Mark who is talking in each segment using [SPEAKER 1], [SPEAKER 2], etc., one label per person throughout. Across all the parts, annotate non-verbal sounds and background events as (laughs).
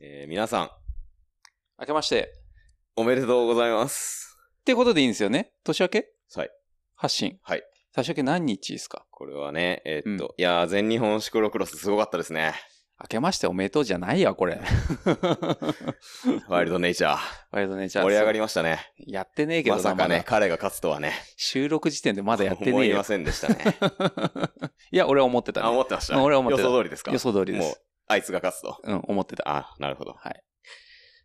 [SPEAKER 1] えー皆さん、
[SPEAKER 2] 明けまして。
[SPEAKER 1] おめでとうございます。
[SPEAKER 2] ってことでいいんですよね年明け
[SPEAKER 1] はい。
[SPEAKER 2] 発信。
[SPEAKER 1] はい。
[SPEAKER 2] 年明け何日ですか
[SPEAKER 1] これはね、えーっと、いやー、全日本シクロクロスすごかったですね。
[SPEAKER 2] 明けましておめでとうじゃないや、これ。 (laughs)
[SPEAKER 1] ワイルドネイチャー。
[SPEAKER 2] 割とね、じゃあ。
[SPEAKER 1] 盛り上がりましたね。
[SPEAKER 2] やってねえけど
[SPEAKER 1] ま
[SPEAKER 2] な
[SPEAKER 1] さかね、
[SPEAKER 2] だ
[SPEAKER 1] 彼が勝つとはね、
[SPEAKER 2] 収録時点でまだやってね
[SPEAKER 1] 思
[SPEAKER 2] え
[SPEAKER 1] い
[SPEAKER 2] よ
[SPEAKER 1] ま。せんでしたね。
[SPEAKER 2] (laughs) いや、俺は思ってた、
[SPEAKER 1] あ、
[SPEAKER 2] ね。
[SPEAKER 1] 思ってました。
[SPEAKER 2] まあ俺は思ってた
[SPEAKER 1] 予想通りですか
[SPEAKER 2] 予想通りで
[SPEAKER 1] もう
[SPEAKER 2] す。、
[SPEAKER 1] あいつが勝つと。
[SPEAKER 2] うん、思ってた。
[SPEAKER 1] あ、なるほど。
[SPEAKER 2] はい。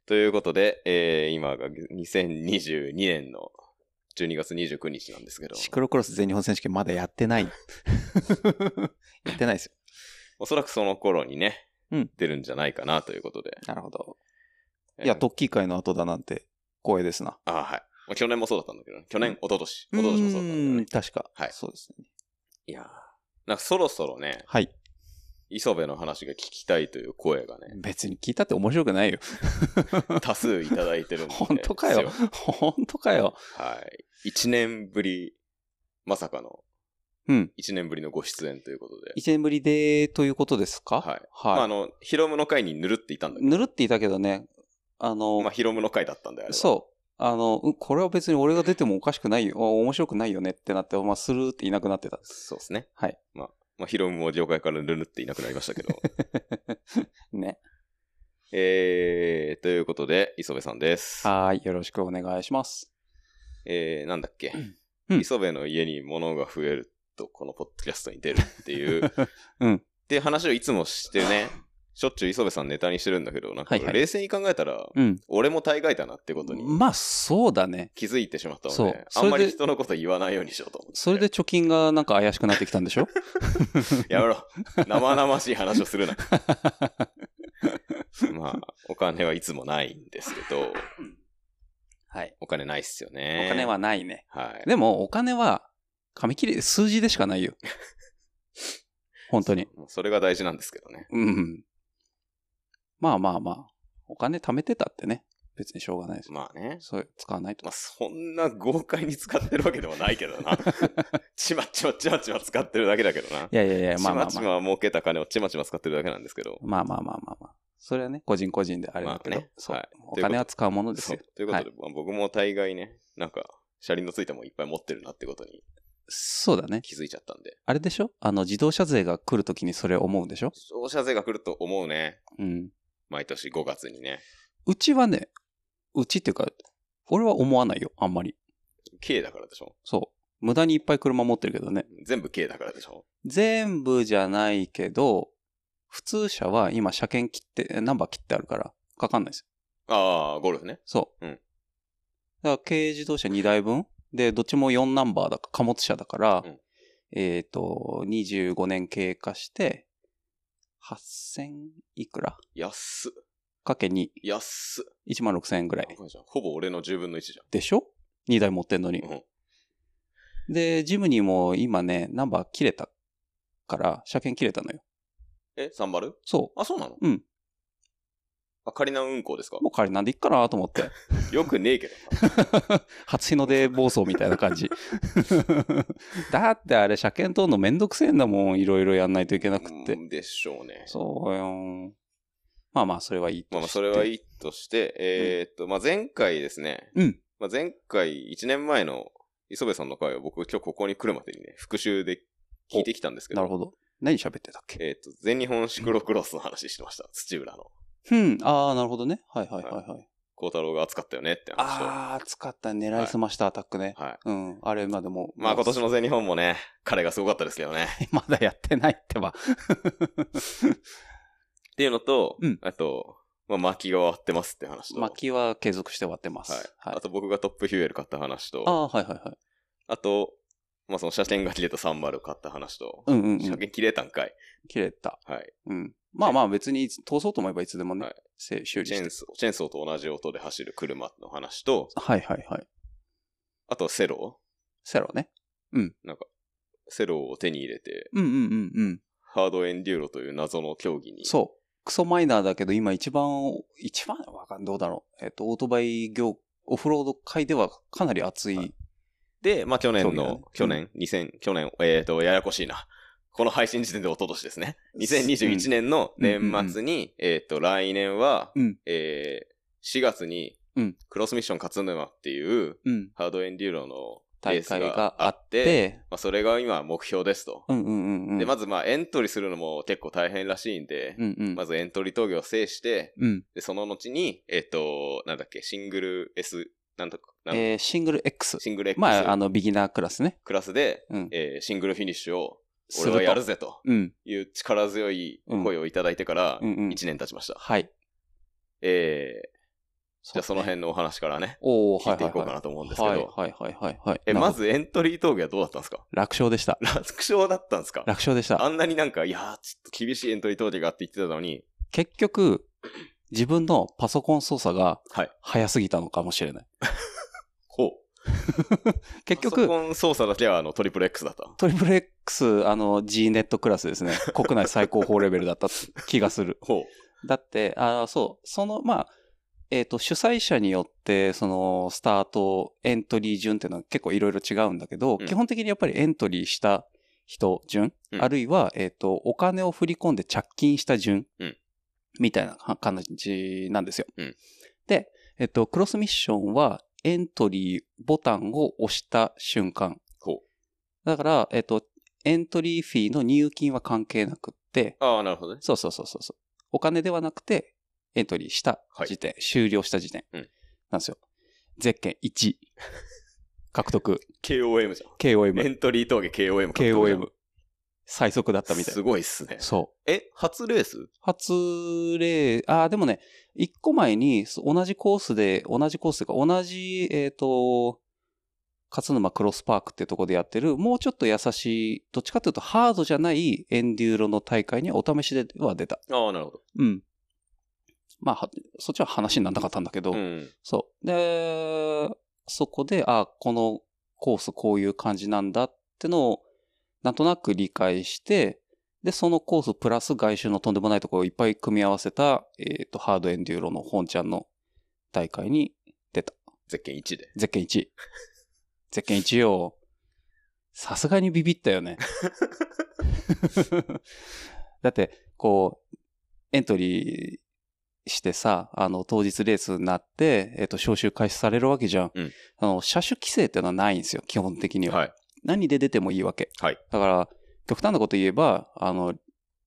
[SPEAKER 1] ということで、えー、今が2022年の12月29日なんですけど、
[SPEAKER 2] シクロクロス全日本選手権まだやっ
[SPEAKER 1] (laughs)
[SPEAKER 2] てない。やってないですよ。
[SPEAKER 1] おそらくその頃にね、
[SPEAKER 2] うん
[SPEAKER 1] 出るんじゃないかなということで。
[SPEAKER 2] なるほど。
[SPEAKER 1] えー
[SPEAKER 2] いや、トッキー会の後だなんて光栄ですな。
[SPEAKER 1] あはい。まあ去年もそうだったんだけどね。去
[SPEAKER 2] うん
[SPEAKER 1] 年、一昨年、一昨年もそうだったんだけど
[SPEAKER 2] うー
[SPEAKER 1] ね
[SPEAKER 2] ん。確か。
[SPEAKER 1] はい
[SPEAKER 2] そうですね。
[SPEAKER 1] いやーなんかそろそろね、
[SPEAKER 2] はい。
[SPEAKER 1] 磯部の話が聞きたいという声がね、
[SPEAKER 2] 別に聞いたって面白くないよ。
[SPEAKER 1] 多数いただいてるんで。
[SPEAKER 2] (laughs) 本当かよ
[SPEAKER 1] です。
[SPEAKER 2] 本当かよ。
[SPEAKER 1] はい。一年ぶり、まさかの、
[SPEAKER 2] うん。
[SPEAKER 1] 一年ぶりのご出演ということで。
[SPEAKER 2] 1年ぶりで、ということですか
[SPEAKER 1] はい。まあ、あ
[SPEAKER 2] はい。
[SPEAKER 1] の、ヒロムの会にぬるっていたんだけど、
[SPEAKER 2] ぬるっていたけどね、あの
[SPEAKER 1] まあ、、ヒロムの会だったんだよ。う。
[SPEAKER 2] そう。あの、うんこれは別に俺が出てもおかしくないよ、あ面白くないよねってなって、まあ、スルーっていなくなってた。
[SPEAKER 1] そうですね。
[SPEAKER 2] はい。
[SPEAKER 1] まあ、まあ、ヒロムも業界からぬるっていなくなりましたけど。 (laughs)
[SPEAKER 2] ね。
[SPEAKER 1] えー、ということで、磯部さんです。
[SPEAKER 2] はーい。よろしくお願いします。
[SPEAKER 1] えー、なんだっけ、
[SPEAKER 2] うん
[SPEAKER 1] 磯部の家に物が増えると、このポッドキャストに出るっていう、
[SPEAKER 2] (laughs) うん
[SPEAKER 1] っていう話をいつもしてね、しょっちゅう磯部さんネタにしてるんだけど、なんか
[SPEAKER 2] はいはい
[SPEAKER 1] 冷静に考えたら、
[SPEAKER 2] うん。
[SPEAKER 1] 俺も大概だなってことに
[SPEAKER 2] まあ、そうだね。
[SPEAKER 1] 気づいてしまったので、
[SPEAKER 2] そうそ
[SPEAKER 1] あ
[SPEAKER 2] れで
[SPEAKER 1] んまり人のこと言わないようにしようと思って。
[SPEAKER 2] それで貯金がなんか怪しくなってきたん
[SPEAKER 1] (laughs)
[SPEAKER 2] でしょ
[SPEAKER 1] やめろ。生々しい話をするな。まあ、お金はいつもないんですけど、
[SPEAKER 2] はい。
[SPEAKER 1] お金ないっすよ
[SPEAKER 2] お
[SPEAKER 1] ね。
[SPEAKER 2] 金は。ないね。
[SPEAKER 1] はい。
[SPEAKER 2] でも、お金は、紙切れ、数字でし
[SPEAKER 1] (laughs)
[SPEAKER 2] かないよ。本当に。
[SPEAKER 1] もうそれが大事なんですけどね。
[SPEAKER 2] うん。まあまあまあ。お金貯めてたってね。別にしょうがないです。
[SPEAKER 1] まあね。
[SPEAKER 2] そう、使わないと
[SPEAKER 1] まあ、。そんな豪快に使ってるわけでもないけど
[SPEAKER 2] (laughs)
[SPEAKER 1] な。ちまちまちまちま使ってるだけだけどな。
[SPEAKER 2] いやいやいや、まあまあ
[SPEAKER 1] ちまち
[SPEAKER 2] まあ。
[SPEAKER 1] ま儲けた金をちまちま使ってるだけなんですけど。
[SPEAKER 2] まあまあまあまあまあ。それはね、個人個人であれだけど。
[SPEAKER 1] まあね
[SPEAKER 2] そう、
[SPEAKER 1] はい
[SPEAKER 2] お金は使うものです
[SPEAKER 1] そう
[SPEAKER 2] よ。
[SPEAKER 1] ということで、
[SPEAKER 2] は
[SPEAKER 1] まあ、僕も大概ね、なんか、車輪のついたもんいっぱい持ってるなってことに
[SPEAKER 2] そうだね。
[SPEAKER 1] 気づいちゃったんで。
[SPEAKER 2] あれでしょあの、自動車税が来るときにそれ思うでしょ
[SPEAKER 1] 消費者税が来ると思うね。
[SPEAKER 2] うん。
[SPEAKER 1] 毎年5月にね。
[SPEAKER 2] うちはね、うちっていうか、俺は思わないよ、あんまり。
[SPEAKER 1] K だからでしょ
[SPEAKER 2] そう。無駄にいっぱい車持ってるけどね。
[SPEAKER 1] 全部 K だからでしょ
[SPEAKER 2] 全部じゃないけど、普通車は今車検切って、ナンバー切ってあるから、かかんないですよ。
[SPEAKER 1] ああ、ゴルフね。
[SPEAKER 2] そう。
[SPEAKER 1] うん
[SPEAKER 2] だから軽自動車2台
[SPEAKER 1] (laughs)
[SPEAKER 2] 分で、どっちも4ナンバーだか、貨物車だから、
[SPEAKER 1] うん
[SPEAKER 2] えっ、と、25年経過して、8000いくら
[SPEAKER 1] 安っ。
[SPEAKER 2] かけに
[SPEAKER 1] 安っ。
[SPEAKER 2] 1万6000円ぐらい
[SPEAKER 1] や。ばいじゃんほぼ俺の10分の1じ
[SPEAKER 2] でしょ ?2 台持ってんのに
[SPEAKER 1] ゃん。。うん。
[SPEAKER 2] で、ジムニーも今ね、ナンバー切れたから、車検切れたのよ。
[SPEAKER 1] え、サンバル
[SPEAKER 2] そ
[SPEAKER 1] あ、そうなの
[SPEAKER 2] うん。
[SPEAKER 1] あ、仮な運行ですか
[SPEAKER 2] う。もう仮なんでいっかなと
[SPEAKER 1] (laughs)
[SPEAKER 2] 思って。
[SPEAKER 1] よくねえけどな。
[SPEAKER 2] 初日の出暴走みたいな
[SPEAKER 1] (laughs)
[SPEAKER 2] 感じ。 (laughs) だってあれ、車検通るのめんどくせえんだもん。いろいろやんないといけ (laughs) なくって。
[SPEAKER 1] うんでしょうね。
[SPEAKER 2] そうよーまあまあ、それはいいとして。。
[SPEAKER 1] まあまあ、それはいいいとして、えーっと、まあ前回ですね。
[SPEAKER 2] うん。
[SPEAKER 1] まあ前回、1年前の磯部さんの回を僕今日ここに来るまでにね、復習で聞いてきたんですけど。
[SPEAKER 2] なるほど。何喋ってたっけ
[SPEAKER 1] えーっと、全日本シクロクロスの話してました。土浦の。
[SPEAKER 2] うん。ああ、なるほどね。はいはいはいはい。
[SPEAKER 1] 孝太郎が熱かったよねって話を。
[SPEAKER 2] ああ、使った狙いすましたアタックね。
[SPEAKER 1] はい。
[SPEAKER 2] うん。あれ、まあでも。
[SPEAKER 1] まあ今年。の全日本もね、彼がすごかったですけどね。
[SPEAKER 2] (laughs) まだやってないっ
[SPEAKER 1] (laughs)
[SPEAKER 2] てば。
[SPEAKER 1] っていうのと、
[SPEAKER 2] うん
[SPEAKER 1] あと、まあ巻きが終わってますって話と。
[SPEAKER 2] 薪は継続して割ってます。
[SPEAKER 1] はい。
[SPEAKER 2] はい
[SPEAKER 1] あ。と僕がトップヒューエル買った話と。
[SPEAKER 2] ああ、はいはいはい。
[SPEAKER 1] あと、まあ、その車検が切れた30買った話と、
[SPEAKER 2] うんうんう
[SPEAKER 1] 車
[SPEAKER 2] ん。
[SPEAKER 1] 検切れたんかい。
[SPEAKER 2] 切れた。
[SPEAKER 1] はい。
[SPEAKER 2] うん。まあまあ別にいつ通そうと思えばいつでもね、
[SPEAKER 1] はい
[SPEAKER 2] せ修理
[SPEAKER 1] チェ
[SPEAKER 2] して。
[SPEAKER 1] ーンソー、チェーンソーと同じ音で走る車の話と、
[SPEAKER 2] はいはいはい。
[SPEAKER 1] あとセロ
[SPEAKER 2] セロね。
[SPEAKER 1] セロを手に入れて、
[SPEAKER 2] うんうんうんうん。
[SPEAKER 1] ハードエンデューロという謎の競技に。
[SPEAKER 2] そう。クソマイナーだけど今一番、一番わかんどうだろう。えっ、と、オートバイ業、オフロード界ではかなり熱い。
[SPEAKER 1] はで、まあ、去年
[SPEAKER 2] 競技
[SPEAKER 1] の、
[SPEAKER 2] だね
[SPEAKER 1] 去年、2000、去年、えっ、と、ややこしいな。この配信時点で一昨年ですね。2021年の年末に、えーっと、来年は、
[SPEAKER 2] うん
[SPEAKER 1] えー4月に
[SPEAKER 2] うん、
[SPEAKER 1] クロスミッション勝沼っていう
[SPEAKER 2] うん。
[SPEAKER 1] ハードエンデューロのレー
[SPEAKER 2] 大
[SPEAKER 1] ス
[SPEAKER 2] 会
[SPEAKER 1] が
[SPEAKER 2] が
[SPEAKER 1] あ
[SPEAKER 2] あ
[SPEAKER 1] っ、
[SPEAKER 2] ってて、
[SPEAKER 1] まあ、それが今目標ですと。
[SPEAKER 2] うんうんうんうん。
[SPEAKER 1] で、まずまあエントリーするのも結構大変らしいんで、
[SPEAKER 2] うんうん。
[SPEAKER 1] まずエントリー闘技を制して、
[SPEAKER 2] うん。
[SPEAKER 1] で、その後に、えっ、と、なんだっけ、シングル S、なんとか、なん
[SPEAKER 2] えーシングル X。
[SPEAKER 1] シングル X
[SPEAKER 2] まあ、あの、ビギナークラスね。
[SPEAKER 1] クラスで、
[SPEAKER 2] うん。
[SPEAKER 1] えーシングルフィニッシュを、
[SPEAKER 2] す
[SPEAKER 1] 俺
[SPEAKER 2] る
[SPEAKER 1] は
[SPEAKER 2] と
[SPEAKER 1] やるぜと
[SPEAKER 2] うん。
[SPEAKER 1] いう力強い声をいただいてから、
[SPEAKER 2] うんうん。
[SPEAKER 1] 1年経ちました。
[SPEAKER 2] はい。
[SPEAKER 1] えーじ
[SPEAKER 2] じ
[SPEAKER 1] ゃあその。辺のお話からね、
[SPEAKER 2] おお
[SPEAKER 1] 聞
[SPEAKER 2] はいい
[SPEAKER 1] て
[SPEAKER 2] はいい
[SPEAKER 1] こうか
[SPEAKER 2] は
[SPEAKER 1] なと思うん
[SPEAKER 2] い。
[SPEAKER 1] ですけど、
[SPEAKER 2] はいはいはいはいはい。
[SPEAKER 1] え、
[SPEAKER 2] なる
[SPEAKER 1] ま
[SPEAKER 2] ほど、
[SPEAKER 1] ずエントリー闘技はどうだったんですか
[SPEAKER 2] 楽勝でした。
[SPEAKER 1] 楽勝だったんですか
[SPEAKER 2] 楽勝でした。
[SPEAKER 1] あんなになんか、いやー、ちょっと厳しいエントリー闘技があって言ってたのに、
[SPEAKER 2] 結局、自分のパソコン操作が
[SPEAKER 1] はい
[SPEAKER 2] 早すぎたのかもしれない。
[SPEAKER 1] ほう。
[SPEAKER 2] 結
[SPEAKER 1] パソ
[SPEAKER 2] 局、
[SPEAKER 1] コン操作だけはあのトリプル X だった。
[SPEAKER 2] トリプル X、あの、G ネットクラスですね。国内最高峰レベルだった気がする。
[SPEAKER 1] ほう。
[SPEAKER 2] だって、あーそう、その、まあ、えっ、と、主催者によって、その、スタート、エントリー順っていうのは結構いろいろ違うんだけど、
[SPEAKER 1] うん
[SPEAKER 2] 基本的にやっぱりエントリーした人順、
[SPEAKER 1] うん
[SPEAKER 2] あるいは、えっ、と、お金を振り込んで着金した順、
[SPEAKER 1] うん
[SPEAKER 2] みたいな感じなんですよ。
[SPEAKER 1] うん
[SPEAKER 2] で、えっ、と、クロスミッションは、エントリーボタンを押した瞬間。
[SPEAKER 1] ほう。
[SPEAKER 2] だから、えっ、と、エントリーフィーの入金は関係なくって、
[SPEAKER 1] ああ、なるほどね。
[SPEAKER 2] そうそうそうそうそう。お金ではなくて、エントリーした時点、終了した時点
[SPEAKER 1] うん
[SPEAKER 2] なんですよ。ゼッケン1。獲得。
[SPEAKER 1] KOM じゃん。エ
[SPEAKER 2] KOM。
[SPEAKER 1] ントリー峠 KOM 獲得じゃん。
[SPEAKER 2] KOM。最速だったみたい
[SPEAKER 1] す。ごいっすね。
[SPEAKER 2] そう。
[SPEAKER 1] え、初レース
[SPEAKER 2] 初例、ああ、でもね、一個前に、そう同じコースで、同じコースというか、同じ、えっ、と、勝沼クロスパークっていうところでやってる、もうちょっと優しい、どっちかというとハードじゃないエンデューロの大会にお試しでは出た。
[SPEAKER 1] ああ、なるほど。
[SPEAKER 2] うん。まあ、はそっちは話にならなかったんだけど、
[SPEAKER 1] うん。
[SPEAKER 2] そう。で、そこで、あこのコースこういう感じなんだってのを、なんとなく理解して、で、そのコースプラス外周のとんでもないところをいっぱい組み合わせた、えっ、と、ハードエンデューロの本ちゃんの大会に、
[SPEAKER 1] ゼッケン1で。
[SPEAKER 2] ゼッケン1。ゼッケン1よ。さすがにビビった
[SPEAKER 1] (laughs)
[SPEAKER 2] よね。だって、こう、エントリーしてさ、あの、当日レースになって、えっ、と、招集開始されるわけじゃん。
[SPEAKER 1] うん
[SPEAKER 2] あの、車種規制っていうのはないんですよ、基本的には。
[SPEAKER 1] はい。
[SPEAKER 2] 何で出てもいいわけ。
[SPEAKER 1] はい
[SPEAKER 2] だから、極端なこと言えば、あの、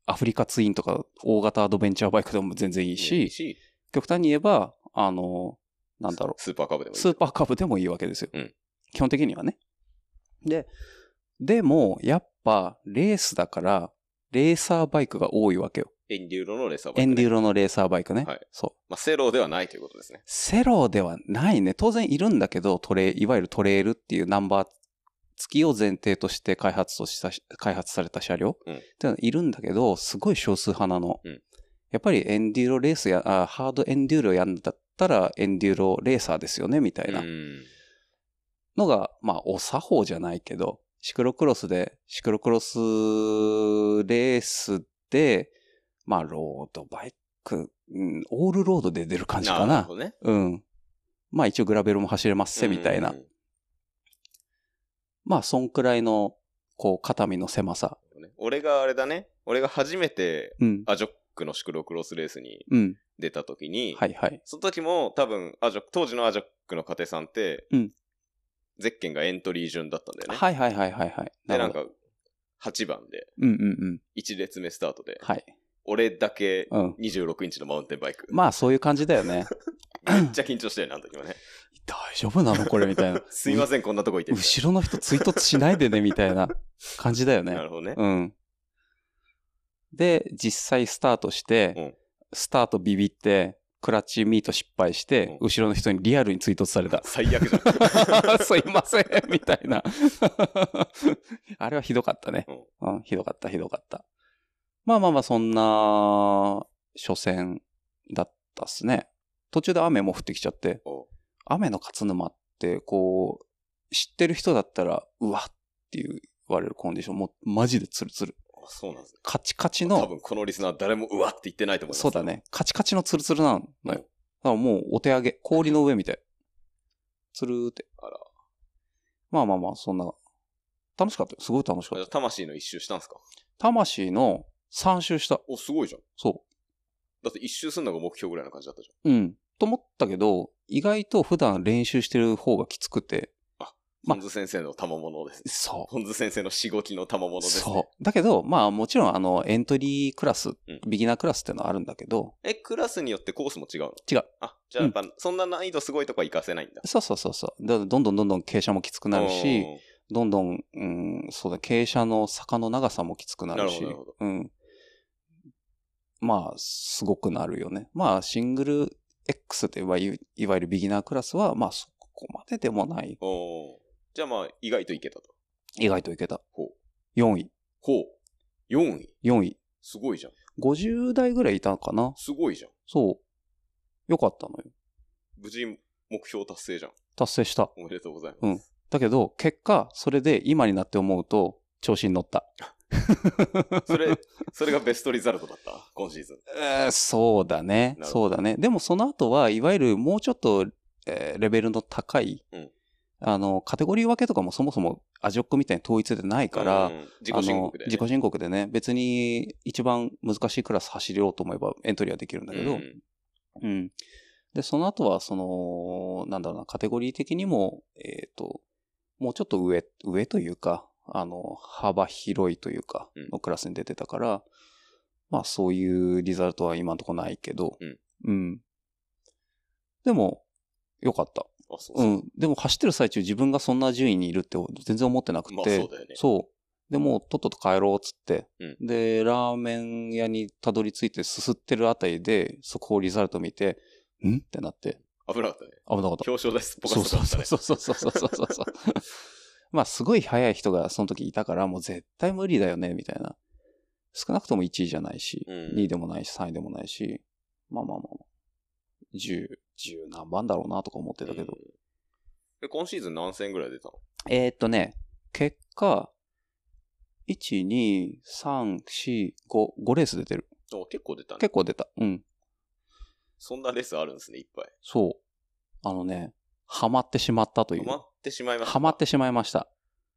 [SPEAKER 2] アフリカツインとか、大型アドベンチャーバイクでも全然いい
[SPEAKER 1] いい
[SPEAKER 2] し、
[SPEAKER 1] し
[SPEAKER 2] 極端に言えば、あの、なんだろう。
[SPEAKER 1] スーパーカブでもいい。
[SPEAKER 2] スーパーカブでもいいわけですよ。
[SPEAKER 1] うん
[SPEAKER 2] 基本的にはね。で、でも、やっぱ、レースだから、レーサーバイクが多いわけよ。
[SPEAKER 1] エンデューロのレーサーバイ
[SPEAKER 2] エ
[SPEAKER 1] クね、
[SPEAKER 2] ンデューロのレーサーバイクね。
[SPEAKER 1] はい
[SPEAKER 2] そう。
[SPEAKER 1] まあ、セローではないということですね。
[SPEAKER 2] セロではないね。当然いるんだけど、トレイ、いわゆるトレールっていうナンバー付きを前提として開発とした、開発された車両
[SPEAKER 1] うん
[SPEAKER 2] っていうのはいるんだけど、すごい少数派なの。
[SPEAKER 1] うん
[SPEAKER 2] やっぱりエンデューロレースや、あハードエンデューロやんだったらエンデューロレーサーですよね、みたいな。
[SPEAKER 1] うん。
[SPEAKER 2] のが、まあ、お作法じゃないけど、シクロクロスで、シクロクロスレースで、まあ、ロードバイク、うん、オールロードで出る感じかな。
[SPEAKER 1] なるほどね。
[SPEAKER 2] うん。まあ、一応グラベルも走れますせ、みたいな。
[SPEAKER 1] うん
[SPEAKER 2] まあ、そんくらいの、こう、肩身の狭さ。
[SPEAKER 1] 俺があれだね。俺が初めて
[SPEAKER 2] うん。
[SPEAKER 1] アジョックのシクロクロスレースに
[SPEAKER 2] うん。
[SPEAKER 1] 出た時に、
[SPEAKER 2] はいはい。
[SPEAKER 1] その時も多分アジョック、当時のアジョックの家庭さんって、
[SPEAKER 2] うん
[SPEAKER 1] ゼッケンがエントリー順だったんだよね。
[SPEAKER 2] はいはいはいはいはい。
[SPEAKER 1] で、な
[SPEAKER 2] るほ
[SPEAKER 1] ん
[SPEAKER 2] ど
[SPEAKER 1] か、8番で、
[SPEAKER 2] うんうんうん。
[SPEAKER 1] 1列目スタートで、
[SPEAKER 2] はい。
[SPEAKER 1] 俺だけ
[SPEAKER 2] うん。
[SPEAKER 1] 26インチのマウンテンバイク。
[SPEAKER 2] まあ、そういう感じだよ
[SPEAKER 1] (laughs)
[SPEAKER 2] ね。
[SPEAKER 1] めっちゃ緊張してるな、あの時はね。。
[SPEAKER 2] 大丈夫なのこれみたいな
[SPEAKER 1] (laughs) すいません、こんなとこいて。
[SPEAKER 2] 後ろの人追突しないでね、みたいな感じだよね。
[SPEAKER 1] なるほどね。
[SPEAKER 2] うん。で、実際スタートして、
[SPEAKER 1] うん
[SPEAKER 2] スタートビビって、クラッチミート失敗して、
[SPEAKER 1] うん。
[SPEAKER 2] 後ろの人にリアルに追突され
[SPEAKER 1] (laughs)
[SPEAKER 2] た
[SPEAKER 1] 最悪
[SPEAKER 2] (laughs)
[SPEAKER 1] じゃん。
[SPEAKER 2] すいません、みたいな。 (laughs) あれはひどかったね、うんひどかった、ひどかった。まあまあまあ、そんな、初戦だったっすね。途中で雨も降ってきちゃって、
[SPEAKER 1] お
[SPEAKER 2] 雨の勝沼って、こう、知ってる人だったら、うわっていう言われるコンディション、もうマジでツルツル。
[SPEAKER 1] あそうなんですね。
[SPEAKER 2] カチカチ
[SPEAKER 1] 多
[SPEAKER 2] の、
[SPEAKER 1] 分このリスナー誰もうわって言ってないと思います。
[SPEAKER 2] そうだ。ね、カチカチのツルツルなのよ。
[SPEAKER 1] うん
[SPEAKER 2] だからもうお手上げ、氷の上みたい。ツルーって。
[SPEAKER 1] あら。
[SPEAKER 2] まあまあまあ、そんな、楽しかったよ。すごい楽しかった。
[SPEAKER 1] 魂の一周したんですか
[SPEAKER 2] 魂の3周した。
[SPEAKER 1] お、すごいじゃん。
[SPEAKER 2] そ
[SPEAKER 1] だって一周すんのが目標ぐらいな感じだったじ
[SPEAKER 2] う。うん。と思ったけど、意外と普段練習してる方がきつくて。
[SPEAKER 1] ゃ
[SPEAKER 2] ま
[SPEAKER 1] ん。本津先生の賜物です。
[SPEAKER 2] そう。
[SPEAKER 1] 本津先生のしごきの賜物です、ね。
[SPEAKER 2] そう。だけど、まあもちろんあの、エントリークラス、
[SPEAKER 1] ん
[SPEAKER 2] ビギナークラスっていうのはあるんだけど、
[SPEAKER 1] え、クラスによってコースも違うの
[SPEAKER 2] 違う。
[SPEAKER 1] あ、じゃあやっぱ、そんな難易度すごいとこは行かせないんだ。
[SPEAKER 2] そうそうそうそう。だからどんどんどんどん傾斜もきつくなるし、どんどん、うん、そうだ、傾斜の坂の長さもきつくなるし、
[SPEAKER 1] なるほど
[SPEAKER 2] うん。まあ、すごくなるよね。まあ、シングル X といわゆるいわゆるビギナークラスは、まあ、そこまででもない。
[SPEAKER 1] うん。おーじゃあまあ、意外といけたと。
[SPEAKER 2] 意外といけた
[SPEAKER 1] ほう。
[SPEAKER 2] 4位、
[SPEAKER 1] ほう。4位。
[SPEAKER 2] 4位。
[SPEAKER 1] すごいじゃん。
[SPEAKER 2] 50代ぐらいいたかな
[SPEAKER 1] すごいじゃん。
[SPEAKER 2] そう。よかったのよ。
[SPEAKER 1] 無事、目標達成じゃん。
[SPEAKER 2] 達成した。
[SPEAKER 1] おめでとうございます。
[SPEAKER 2] うんだけど、結果、それで今になって思うと、調子に乗った。
[SPEAKER 1] それ、それがベストリザルトだった今シーズン。
[SPEAKER 2] えーそうだね。
[SPEAKER 1] なるほ
[SPEAKER 2] そうだね。でもその後は、いわゆるもうちょっと、えーレベルの高い、
[SPEAKER 1] うん
[SPEAKER 2] あの、カテゴリー分けとかもそもそもアジオックみたいに統一でないから、
[SPEAKER 1] うん、自己申告で、
[SPEAKER 2] あの自己申告でね、別に一番難しいクラス走ろうと思えばエントリーはできるんだけど、
[SPEAKER 1] う
[SPEAKER 2] うんん、で、その後は、その、なんだろうな、カテゴリー的にも、えっ、と、もうちょっと上、上というか、あの、幅広いというか
[SPEAKER 1] うん、
[SPEAKER 2] のクラスに出てたから、まあそういうリザルトは今んとこないけど、
[SPEAKER 1] うん
[SPEAKER 2] うんでも、よかった。
[SPEAKER 1] あ、そうそうう。
[SPEAKER 2] ん。でも走ってる最中自分がそんな順位にいるって全然思ってなくて。
[SPEAKER 1] まあそうだよね。
[SPEAKER 2] そう。で、もうとっとと帰ろうっつって、
[SPEAKER 1] う
[SPEAKER 2] で、ラーメン屋にたどり着いてすすってるあたりで、速報リザルト見て、んってなって、
[SPEAKER 1] 危なかったね。
[SPEAKER 2] 危なかった。
[SPEAKER 1] 表彰台すっぽか
[SPEAKER 2] そう
[SPEAKER 1] す
[SPEAKER 2] そ
[SPEAKER 1] だ
[SPEAKER 2] う
[SPEAKER 1] った
[SPEAKER 2] そ
[SPEAKER 1] ね
[SPEAKER 2] う。そうそうそうそうそうそう。 (laughs) まあ、すごい速い人がその時いたから、もう絶対無理だよね、みたいな。少なくとも1位じゃないし、
[SPEAKER 1] うん
[SPEAKER 2] 2位でもないし、3位でもないし、まあまあまあまあ、10、10何番だろうな、とか思ってたけど
[SPEAKER 1] う。んで今シーズン何戦ぐらい出たの
[SPEAKER 2] えーっとね、結果、1、2、3、4、5、5レース出てる。
[SPEAKER 1] お結構出たね。
[SPEAKER 2] 結構出た。うん。
[SPEAKER 1] そんなレースあるんですね、いっぱい。
[SPEAKER 2] そう。あのね、ハマってしまったとい
[SPEAKER 1] ハ
[SPEAKER 2] う。
[SPEAKER 1] マってしまいました。
[SPEAKER 2] ハマってしまいました。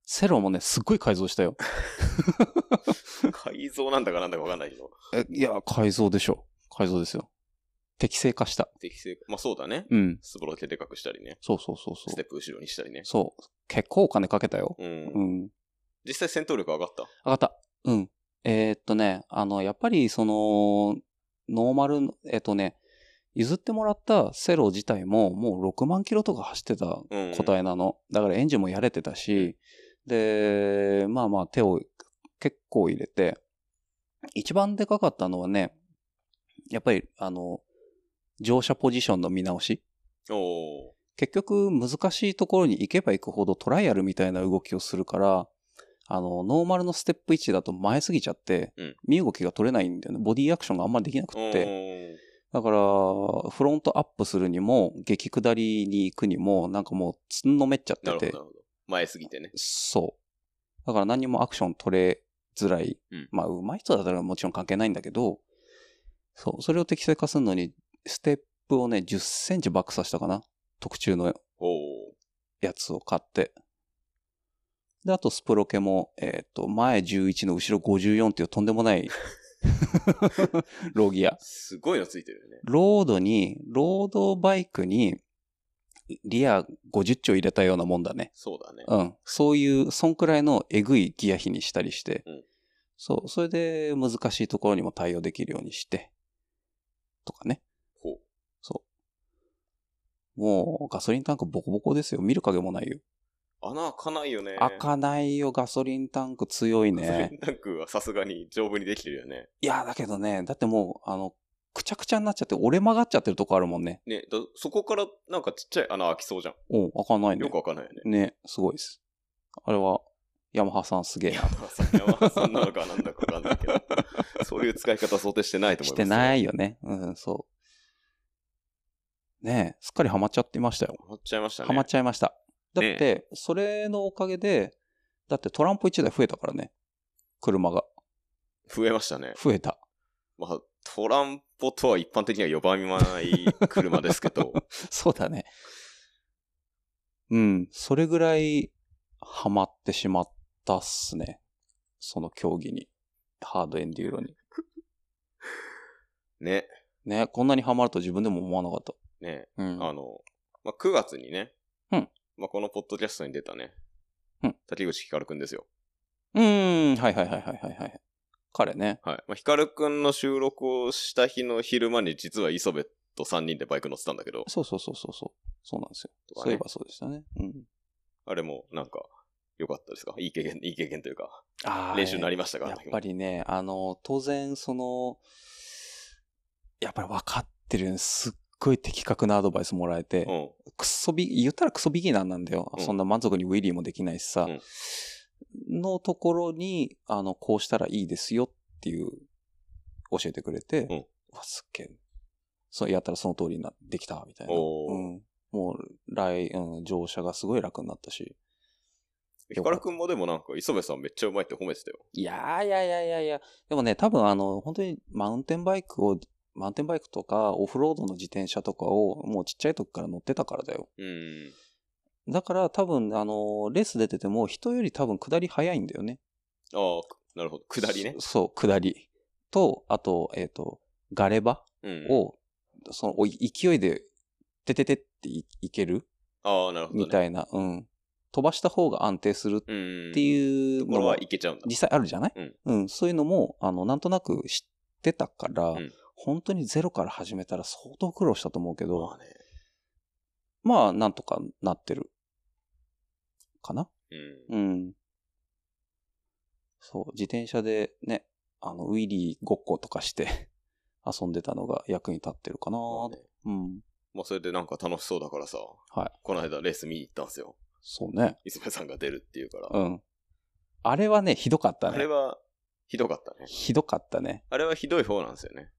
[SPEAKER 2] セロもね、すっごい改造し
[SPEAKER 1] (laughs)
[SPEAKER 2] たよ。
[SPEAKER 1] 改造なんだかなんだかわかんないけど。
[SPEAKER 2] えいや、改造でしょ。改造ですよ。適正化した。
[SPEAKER 1] 適正。まあそうだね。
[SPEAKER 2] うん。
[SPEAKER 1] スボロケでかくしたりね。
[SPEAKER 2] そうそうそうそ
[SPEAKER 1] ステ
[SPEAKER 2] う。
[SPEAKER 1] ップ後ろにしたりね。
[SPEAKER 2] そう。結構お金かけたよ。
[SPEAKER 1] う。
[SPEAKER 2] うんん。
[SPEAKER 1] 実際戦闘力上がった。
[SPEAKER 2] 上がった。うん。えーっとね、あの、やっぱりその、ノーマルの、えっとね、譲ってもらったセロ自体ももう6万キロとか走ってた
[SPEAKER 1] うん。
[SPEAKER 2] 個体なの。だからエンジンもやれてたし、で、まあまあ手を結構入れて、一番でかかったのはね、やっぱりあの、乗車ポジションの見直し。
[SPEAKER 1] おー
[SPEAKER 2] 結局難しいところに行けば行くほどトライアルみたいな動きをするから、あの、ノーマルのステップ1だと前すぎちゃって、
[SPEAKER 1] うん
[SPEAKER 2] 身動きが取れないんだよね。ボディアクションがあんまりできなく
[SPEAKER 1] お
[SPEAKER 2] って。
[SPEAKER 1] ー
[SPEAKER 2] だから、フロントアップするにも、激下りに行くにも、なんかもう、つんのめっちゃっ
[SPEAKER 1] な
[SPEAKER 2] て
[SPEAKER 1] るほど、なる。
[SPEAKER 2] て
[SPEAKER 1] ほど。前すぎてね。
[SPEAKER 2] そう。だから何もアクション取れづらい。
[SPEAKER 1] うん
[SPEAKER 2] まあ、上手い人だったらもちろん関係ないんだけど、そう。それを適正化するのに、ステップをね、10センチバックさせたかな。特注の
[SPEAKER 1] おお。
[SPEAKER 2] やつを買って。で、あとスプロケも、えっ、と、前11の後ろ54っていうとんで
[SPEAKER 1] (laughs)
[SPEAKER 2] もないローギア。
[SPEAKER 1] すごいのついてるよね。
[SPEAKER 2] ロードに、ロードバイクに、リア50丁入れたようなもんだね。
[SPEAKER 1] そうだね。
[SPEAKER 2] うん。そういう、そんくらいのえぐいギア比にしたりして、
[SPEAKER 1] うん
[SPEAKER 2] そう、それで難しいところにも対応できるようにして、とかね。
[SPEAKER 1] ほう。
[SPEAKER 2] もう、ガソリンタンクボコボコですよ。見る影もないよ。
[SPEAKER 1] 穴開かないよね。
[SPEAKER 2] 開かないよ、ガソリンタンク強いね。
[SPEAKER 1] タンクはさすがに丈夫にできてるよね。
[SPEAKER 2] いや、だけどね、だってもう、あの、くちゃくちゃになっちゃって、折れ曲がっちゃってるとこあるもんね。
[SPEAKER 1] ね、だそこからなんかちっちゃい穴開きそうじゃん。
[SPEAKER 2] おう開かないね
[SPEAKER 1] よく。開かないよね。
[SPEAKER 2] ね、すごいです。あれは、ヤマハさんすげえな。
[SPEAKER 1] 山 (laughs) 田さんなのかなんだかわかんない
[SPEAKER 2] (laughs)
[SPEAKER 1] けど、そういう使い方想定してないと思い
[SPEAKER 2] し
[SPEAKER 1] ます、。
[SPEAKER 2] てないいよね。うん、そう。ねえ、すっかりハマっちゃってましたよ。
[SPEAKER 1] ハマっちゃいましたね。
[SPEAKER 2] ハマっちゃいました。だっ
[SPEAKER 1] ね
[SPEAKER 2] て、それのおかげで、だってトランプ1台増えたからね。車が。
[SPEAKER 1] 増えましたね。
[SPEAKER 2] 増えた。
[SPEAKER 1] まあ、トランポとは一般的には呼ばない車ですけ
[SPEAKER 2] (laughs)
[SPEAKER 1] ど、
[SPEAKER 2] そうだね。うん、それぐらいハマってしまったっすね。その競技に。ハードエンデューロに。
[SPEAKER 1] ね。
[SPEAKER 2] ね、こんなにハマると自分でも思わなかっ
[SPEAKER 1] ね。
[SPEAKER 2] た。うん。
[SPEAKER 1] あの、まあ、9月にね。
[SPEAKER 2] うん
[SPEAKER 1] まあ、このポッドキャストに出たね。
[SPEAKER 2] うん
[SPEAKER 1] 滝口ひかるくんですよ。
[SPEAKER 2] うーん、はいはいはいはいはいはい。彼ね。
[SPEAKER 1] はい。まあ、ひかるくんの収録をした日の昼間に、実は磯部と3人でバイク乗ってたんだけど、
[SPEAKER 2] そうそうそうそうそう。そうなんですよ。
[SPEAKER 1] とかね
[SPEAKER 2] そういえばそうでしたね。うん。
[SPEAKER 1] あれも、なんか、良かったですかいい経験、いい経験というか、
[SPEAKER 2] あー
[SPEAKER 1] 練習になりましたか
[SPEAKER 2] やっぱりね、あの、当然、その、やっぱり分かってる、すっごい的確なアドバイスもらえて、
[SPEAKER 1] うん。
[SPEAKER 2] クソビ、言ったらクソビギナーなんだよ。
[SPEAKER 1] うん
[SPEAKER 2] そんな満足にウィリーもできないしさ、のところに、あの、こうしたらいいですよっていう、教えてくれて、
[SPEAKER 1] うん
[SPEAKER 2] うわ、すっげえ。そう、やったらその通りになできた、みたいな。
[SPEAKER 1] おー
[SPEAKER 2] うん、もう、来、うん、乗車がすごい楽になったし。
[SPEAKER 1] ひかるくんもでもなんか、磯部さんめっちゃうまいって褒めてたよ。
[SPEAKER 2] いやーいやいやいやいや。でもね、多分あの、本当にマウンテンバイクを、マウンテンバイクとかオフロードの自転車とかをもうちっちゃい時から乗ってたからだよ。
[SPEAKER 1] うん。
[SPEAKER 2] だから多分あの、レース出てても人より多分下り早いんだよね。
[SPEAKER 1] ああ、なるほど。下りね。
[SPEAKER 2] そそう、下り。と、あと、えっ、と、ガレバ
[SPEAKER 1] うん。
[SPEAKER 2] を、そのおい勢いで、てててっていいける
[SPEAKER 1] ああ、なるほど、ね。
[SPEAKER 2] みたいな、うん。飛ばした方が安定する
[SPEAKER 1] うん。
[SPEAKER 2] って
[SPEAKER 1] う
[SPEAKER 2] いう
[SPEAKER 1] とこ
[SPEAKER 2] の
[SPEAKER 1] ろ
[SPEAKER 2] は
[SPEAKER 1] はいけちゃうんだ。
[SPEAKER 2] 実際あるじゃない、
[SPEAKER 1] うん
[SPEAKER 2] そういうのも、あの、なんとなく知ってたから、
[SPEAKER 1] うん
[SPEAKER 2] 本当にゼロから始めたら相当苦労したと思うけど、
[SPEAKER 1] まあね。
[SPEAKER 2] まあ、なんとかなってる。かな
[SPEAKER 1] うん。
[SPEAKER 2] うん。そう、自転車でね、あの、ウィリーごっことかして (laughs) 遊んでたのが役に立ってるかな、
[SPEAKER 1] まあね
[SPEAKER 2] うん。
[SPEAKER 1] まあ、それでなんか楽しそうだからさ、
[SPEAKER 2] はい。
[SPEAKER 1] この間レース見に行ったんですよ。
[SPEAKER 2] そうね。
[SPEAKER 1] 磯部さんが出るっていうから。
[SPEAKER 2] うん。あれはね、ひどかった
[SPEAKER 1] あれ
[SPEAKER 2] ね。
[SPEAKER 1] は、ひどかったね。
[SPEAKER 2] ひどかったね。
[SPEAKER 1] あれはひどい方なんですよね。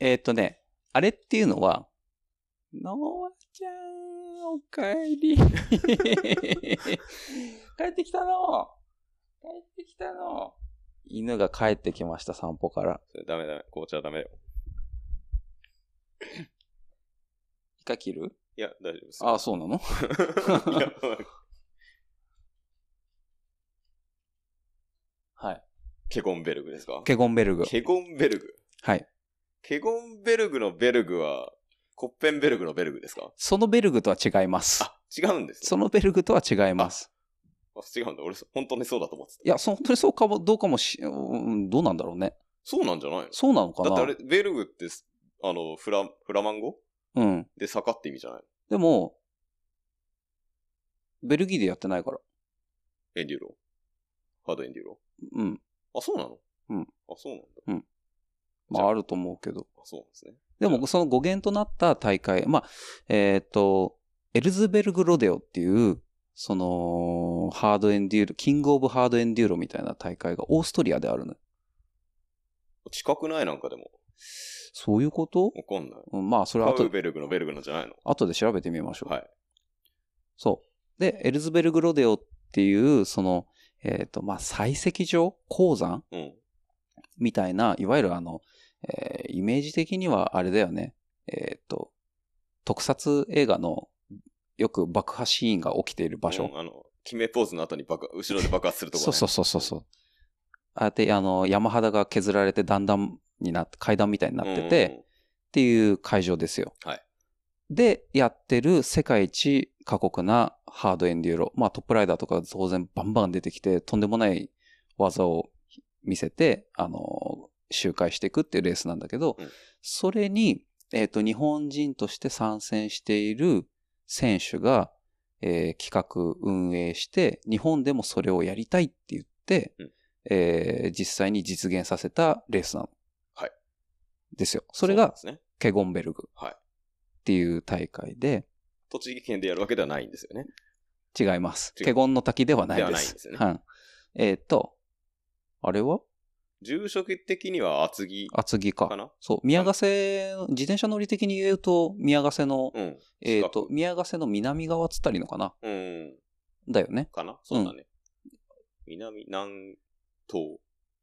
[SPEAKER 2] えーっ、とね、あれっていうのは、のあちゃん、おかえり。 (laughs) 帰ってきたの帰ってきたの犬が帰ってきました、散歩から。
[SPEAKER 1] それダメダメ。紅茶ダメよ。
[SPEAKER 2] 一回切る
[SPEAKER 1] いや、大丈夫です。
[SPEAKER 2] ああ、そうなの
[SPEAKER 1] いや (laughs)
[SPEAKER 2] はい。
[SPEAKER 1] ケゴンベルグですか
[SPEAKER 2] ケゴンベルグ。
[SPEAKER 1] ケゴンベルグ。
[SPEAKER 2] はい。
[SPEAKER 1] ケゴンベルグのベルグは、コッペンベルグのベルグですか
[SPEAKER 2] そのベルグとは違います。
[SPEAKER 1] あ、違うんです
[SPEAKER 2] そのベルグとは違います。
[SPEAKER 1] あ違うんだ。俺、本当にそうだと思ってた。
[SPEAKER 2] いや、そ本当にそうかも、どうかもし、うんどうなんだろうね。
[SPEAKER 1] そうなんじゃないの
[SPEAKER 2] そうなのかな
[SPEAKER 1] だってあれ、ベルグってす、あの、フラ、フラマン語
[SPEAKER 2] うん。
[SPEAKER 1] で坂って意味じゃない
[SPEAKER 2] でも、ベルギーでやってないから。
[SPEAKER 1] のエンデューロ。ハードエンデューロ。
[SPEAKER 2] うん。
[SPEAKER 1] あ、そうなの
[SPEAKER 2] うん
[SPEAKER 1] あ、そうなんだ。
[SPEAKER 2] ま
[SPEAKER 1] じゃ
[SPEAKER 2] あ、
[SPEAKER 1] あ
[SPEAKER 2] あると思うけど。
[SPEAKER 1] あ、そうなんですね。
[SPEAKER 2] でも、その語源となった大会、まあ、えっ、と、エルズベルグロデオっていう、その、ハードエンデューロ、キングオブハードエンデューロみたいな大会がオーストリアであるのよ。
[SPEAKER 1] 近くないなんかでも。
[SPEAKER 2] そういうこと、
[SPEAKER 1] わかんない。
[SPEAKER 2] うん、まあ、それは
[SPEAKER 1] ハウ
[SPEAKER 2] 後で、
[SPEAKER 1] ベルグのベルグのじゃないの
[SPEAKER 2] 後で調べてみましょう。
[SPEAKER 1] はい。
[SPEAKER 2] そう。で、エルズベルグロデオっていう、その、えっ、と、まあ、採石場鉱山
[SPEAKER 1] うん。
[SPEAKER 2] みたいな、いわゆるあの、えーイメージ的にはあれだよね。えーっと、特撮映画のよく爆破シーンが起きている場所。
[SPEAKER 1] うんあの、決めポーズの後に爆、後ろで爆発するとこ
[SPEAKER 2] そ
[SPEAKER 1] ね。
[SPEAKER 2] うそうそうそうそう。ああやって、あの、山肌が削られて段々になって、階段みたいになってて、
[SPEAKER 1] うんうんうん
[SPEAKER 2] っていう会場ですよ。
[SPEAKER 1] はい
[SPEAKER 2] で、やってる世界一過酷なハードエンデューロ。まあトップライダーとか当然バンバン出てきて、とんでもない技を見せて、あの、周回していくっていうレースなんだけど、
[SPEAKER 1] うん
[SPEAKER 2] それに、えっ、と、日本人として参戦している選手が、えー企画運営して、日本でもそれをやりたいって言って、
[SPEAKER 1] うん
[SPEAKER 2] えー実際に実現させたレースなの。
[SPEAKER 1] はい。
[SPEAKER 2] ですよ。それ
[SPEAKER 1] うなん
[SPEAKER 2] が
[SPEAKER 1] ですね。
[SPEAKER 2] ケゴンベルグ
[SPEAKER 1] はい
[SPEAKER 2] っていう大会で、
[SPEAKER 1] 栃木県でやるわけではないんですよね。
[SPEAKER 2] 違います。
[SPEAKER 1] 違う
[SPEAKER 2] ケゴンの滝ではないです。
[SPEAKER 1] ではないんですよね
[SPEAKER 2] はいえっ、と、あれは
[SPEAKER 1] 住職的には厚木
[SPEAKER 2] 厚木か。
[SPEAKER 1] かな
[SPEAKER 2] そう、宮ヶ瀬、自転車乗り的に言うと、宮ヶ瀬の、
[SPEAKER 1] うん。
[SPEAKER 2] えっ、
[SPEAKER 1] 近
[SPEAKER 2] と
[SPEAKER 1] く、
[SPEAKER 2] 宮ヶ瀬の南側っつったりのかな
[SPEAKER 1] うん。
[SPEAKER 2] だよね。
[SPEAKER 1] かなそうだね。南、南、東。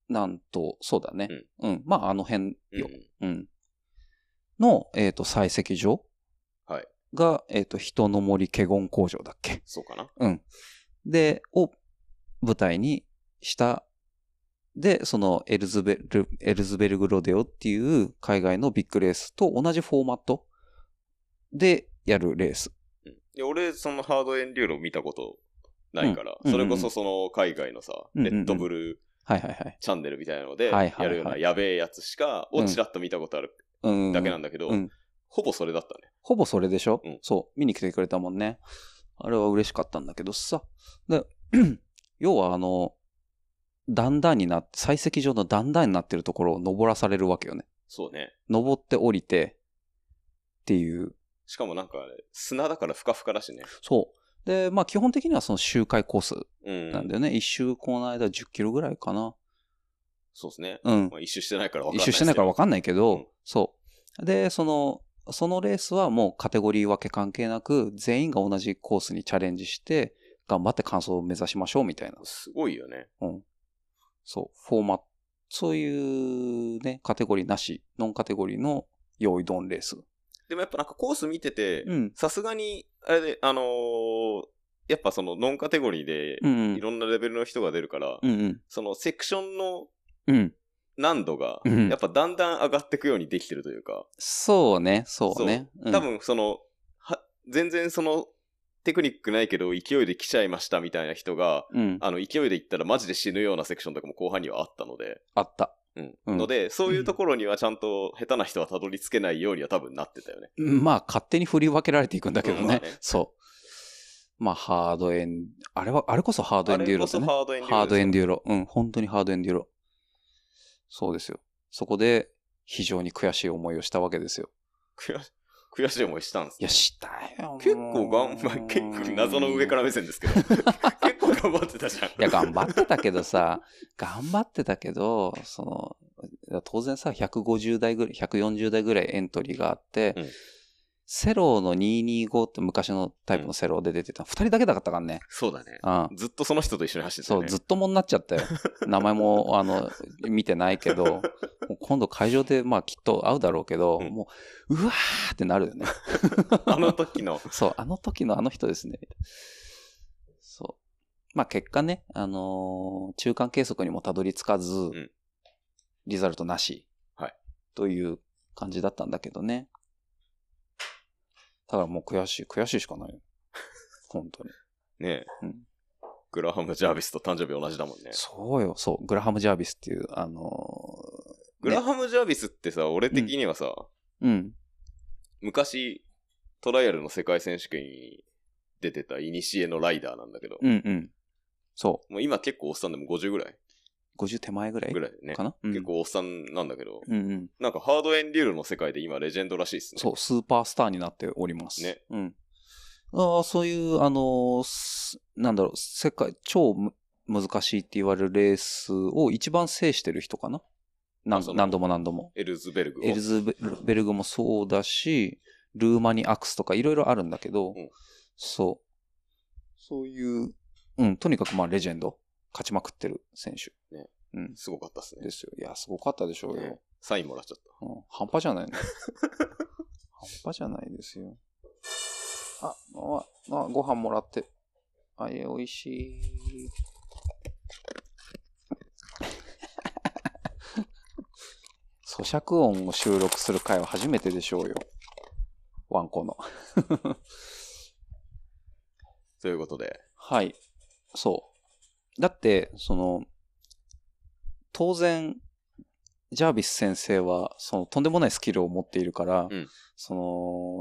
[SPEAKER 2] なんと、そうだね。うん。まあ、あの辺
[SPEAKER 1] う
[SPEAKER 2] よ。
[SPEAKER 1] ん。
[SPEAKER 2] うん。の、えっ、と、採石場
[SPEAKER 1] はい
[SPEAKER 2] が、えっ、と、人の森ケゴン工場だっけ
[SPEAKER 1] そうかな
[SPEAKER 2] うん。で、を舞台にしたで、そのエルズベル、エルズベルグロデオっていう海外のビッグレースと同じフォーマットでやるレース。
[SPEAKER 1] うんで俺、そのハードエンデューロ見たことないから、
[SPEAKER 2] うん
[SPEAKER 1] それこそその海外のさ、
[SPEAKER 2] うんうん
[SPEAKER 1] レ
[SPEAKER 2] うん
[SPEAKER 1] ッドブル
[SPEAKER 2] はいはいはい。
[SPEAKER 1] チャンネルみたいなので、
[SPEAKER 2] はい
[SPEAKER 1] や
[SPEAKER 2] はいはい
[SPEAKER 1] るようなやべえやつしか、をちらっと見たことある
[SPEAKER 2] うん。
[SPEAKER 1] だけなんだけど、
[SPEAKER 2] うん
[SPEAKER 1] ほぼそれだったね。
[SPEAKER 2] ほぼそれでしょ、
[SPEAKER 1] うん
[SPEAKER 2] そう。見に来てくれたもんね。あれは嬉しかったんだけどさ。で (clears throat) 要はあの、段々になって、採石場の段々になってるところを登らされるわけよね。
[SPEAKER 1] そうね。
[SPEAKER 2] 登って降りて、っていう。
[SPEAKER 1] しかもなんかあれ、砂だからふかふからしね。
[SPEAKER 2] そう。で、まあ基本的にはその周回コース
[SPEAKER 1] うん。
[SPEAKER 2] なんだよね。一周この間10キロぐらいかな。
[SPEAKER 1] そうですね。
[SPEAKER 2] うん。
[SPEAKER 1] まあ、一周してないから分かん
[SPEAKER 2] 一
[SPEAKER 1] ない。
[SPEAKER 2] 周してないから分かんないけど、
[SPEAKER 1] うん
[SPEAKER 2] そう。で、その、そのレースはもうカテゴリー分け関係なく、全員が同じコースにチャレンジして、頑張って完走を目指しましょうみたいな。
[SPEAKER 1] すごいよね。
[SPEAKER 2] うん。そう、フォーマット、そういうね、カテゴリーなし、ノンカテゴリーの用意ドンレース。
[SPEAKER 1] でもやっぱなんかコース見てて
[SPEAKER 2] う、ん。
[SPEAKER 1] さすがに、あれで、あのーやっぱそのノンカテゴリーで
[SPEAKER 2] う、ん
[SPEAKER 1] いろんなレベルの人が出るから、
[SPEAKER 2] うん。うん
[SPEAKER 1] そのセクションの
[SPEAKER 2] うん。うん。
[SPEAKER 1] 難度が、
[SPEAKER 2] うん
[SPEAKER 1] やっぱだんだん上がっていくようにできてるというか、
[SPEAKER 2] そうね、そうね。うん
[SPEAKER 1] 多、分その、は全然その、テクニックないけど、勢いで来ちゃいましたみたいな人が、
[SPEAKER 2] うん。
[SPEAKER 1] あの、勢いで行ったらマジで死ぬようなセクションとかも後半にはあったので、
[SPEAKER 2] あった。
[SPEAKER 1] うん。
[SPEAKER 2] うん
[SPEAKER 1] ので、そういうところにはちゃんと下手な人はたどり着けないようには多分なってたよね。
[SPEAKER 2] まあ、勝手に振り分けられていくんだけど
[SPEAKER 1] うん
[SPEAKER 2] ね。
[SPEAKER 1] まあね
[SPEAKER 2] そう。まあ、ハードエン、あれは、あれこそハードエンデュー
[SPEAKER 1] あ
[SPEAKER 2] ロだ
[SPEAKER 1] れこそ
[SPEAKER 2] ね。
[SPEAKER 1] ハードエンデューロですよ
[SPEAKER 2] ハードエンデューロ。うん、本当にハードエンデューロ。そうですよ。そこで、非常に悔しい思いをしたわけですよ。
[SPEAKER 1] 悔し悔しい思いしたんです
[SPEAKER 2] いや、
[SPEAKER 1] ね。
[SPEAKER 2] したよ。
[SPEAKER 1] 結構がん、まあ、結構謎の上から目線ですけど、結構頑張ってたじゃん。
[SPEAKER 2] いや、頑張ってたけどさ、頑張ってたけど、その、当然さ、150代ぐらい、140代ぐらいエントリーがあって、
[SPEAKER 1] うん
[SPEAKER 2] セローの225って昔のタイプのセローで出てた。二、人だけだったからね。
[SPEAKER 1] そうだね。
[SPEAKER 2] うん。
[SPEAKER 1] ずっとその人と一緒に走ってた
[SPEAKER 2] そ
[SPEAKER 1] よ
[SPEAKER 2] う、
[SPEAKER 1] ね。
[SPEAKER 2] ずっともんなっちゃったよ。名前も、あの、見てないけど、もう今度会場で、まあきっと会うだろうけど、
[SPEAKER 1] うん
[SPEAKER 2] もう、うわーってなるよね。
[SPEAKER 1] あの時の。
[SPEAKER 2] そう、あの時のあの人ですね。そう。まあ結果ね、あのー中間計測にもたどり着かず、
[SPEAKER 1] ん
[SPEAKER 2] リザルトなし。
[SPEAKER 1] はい
[SPEAKER 2] という感じだったんだけどね。だからもう悔しい、悔しいしか
[SPEAKER 1] (laughs)
[SPEAKER 2] ないよ。本当に。
[SPEAKER 1] ねえ、
[SPEAKER 2] うん
[SPEAKER 1] グラハム・ジャービスと誕生日同じだもんね。
[SPEAKER 2] そうよ、そう。グラハム・ジャービスっていう、あの
[SPEAKER 1] グラハム・ジャービスってさ、俺的にはさ、
[SPEAKER 2] ーうん。
[SPEAKER 1] 昔、トライアルの世界選手権に出てたイニシエのライダーなんだけど、
[SPEAKER 2] うんうん。そ。
[SPEAKER 1] もう今結構おっさんでも50ぐらいう
[SPEAKER 2] 50手前ぐらい
[SPEAKER 1] ぐらいね
[SPEAKER 2] か。な、うん
[SPEAKER 1] 結。構おっさんなんだけど、
[SPEAKER 2] うんうん。
[SPEAKER 1] なんかハードエンデュールの世界で今レジェンドらしいっすね。
[SPEAKER 2] そう、スーパースターになっております。
[SPEAKER 1] ね。
[SPEAKER 2] うん。ああ、そういう、あのーすなんだろう、世界、超む難しいって言われるレースを一番制してる人かな何
[SPEAKER 1] あその
[SPEAKER 2] 何度も何度も。
[SPEAKER 1] エルズベルグを。
[SPEAKER 2] エルズベベルグもそうだし、ルーマニアクスとかいろいろあるんだけど、
[SPEAKER 1] うん
[SPEAKER 2] そう。そういう、うん、とにかくまあレジェンド、勝ちまくってる選手。
[SPEAKER 1] ね
[SPEAKER 2] うん。
[SPEAKER 1] すごかったっすね
[SPEAKER 2] で。すよ。いや、すごかったでしょうよ。
[SPEAKER 1] ねサインもらっちゃった。
[SPEAKER 2] うん、半端じゃないね。半端じゃないですよ。あ、あ、あご飯もらって。あれ、美味しい。 (laughs) 咀嚼音を収録する回は初めてでしょうよ。ワンコの。
[SPEAKER 1] ということで、
[SPEAKER 2] はい。そう。だって、その、当然、ジャービス先生は、その、とんでもないスキルを持っているから、
[SPEAKER 1] うん
[SPEAKER 2] そ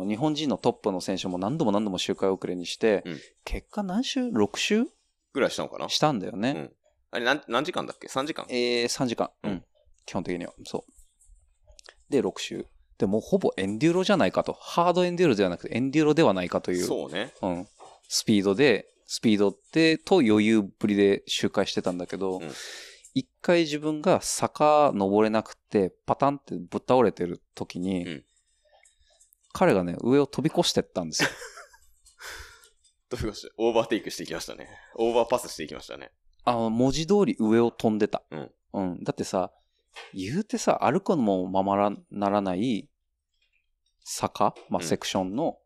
[SPEAKER 2] の、日本人のトップの選手も何度も何度も周回遅れにして、
[SPEAKER 1] うん
[SPEAKER 2] 結果何周 ?6 周
[SPEAKER 1] ぐらいしたのかな
[SPEAKER 2] したんだよね。
[SPEAKER 1] うんあれ何、何時間だっけ ?3 時間
[SPEAKER 2] えー、3時間。
[SPEAKER 1] うん
[SPEAKER 2] うん。基本的には。そう。で、6周。でもうほぼエンデューロじゃないかと。ハードエンデューロではなくて、エンデューロではないかという。
[SPEAKER 1] そうね。
[SPEAKER 2] うん、スピードで、スピードって、と余裕ぶりで周回してたんだけど
[SPEAKER 1] うん、
[SPEAKER 2] 一、回自分が坂登れなくて、パタンってぶっ倒れてる時に、
[SPEAKER 1] うん
[SPEAKER 2] 彼がね、上を飛び越してったんですよ。
[SPEAKER 1] ということで、オーバーテイクしていきましたね。オーバーパスしていきましたね。
[SPEAKER 2] あの、文字通り上を飛んでた。
[SPEAKER 1] うん
[SPEAKER 2] うんだってさ、言うてさ、歩くのもままらならない坂、まあ、
[SPEAKER 1] うん
[SPEAKER 2] セクションの、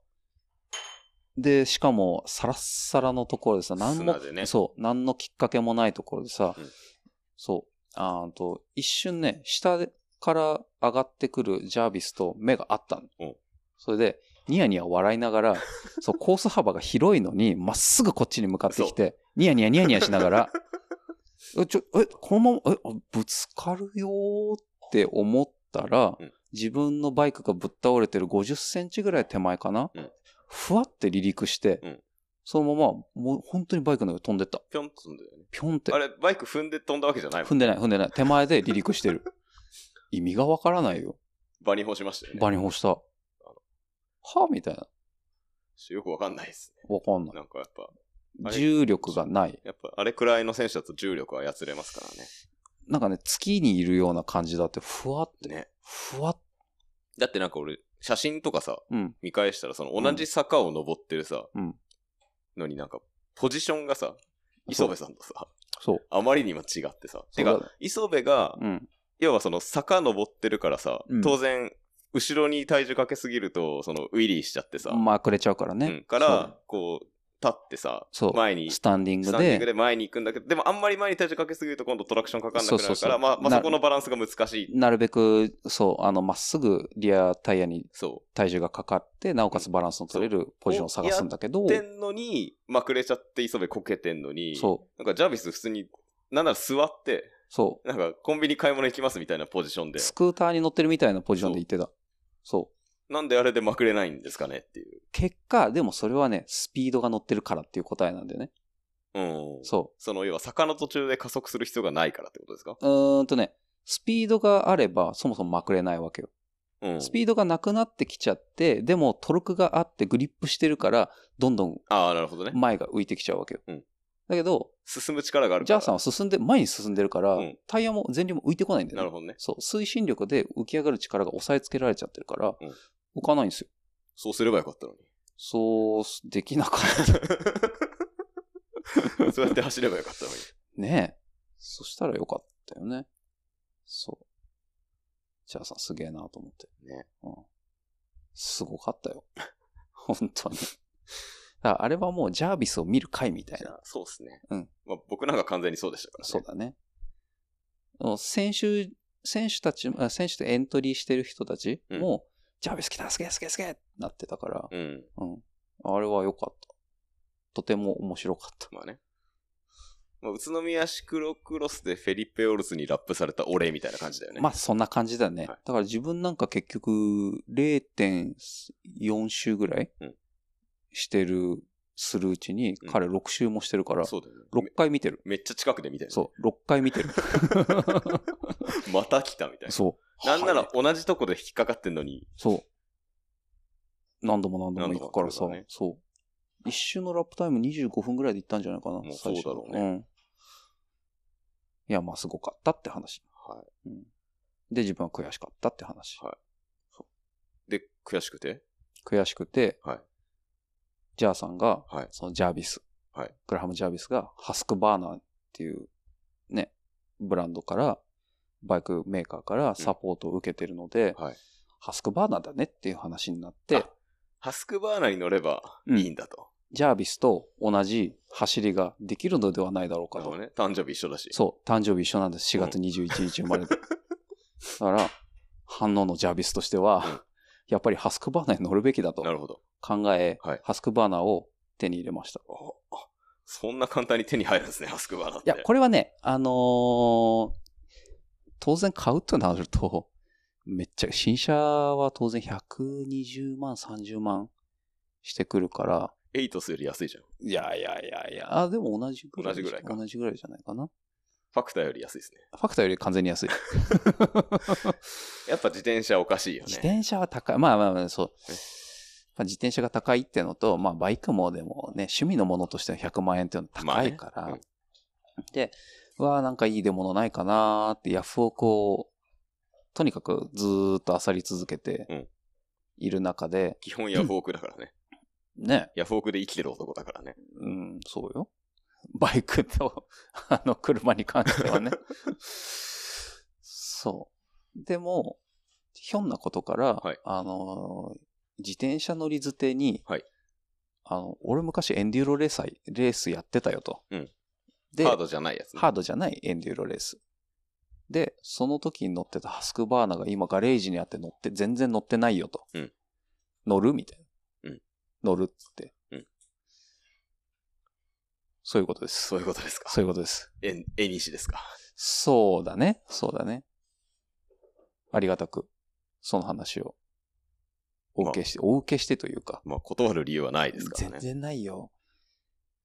[SPEAKER 2] で、しかも、サラッサラのところでさ、何も
[SPEAKER 1] 砂でね
[SPEAKER 2] そう、何のきっかけもないところでさ、
[SPEAKER 1] うん
[SPEAKER 2] そう、あーと、一瞬ね、下から上がってくるジャービスと目があったの。
[SPEAKER 1] うん
[SPEAKER 2] それで、ニヤニヤ笑いなが
[SPEAKER 1] (laughs)
[SPEAKER 2] ら、そう、コース幅が広いのに、まっすぐこっちに向かってきて、ニヤニヤニヤニヤしながら、え、ちょ、え、このまま、え、あぶつかるよーって思ったら、
[SPEAKER 1] うん
[SPEAKER 2] 自分のバイクがぶっ倒れてる50センチぐらい手前かな、
[SPEAKER 1] うん
[SPEAKER 2] ふわって離陸して、
[SPEAKER 1] うん
[SPEAKER 2] そのまま、もう本当にバイクの上飛んでった。
[SPEAKER 1] ぴょんって飛んだよね。
[SPEAKER 2] ぴょんって
[SPEAKER 1] あ。れ、バイク踏んで飛んだわけじゃないも
[SPEAKER 2] 踏
[SPEAKER 1] ん。
[SPEAKER 2] んでない、踏んでない。手前で離陸してる。意味がわからないよ。
[SPEAKER 1] バニホしましたよね。
[SPEAKER 2] バニホした。はぁみたいな。
[SPEAKER 1] よくわかんないです
[SPEAKER 2] わかん
[SPEAKER 1] ね。
[SPEAKER 2] な
[SPEAKER 1] なんかやっぱ、あ
[SPEAKER 2] い。
[SPEAKER 1] れ
[SPEAKER 2] 重力がない。
[SPEAKER 1] やっぱあれくらいの選手だと重力は操れますからね。
[SPEAKER 2] なんかね、月にいるような感じだって、ふわって。
[SPEAKER 1] ね。
[SPEAKER 2] ふわっ。
[SPEAKER 1] だってなんか俺、写真とかさ、
[SPEAKER 2] うん。
[SPEAKER 1] 見返したら、その同じ坂を登ってるさ、
[SPEAKER 2] うん
[SPEAKER 1] のになんか、ポジションがさ、磯部さんとさ、
[SPEAKER 2] そう。
[SPEAKER 1] あまりにも違ってさ。て
[SPEAKER 2] そうだ
[SPEAKER 1] か
[SPEAKER 2] ね、
[SPEAKER 1] 磯部が、
[SPEAKER 2] うん。
[SPEAKER 1] 要はその坂登ってるからさ、
[SPEAKER 2] うん
[SPEAKER 1] 当然、後ろに体重かけすぎると、そのウィリーしちゃってさ、
[SPEAKER 2] まあ、くれちゃうから
[SPEAKER 1] う
[SPEAKER 2] ね。
[SPEAKER 1] ん、から、こう、立ってさ
[SPEAKER 2] そう、
[SPEAKER 1] 前
[SPEAKER 2] そう、
[SPEAKER 1] に
[SPEAKER 2] スタンディング
[SPEAKER 1] スタンディング
[SPEAKER 2] で、
[SPEAKER 1] で前に行くんだけど、でもあんまり前に体重かけすぎると今度トラクションかかんなくなるから、
[SPEAKER 2] そうそうそう
[SPEAKER 1] まあ、まあ
[SPEAKER 2] な
[SPEAKER 1] そこのバランスが難しい。
[SPEAKER 2] なるべく、そう、あの、まっすぐリアタイヤに
[SPEAKER 1] そ
[SPEAKER 2] 体重がかかって、なおかつバランスの取れるポジションを探すんだけど
[SPEAKER 1] う。、てんのに、まくれちゃって磯部こけてんのに、
[SPEAKER 2] そ
[SPEAKER 1] な
[SPEAKER 2] う、
[SPEAKER 1] んかジャービス普通に、なんなら座って、
[SPEAKER 2] そう。
[SPEAKER 1] なんかコンビニ買い物行きますみたいなポジションで、
[SPEAKER 2] スクーターに乗ってるみたいなポジションで言ってた。そう。
[SPEAKER 1] なんであれでまくれないんですかねっていう。
[SPEAKER 2] 結果、でもそれはね、スピードが乗ってるからっていう答えなんだよね。
[SPEAKER 1] うん。
[SPEAKER 2] そ
[SPEAKER 1] その要は坂の途中で加速する必要がないからってことですか
[SPEAKER 2] う。うーんとね、スピードがあればそもそもまくれないわけよ。
[SPEAKER 1] うん。
[SPEAKER 2] スピードがなくなってきちゃって、でもトルクがあってグリップしてるから、どんどん
[SPEAKER 1] ああ、なるほどね。
[SPEAKER 2] 前が浮いてきちゃうわけよ。
[SPEAKER 1] うん
[SPEAKER 2] だけど、
[SPEAKER 1] 進む力がある
[SPEAKER 2] ジ
[SPEAKER 1] か
[SPEAKER 2] ャ
[SPEAKER 1] ら。
[SPEAKER 2] ーさんは進んで、前に進んでるから、
[SPEAKER 1] うん
[SPEAKER 2] タイヤも前輪も浮いてこないんだよね。
[SPEAKER 1] なるほどね。
[SPEAKER 2] そう、推進力で浮き上がる力が抑えつけられちゃってるから、
[SPEAKER 1] うん
[SPEAKER 2] 浮かないんですよ。
[SPEAKER 1] そうすればよかったの
[SPEAKER 2] (laughs)
[SPEAKER 1] に。
[SPEAKER 2] そう、できなかった。
[SPEAKER 1] そうやって走ればよかったのに。
[SPEAKER 2] ねえ。そしたらよかったよね。そう。じゃあさんすげえなと思って。
[SPEAKER 1] ね。
[SPEAKER 2] うん。すごかったよ。 (laughs) 本当に。だからあれはもうジャービスを見る回みたいな。
[SPEAKER 1] そうですね。
[SPEAKER 2] うん
[SPEAKER 1] まあ、僕なんか完全にそうでしたから、ね。
[SPEAKER 2] そうだね。もう選手、選手たちも、あ選手でエントリーしてる人たち
[SPEAKER 1] うん
[SPEAKER 2] も、ジャービス来たすげえすげえすげえってなってたから、
[SPEAKER 1] うん。
[SPEAKER 2] うん。あれは良かった。とても面白かった。
[SPEAKER 1] まあね。まあ、宇都宮シクロクロスでフェリペ・オルスにラップされたお礼みたいな感じだよね。
[SPEAKER 2] まあそんな感じだね。
[SPEAKER 1] はい
[SPEAKER 2] だから自分なんか結局0.4周ぐらい
[SPEAKER 1] うん
[SPEAKER 2] してる、するうちに
[SPEAKER 1] うん
[SPEAKER 2] 彼6周もしてるから、
[SPEAKER 1] そうだよね。
[SPEAKER 2] 6
[SPEAKER 1] め
[SPEAKER 2] 回見てる。
[SPEAKER 1] めっちゃ近くで見たよね。
[SPEAKER 2] そう、6回見
[SPEAKER 1] (laughs)
[SPEAKER 2] てる。
[SPEAKER 1] また来たみたいな。
[SPEAKER 2] そう。
[SPEAKER 1] なんな
[SPEAKER 2] は
[SPEAKER 1] ら
[SPEAKER 2] い
[SPEAKER 1] 同じとこで引っかかってんのに、
[SPEAKER 2] そう。何度も何度も行くからさ、
[SPEAKER 1] 何度も行くからね
[SPEAKER 2] そう。一周のラップタイム25分ぐらいで行ったんじゃないかな。
[SPEAKER 1] もう
[SPEAKER 2] 最初
[SPEAKER 1] そうだろうね
[SPEAKER 2] んいや、まあすごかったって話。
[SPEAKER 1] は
[SPEAKER 2] うんで、自分は悔しかったって話。
[SPEAKER 1] で、悔しくて、
[SPEAKER 2] 悔しくて、
[SPEAKER 1] はい
[SPEAKER 2] ジャーさんが、
[SPEAKER 1] はい
[SPEAKER 2] そのジャービス、
[SPEAKER 1] はい
[SPEAKER 2] グラハム・ジャービスが、ハスクバーナーっていう、ね、ブランドから、バイクメーカーからサポートを受けてるので、
[SPEAKER 1] はい。
[SPEAKER 2] ハスクバーナーだねっていう話になって
[SPEAKER 1] あ、ハスクバーナに乗ればいいんだと。
[SPEAKER 2] ジャービスと同じ走りができるのではないだろうか
[SPEAKER 1] あ
[SPEAKER 2] と。
[SPEAKER 1] のね、誕生日一緒だし。
[SPEAKER 2] そう、誕生日一緒なんです。4月21日生まれ
[SPEAKER 1] (laughs)
[SPEAKER 2] て。だから、反応のジャービスとして
[SPEAKER 1] うん
[SPEAKER 2] は、やっぱりハスクバーナーに乗るべきだと。
[SPEAKER 1] なるほど。
[SPEAKER 2] 考え、
[SPEAKER 1] はい
[SPEAKER 2] ハスクバーナーを手に入れました。
[SPEAKER 1] ああそんな簡単に手に入るんですね、ハスクバーナって。
[SPEAKER 2] いや、これはね、あのー当然買うとなると、めっちゃ、新車は当然120万、30万してくるから、
[SPEAKER 1] エイトスより安いじゃん。
[SPEAKER 2] いやいやいやいや、あ、でも同じぐらい。
[SPEAKER 1] 同じぐらいか
[SPEAKER 2] 同じぐらいじゃないかな。
[SPEAKER 1] ファクターより安いですね。
[SPEAKER 2] ファクターより完全に安い。
[SPEAKER 1] やっぱ自転車おかしいよ
[SPEAKER 2] 自
[SPEAKER 1] ね。
[SPEAKER 2] 転車は高い。まあまあまあ、そう
[SPEAKER 1] え。
[SPEAKER 2] まあ、自転車が高いっていうのと、まあバイクもでもね、趣味のものとしての100万円っていうのは高いから。
[SPEAKER 1] まあね
[SPEAKER 2] で、うわあなんかいい出物ないかなーって、ヤフオクを、とにかくずーっと漁り続け
[SPEAKER 1] う
[SPEAKER 2] て
[SPEAKER 1] ん
[SPEAKER 2] いる中で、
[SPEAKER 1] 基本ヤフオクだからね。
[SPEAKER 2] ね、
[SPEAKER 1] ヤフオクで生きてる男だからね。
[SPEAKER 2] うん、そうよ。バイクと、あの、車に関し
[SPEAKER 1] (laughs)
[SPEAKER 2] てはね。そう。でも、ひょんなことから、
[SPEAKER 1] はい
[SPEAKER 2] あのー、自転車乗り捨てに、
[SPEAKER 1] はい
[SPEAKER 2] あの、俺昔エンデューロレーサーレースやってたよと。
[SPEAKER 1] うん
[SPEAKER 2] で、
[SPEAKER 1] ハードじゃないやつ、ね。
[SPEAKER 2] ハードじゃないエンデューロレース。で、その時に乗ってたハスクバーナが今ガレージにあって乗って、全然乗ってないよと。
[SPEAKER 1] うん
[SPEAKER 2] 乗るみたいな。
[SPEAKER 1] うん
[SPEAKER 2] 乗るっつって。
[SPEAKER 1] うん
[SPEAKER 2] そういうことです。
[SPEAKER 1] そういうことですか。
[SPEAKER 2] そういうことです。
[SPEAKER 1] え、えにしですか。
[SPEAKER 2] そうだね。そうだね。ありがたく、その話を、お受けして、お受けしてというか、
[SPEAKER 1] まあ、断る理由はないですからね。
[SPEAKER 2] 全然ないよ。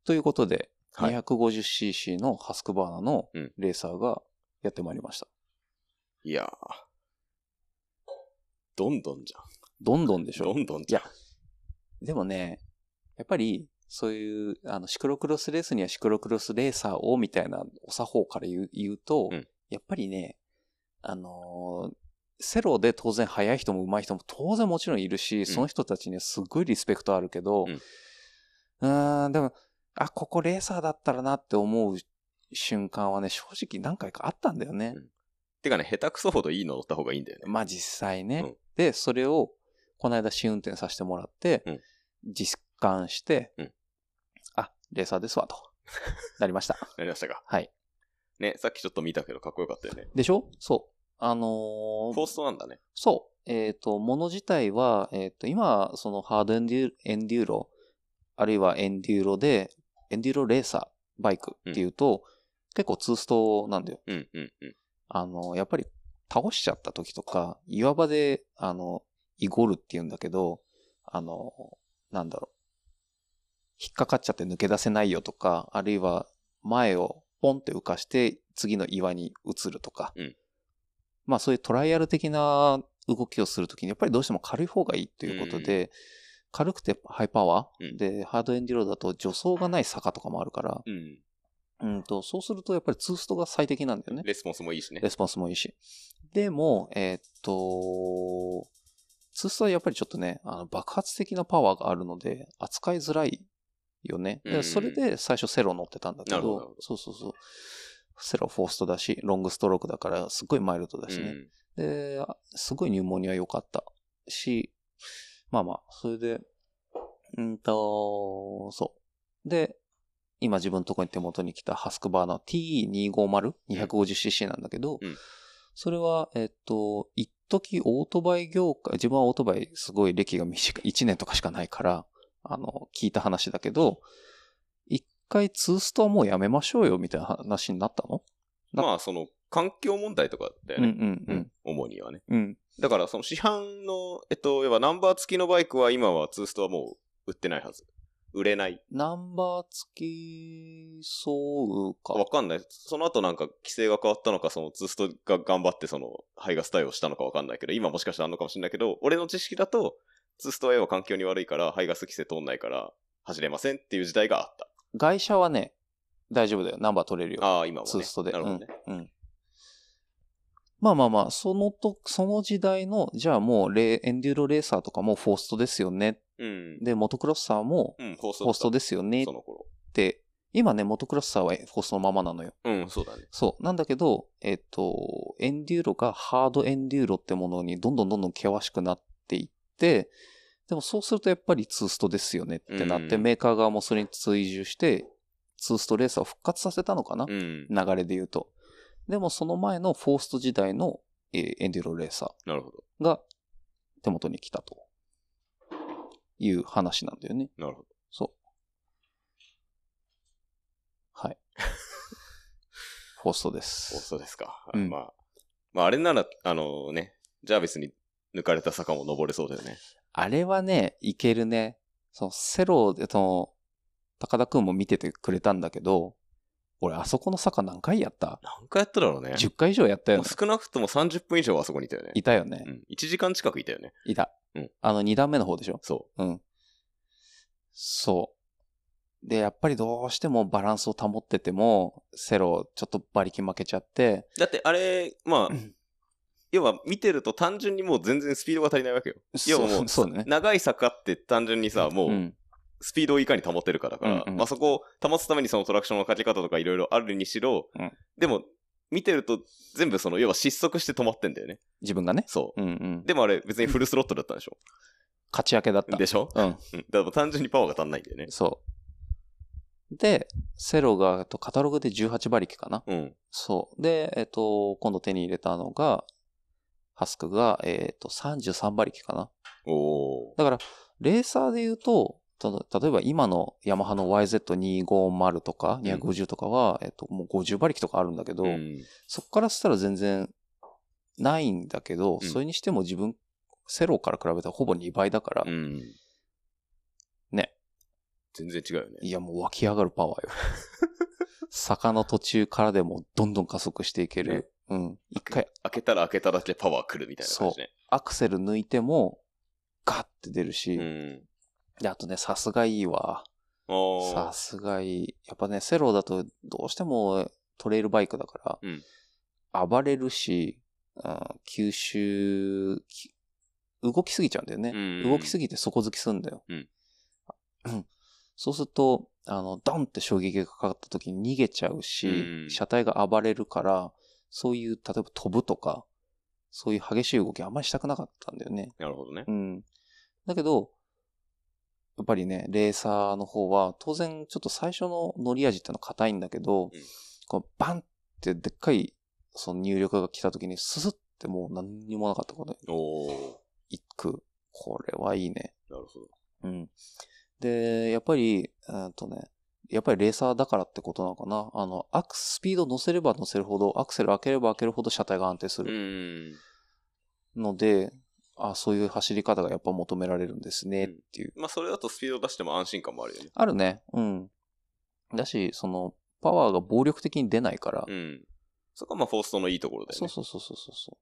[SPEAKER 2] ということで、
[SPEAKER 1] はい
[SPEAKER 2] 250cc のハスクバーナの
[SPEAKER 1] うん
[SPEAKER 2] レーサーがやってまいりました。
[SPEAKER 1] いやー。どんどんじ
[SPEAKER 2] どんどんでし
[SPEAKER 1] ゃん。
[SPEAKER 2] ょ
[SPEAKER 1] ど。んどんじゃん。
[SPEAKER 2] でもね、やっぱり、そういう、あの、シクロクロスレースにはシクロクロスレーサーを、みたいな、お作法から言う言うと、
[SPEAKER 1] うん
[SPEAKER 2] やっぱりね、あのーセロで当然速い人も上手い人も当然もちろんいるし、その人たちにはすごいリスペクトあるけど、
[SPEAKER 1] うん
[SPEAKER 2] うーん、でも、あ、ここレーサーだったらなって思う瞬間はね、正直何回かあったんだよね。
[SPEAKER 1] てかね、下手くそほどいいの乗った方がいいんだよね。
[SPEAKER 2] まあ実際ね。
[SPEAKER 1] うん
[SPEAKER 2] で、それを、この間試運転させてもらって、
[SPEAKER 1] うん
[SPEAKER 2] 実感して、
[SPEAKER 1] うん
[SPEAKER 2] あ、レーサーですわ、と。 (laughs) なりました。
[SPEAKER 1] なりましたか。
[SPEAKER 2] はい。
[SPEAKER 1] ね、さっきちょっと見たけどかっこよかったよね。
[SPEAKER 2] でしょそう。あの
[SPEAKER 1] フォ
[SPEAKER 2] ー
[SPEAKER 1] ーストなんだね。
[SPEAKER 2] そう。えっ、と、もの自体は、えっ、と、今、そのハードエンデュエンデューロ、あるいはエンデューロで、エンデューロレーサー、バイクっていうと、結構ツーストなんだよ。
[SPEAKER 1] うんうんうん。
[SPEAKER 2] あの、やっぱり倒しちゃった時とか、岩場で、あの、イゴるって言うんだけど、あの、なんだろう。引っかかっちゃって抜け出せないよとか、あるいは前をポンって浮かして次の岩に移るとか。
[SPEAKER 1] うん
[SPEAKER 2] まあそういうトライアル的な動きをするときにやっぱりどうしても軽い方がいいということで、軽くてハイパワー、
[SPEAKER 1] うん
[SPEAKER 2] で、ハードエンディロだと助走がない坂とかもあるから、
[SPEAKER 1] うん。
[SPEAKER 2] うんと、そうするとやっぱりツーストが最適なんだよね。
[SPEAKER 1] レスポンスもいいしね
[SPEAKER 2] レ。スポンスもいいし。でも、えーっと、ツーストはやっぱりちょっとね、あの爆発的なパワーがあるので、扱いづらいよね。
[SPEAKER 1] う
[SPEAKER 2] で
[SPEAKER 1] ん
[SPEAKER 2] それで最初セロ乗ってたんだけ
[SPEAKER 1] なるほど
[SPEAKER 2] ど、
[SPEAKER 1] なるほど
[SPEAKER 2] そうそうそう。セロフォーストだし、ロングストロークだから、すごいマイルドだし
[SPEAKER 1] う
[SPEAKER 2] ね。
[SPEAKER 1] ん。
[SPEAKER 2] で、あすごい入門には良かったし、まあまあ、それで、うんと、そう。で、今自分のとこに手元に来たハスクバーナー T250、250cc なんだけど、
[SPEAKER 1] うん
[SPEAKER 2] それは、えっと、一時オートバイ業界、自分はオートバイすごい歴が短い、1年とかしかないから、あの、聞いた話だけど、一回ツーストはもうやめましょうよ、みたいな話になったのな
[SPEAKER 1] まあ、その、環境問題とかだよ
[SPEAKER 2] うんう
[SPEAKER 1] ね。
[SPEAKER 2] んうん。
[SPEAKER 1] 主にはね。
[SPEAKER 2] うん。
[SPEAKER 1] だから、その市販の、えっと、要はナンバー付きのバイクは今はツーストはもう売ってないはず。売れない。
[SPEAKER 2] ナンバー付き、そうか。
[SPEAKER 1] わかんない。その後なんか規制が変わったのか、そのツーストが頑張ってその排ガス対応したのかわかんないけど、今もしかしたらあんのかもしれないけど、俺の知識だと、ツーストは要は環境に悪いから、排ガス規制通んないから、走れませんっていう時代があった。
[SPEAKER 2] 外車はね、大丈夫だよ。ナンバー取れるよ。
[SPEAKER 1] ああ、今もね。
[SPEAKER 2] ツーストで。
[SPEAKER 1] なるほどね。
[SPEAKER 2] うん。うんまあまあまあ、そのと、その時代の、じゃあもうレ、エンデューロレーサーとかもフォーストですよね。
[SPEAKER 1] うん。
[SPEAKER 2] で、モトクロッサーも
[SPEAKER 1] うん、放送
[SPEAKER 2] フォーストですよねっ
[SPEAKER 1] その頃。
[SPEAKER 2] て、今ね、モトクロッサーはフォーストのままなのよ。
[SPEAKER 1] うん、そうだね。
[SPEAKER 2] そう。なんだけど、えっと、エンデューロがハードエンデューロってものにどんどんどんどん険しくなっていって、でもそうするとやっぱりツーストですよねってなって、
[SPEAKER 1] うん
[SPEAKER 2] メーカー側もそれに追従して、ツーストレーサーを復活させたのかな、
[SPEAKER 1] うん。
[SPEAKER 2] 流れで言うと。でもその前のフォースト時代の、えーエンデューロレーサ
[SPEAKER 1] なるほど。
[SPEAKER 2] ーが手元に来たという話なんだよね。
[SPEAKER 1] なるほど。
[SPEAKER 2] そう。
[SPEAKER 1] (laughs)
[SPEAKER 2] はい。フォーストで
[SPEAKER 1] 放
[SPEAKER 2] す。
[SPEAKER 1] 送ですか。
[SPEAKER 2] うん
[SPEAKER 1] まあ、まあ、あれなら、あのね、ジャービスに抜かれた坂も登れそうだよね。
[SPEAKER 2] あれはね、いけるね。そのセロで、その、高田くんも見ててくれたんだけど、俺、あそこの坂何回やった
[SPEAKER 1] 何回やっただろうね。
[SPEAKER 2] ?10 回以上やったよ
[SPEAKER 1] もう
[SPEAKER 2] ね。
[SPEAKER 1] 少なくとも30分以上はあそこにいたよね。
[SPEAKER 2] いたよね
[SPEAKER 1] う。ん。1時間近くいたよね。
[SPEAKER 2] いた
[SPEAKER 1] うん。
[SPEAKER 2] あの、2段目の方でしょ
[SPEAKER 1] そ
[SPEAKER 2] うん。そう。で、やっぱりどうしてもバランスを保ってても、セロ、ちょっと馬力負けちゃって、
[SPEAKER 1] う。だってあれ、ま
[SPEAKER 2] う
[SPEAKER 1] あ
[SPEAKER 2] ん、
[SPEAKER 1] 要は見てると単純にもう全然スピードが足りないわけよ。要はも、
[SPEAKER 2] そううそうだね。
[SPEAKER 1] 長い坂って単純にさ、も
[SPEAKER 2] う
[SPEAKER 1] う、
[SPEAKER 2] ん。
[SPEAKER 1] スピードをいかに保てるかだから、
[SPEAKER 2] うんうん
[SPEAKER 1] まあそこを保つためにそのトラクションのかけ方とかいろいろあるにしろ、
[SPEAKER 2] うん
[SPEAKER 1] でも、見てると全部その、要は失速して止まってんだよね。
[SPEAKER 2] 自分がね。
[SPEAKER 1] そ
[SPEAKER 2] うんうん
[SPEAKER 1] う。。でもあれ別にフルスロットルだったんでしょ、
[SPEAKER 2] 勝ち明けだった。
[SPEAKER 1] でしょ
[SPEAKER 2] うん。
[SPEAKER 1] うん。だから単純にパワーが足んないんだよね。
[SPEAKER 2] そう。で、セロが、えっと、カタログで18馬力かな。
[SPEAKER 1] うん。
[SPEAKER 2] そう。で、えっと、今度手に入れたのが、ハスクが、えっと、33馬力かな。
[SPEAKER 1] おー。
[SPEAKER 2] だから、レーサーで言うと、ただ例えば今のヤマハの YZ250 とか250とかは、えっと、もう50馬力とかあるんだけど、
[SPEAKER 1] うん。
[SPEAKER 2] そこからしたら全然ないんだけど、
[SPEAKER 1] うん
[SPEAKER 2] それにしても自分、セロから比べたらほぼ2倍だから、
[SPEAKER 1] うん。
[SPEAKER 2] ね。
[SPEAKER 1] 全然違うよね。
[SPEAKER 2] いやもう湧き上がるパ
[SPEAKER 1] (laughs)
[SPEAKER 2] ワーよ。坂の途中からでもどんどん加速していける。うん。一回
[SPEAKER 1] 開けたら開けただけパワー来るみたいな感じね。
[SPEAKER 2] アクセル抜いても、ガッて出るし、
[SPEAKER 1] うん。
[SPEAKER 2] で、あとね、さすがいいわ。
[SPEAKER 1] おー。
[SPEAKER 2] さすがいい。やっぱね、セロだとどうしてもトレイルバイクだか
[SPEAKER 1] うん
[SPEAKER 2] ら、暴れるし、うん、吸収、き動きすぎちゃうんだよね。
[SPEAKER 1] うん
[SPEAKER 2] 動きすぎて底付きすんだよ。
[SPEAKER 1] うん
[SPEAKER 2] うん (clears throat) そうすると、あの、ドンって衝撃がかかった時に逃げちゃうし、
[SPEAKER 1] うん
[SPEAKER 2] 車体が暴れるから、そういう、例えば飛ぶとか、そういう激しい動きあんまりしたくなかったんだよね。
[SPEAKER 1] なるほどね。
[SPEAKER 2] うん。だけど、やっぱりね、レーサーの方は、当然ちょっと最初の乗り味ってのは硬いんだけど、
[SPEAKER 1] うん
[SPEAKER 2] こうバンってでっかいその入力が来た時にススってもう何にもなかったこと
[SPEAKER 1] おー。
[SPEAKER 2] 行く。これはいいね。
[SPEAKER 1] なるほど。
[SPEAKER 2] うん。で、やっぱり、うんとね、やっぱりレーサーだからってことなのかな。あの、アクスピード乗せれば乗せるほど、アクセル開ければ開けるほど車体が安定す
[SPEAKER 1] う
[SPEAKER 2] る
[SPEAKER 1] ん。
[SPEAKER 2] ので、あそういう走り方がやっぱ求められるんですねっていう。
[SPEAKER 1] まあ、それだとスピード出しても安心感もあるよね。
[SPEAKER 2] あるね。うん。だし、その、パワーが暴力的に出ないから。
[SPEAKER 1] うん。そこはまあ、フォーストのいいところだよね。
[SPEAKER 2] そうそうそうそうそうそ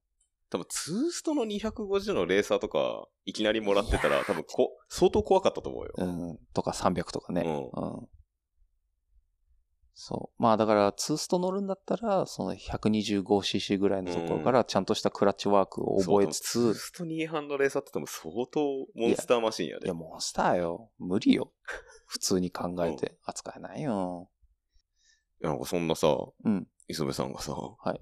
[SPEAKER 1] 多分、ツーストの250のレーサーとか、いきなりもらってたら、多分こ、相当怖かったと思うよ。
[SPEAKER 2] う。うん。とか300とかね。
[SPEAKER 1] う
[SPEAKER 2] うん。そう。まあだから、ツースト乗るんだったら、その 125cc ぐらいのところから、ちゃんとしたクラッチワークを覚えつつ、
[SPEAKER 1] そう多分ツースト2半のレーサーって多分相当モンスターマシンや
[SPEAKER 2] い
[SPEAKER 1] で。
[SPEAKER 2] や、モンスターよ。無
[SPEAKER 1] (laughs)
[SPEAKER 2] 理よ。普通に考えて。扱えないよ。
[SPEAKER 1] なんかそんなさ、
[SPEAKER 2] うん。
[SPEAKER 1] 磯部さんがさ、
[SPEAKER 2] い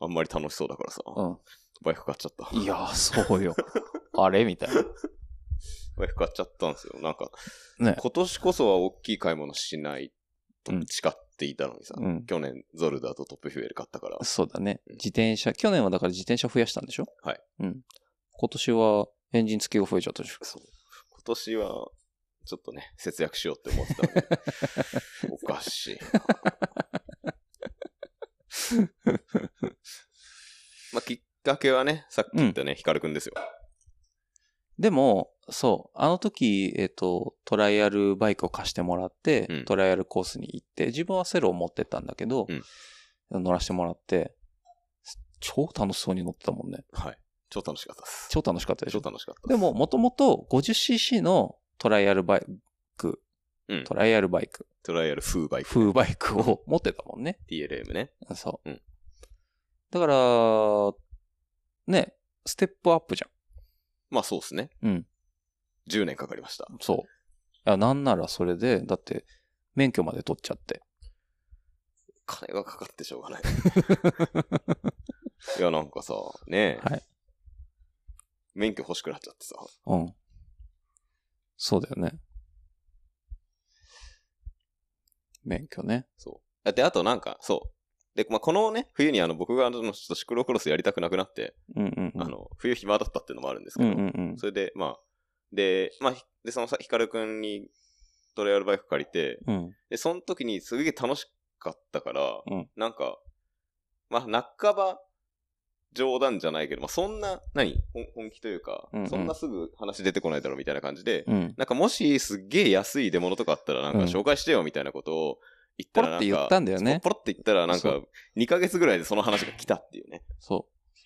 [SPEAKER 1] あんまり楽しそうだからさ、
[SPEAKER 2] うん。
[SPEAKER 1] バイク買っちゃった。
[SPEAKER 2] いやー、そ
[SPEAKER 1] (laughs)
[SPEAKER 2] うよ。あれみたいな。
[SPEAKER 1] バイク買っちゃったんですよ。なんか、
[SPEAKER 2] ね。
[SPEAKER 1] 今年こそは大きい買い物しないと
[SPEAKER 2] うん
[SPEAKER 1] 誓っていたのにさ、
[SPEAKER 2] うん。
[SPEAKER 1] 去年ゾルダーとトップフュエル買ったから、
[SPEAKER 2] そうだね。自転車、去年はだから自転車増やしたんでしょ
[SPEAKER 1] はい。
[SPEAKER 2] うん。今年はエンジン付きが増えちゃったでしょ
[SPEAKER 1] そう今年は、ちょっとね、節約しようって思って
[SPEAKER 2] (laughs)
[SPEAKER 1] たのにおかしいな。
[SPEAKER 2] (laughs)
[SPEAKER 1] まあ、きっかけはね、さっき言ったね、ヒカルくんですよ。
[SPEAKER 2] でも、そう。あの時、えっ、と、トライアルバイクを貸してもらって、
[SPEAKER 1] うん
[SPEAKER 2] トライアルコースに行って、自分はセロを持ってったんだけど、乗らせてもらって、超楽しそうに乗ってたもんね。
[SPEAKER 1] はい。超楽しかったです。
[SPEAKER 2] 超楽しかったでし
[SPEAKER 1] 超
[SPEAKER 2] ょ
[SPEAKER 1] 楽しかった
[SPEAKER 2] でも、もともと 50cc のトライアルバイク、
[SPEAKER 1] うん
[SPEAKER 2] トライアルバイク、
[SPEAKER 1] トライアル風バイク、
[SPEAKER 2] 風バイクを持ってたもんね。
[SPEAKER 1] DLM ね。
[SPEAKER 2] そう。
[SPEAKER 1] うん
[SPEAKER 2] だから、ね、ステップアップじ
[SPEAKER 1] まあそうですね。
[SPEAKER 2] ゃん。うん。
[SPEAKER 1] 10年かかりました。
[SPEAKER 2] そう。いや、なんならそれで、だって、免許まで取っちゃって。
[SPEAKER 1] 金がかかってしょうが
[SPEAKER 2] (laughs)
[SPEAKER 1] ない。いや、なんかさ、ねえ、
[SPEAKER 2] はい。
[SPEAKER 1] 免許欲しくなっちゃってさ。
[SPEAKER 2] うん。そうだよね。免許ね。
[SPEAKER 1] そう。で、あとなんか、そう。で、まあ、このね、冬にあの、僕があの、ちょっとシクロクロスやりたくなくなって、
[SPEAKER 2] うんうんうん。
[SPEAKER 1] あの、冬暇だったっていうのもあるんです
[SPEAKER 2] う
[SPEAKER 1] け
[SPEAKER 2] ん
[SPEAKER 1] ど、
[SPEAKER 2] うんうん。
[SPEAKER 1] それで、まあ、で、まあ、ひで、そのさ、ヒカルくんにトライアルバイク借りて、
[SPEAKER 2] うん。
[SPEAKER 1] で、その時にすげえ楽しかったから、
[SPEAKER 2] うん
[SPEAKER 1] なんか、まあ、半ば、冗談じゃないけど、まあ、そんな、何本本気というか、
[SPEAKER 2] うんうん
[SPEAKER 1] そんなすぐ話出てこないだろうみたいな感じで、
[SPEAKER 2] うん。
[SPEAKER 1] なんかもしすっげえ安い出物とかあったらなんか
[SPEAKER 2] うん
[SPEAKER 1] 紹介してよみたいなことを言ったらなんか、
[SPEAKER 2] ポロって言ったんだよね
[SPEAKER 1] そうポロって言ったらなん
[SPEAKER 2] そ
[SPEAKER 1] か2ヶ月ぐらいでその話が来たっていうね。
[SPEAKER 2] そう。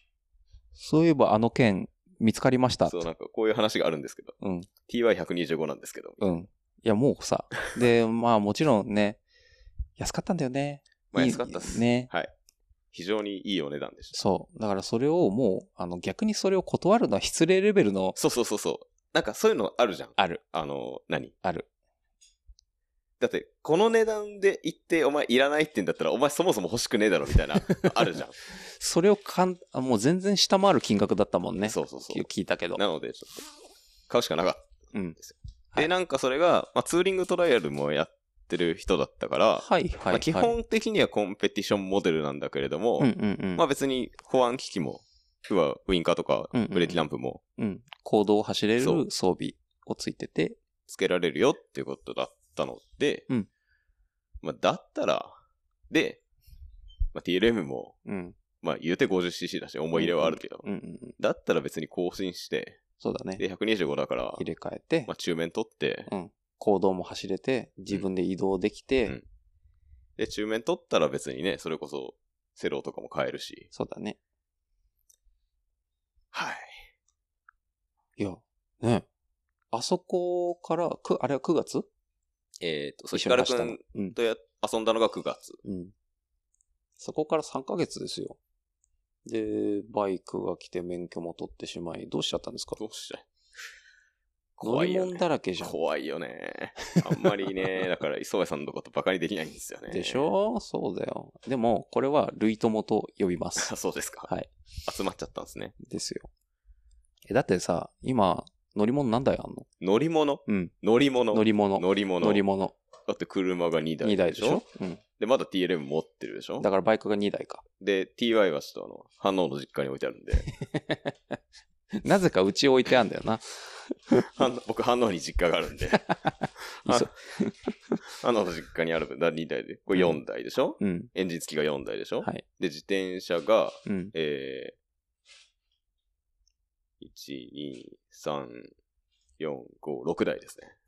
[SPEAKER 2] そういえばあの件、見つかりました。
[SPEAKER 1] そうなんかこういう話があるんですけど。
[SPEAKER 2] うん。
[SPEAKER 1] TY125 なんですけど。
[SPEAKER 2] うん。いや、もうさ。で、まあもちろんね、安かったんだよね。
[SPEAKER 1] まあ
[SPEAKER 2] いい
[SPEAKER 1] 安かったっす。
[SPEAKER 2] ね
[SPEAKER 1] はい。非常にいいお値段でした。
[SPEAKER 2] そう。だからそれをもう、あの、逆にそれを断るのは失礼レベルの、
[SPEAKER 1] そうそうそうそう。なんかそういうのあるじゃん。
[SPEAKER 2] ある、
[SPEAKER 1] あの、何
[SPEAKER 2] ある。
[SPEAKER 1] だって、この値段で言ってお前いらないって言うんだったらお前そもそも欲しくねえだろみたい
[SPEAKER 2] (laughs)
[SPEAKER 1] な、あるじゃん。
[SPEAKER 2] それをかん、あもう全然下回る金額だったもんね。
[SPEAKER 1] そうそうそう。
[SPEAKER 2] 聞いたけど。
[SPEAKER 1] なので、ちょっと、買うしかなかった。
[SPEAKER 2] うん。
[SPEAKER 1] で、
[SPEAKER 2] はい
[SPEAKER 1] なんかそれが、まあ、ツーリングトライアルもやってってる人だったから、
[SPEAKER 2] はいはい、
[SPEAKER 1] ま
[SPEAKER 2] は
[SPEAKER 1] あ
[SPEAKER 2] い。
[SPEAKER 1] 基本的にはコンペティションモデルなんだけれども、
[SPEAKER 2] うんうんうん。
[SPEAKER 1] まあ別に保安機器も、要はウインカーとか
[SPEAKER 2] うんうん
[SPEAKER 1] ブレーキランプも
[SPEAKER 2] うん。行動を走れる
[SPEAKER 1] そう
[SPEAKER 2] 装備をついてて、
[SPEAKER 1] つけられるよっていうことだったので、
[SPEAKER 2] うん
[SPEAKER 1] まあだったら、で、まあ、TLM も、
[SPEAKER 2] うん。
[SPEAKER 1] まあ言うて 50cc だし思い入れはあるけど、
[SPEAKER 2] うんうんうん。
[SPEAKER 1] だったら別に更新して、
[SPEAKER 2] そうだね。
[SPEAKER 1] で125だから、
[SPEAKER 2] 入れ替えて、
[SPEAKER 1] まあ中面取って、
[SPEAKER 2] 行動も走れて、自分で移動できて、
[SPEAKER 1] うんで中面取ったら別にね、それこそセローとかも買えるし、
[SPEAKER 2] そうだね。
[SPEAKER 1] はい。
[SPEAKER 2] いや、ね。あそこから、く、あれは9月
[SPEAKER 1] えっ、と、そう、
[SPEAKER 2] 一
[SPEAKER 1] ヒ
[SPEAKER 2] 緒に
[SPEAKER 1] カル
[SPEAKER 2] 走っ
[SPEAKER 1] く
[SPEAKER 2] たの
[SPEAKER 1] ん。
[SPEAKER 2] うん。
[SPEAKER 1] とや遊んだのが9月。
[SPEAKER 2] うん。そこから3ヶ月ですよ。で、バイクが来て免許も取ってしまい、どうしちゃったんですか
[SPEAKER 1] どうした
[SPEAKER 2] 乗
[SPEAKER 1] 怖い
[SPEAKER 2] り
[SPEAKER 1] よ
[SPEAKER 2] 物
[SPEAKER 1] ね。
[SPEAKER 2] だらけじゃん。
[SPEAKER 1] 怖いよね。あんまり
[SPEAKER 2] (laughs)
[SPEAKER 1] ね、だから磯部さんのことバカにできないんですよね。
[SPEAKER 2] でしょそうだよ。でも、これは類友と呼びます
[SPEAKER 1] (laughs) あ。 (laughs) そうですか。
[SPEAKER 2] はい。
[SPEAKER 1] 集まっちゃったんですね。
[SPEAKER 2] ですよ。え、だってさ、今、乗り物何台あんの
[SPEAKER 1] 乗り物
[SPEAKER 2] うん。
[SPEAKER 1] 乗り物
[SPEAKER 2] 乗り物。
[SPEAKER 1] 乗り物
[SPEAKER 2] 乗り物。
[SPEAKER 1] だって車が2台
[SPEAKER 2] 2台でしょうん。
[SPEAKER 1] で、まだ TLM 持ってるでしょ
[SPEAKER 2] だからバイクが2台か。
[SPEAKER 1] で、TY はちょっとあの、反応の実家に置いてあるん
[SPEAKER 2] (laughs)
[SPEAKER 1] で、
[SPEAKER 2] なぜかうち置いてあんだよな。
[SPEAKER 1] 反僕、反応に実家がある
[SPEAKER 2] (laughs)
[SPEAKER 1] んで、あ
[SPEAKER 2] そ
[SPEAKER 1] (laughs) 反応の実家にある分、だ2台で、これ4台でしょ、
[SPEAKER 2] うん。
[SPEAKER 1] エンジン付きが4台でしょ、
[SPEAKER 2] はい。
[SPEAKER 1] で、自転車が、
[SPEAKER 2] うん。
[SPEAKER 1] えー、1、2、3、4、5、6台ですね。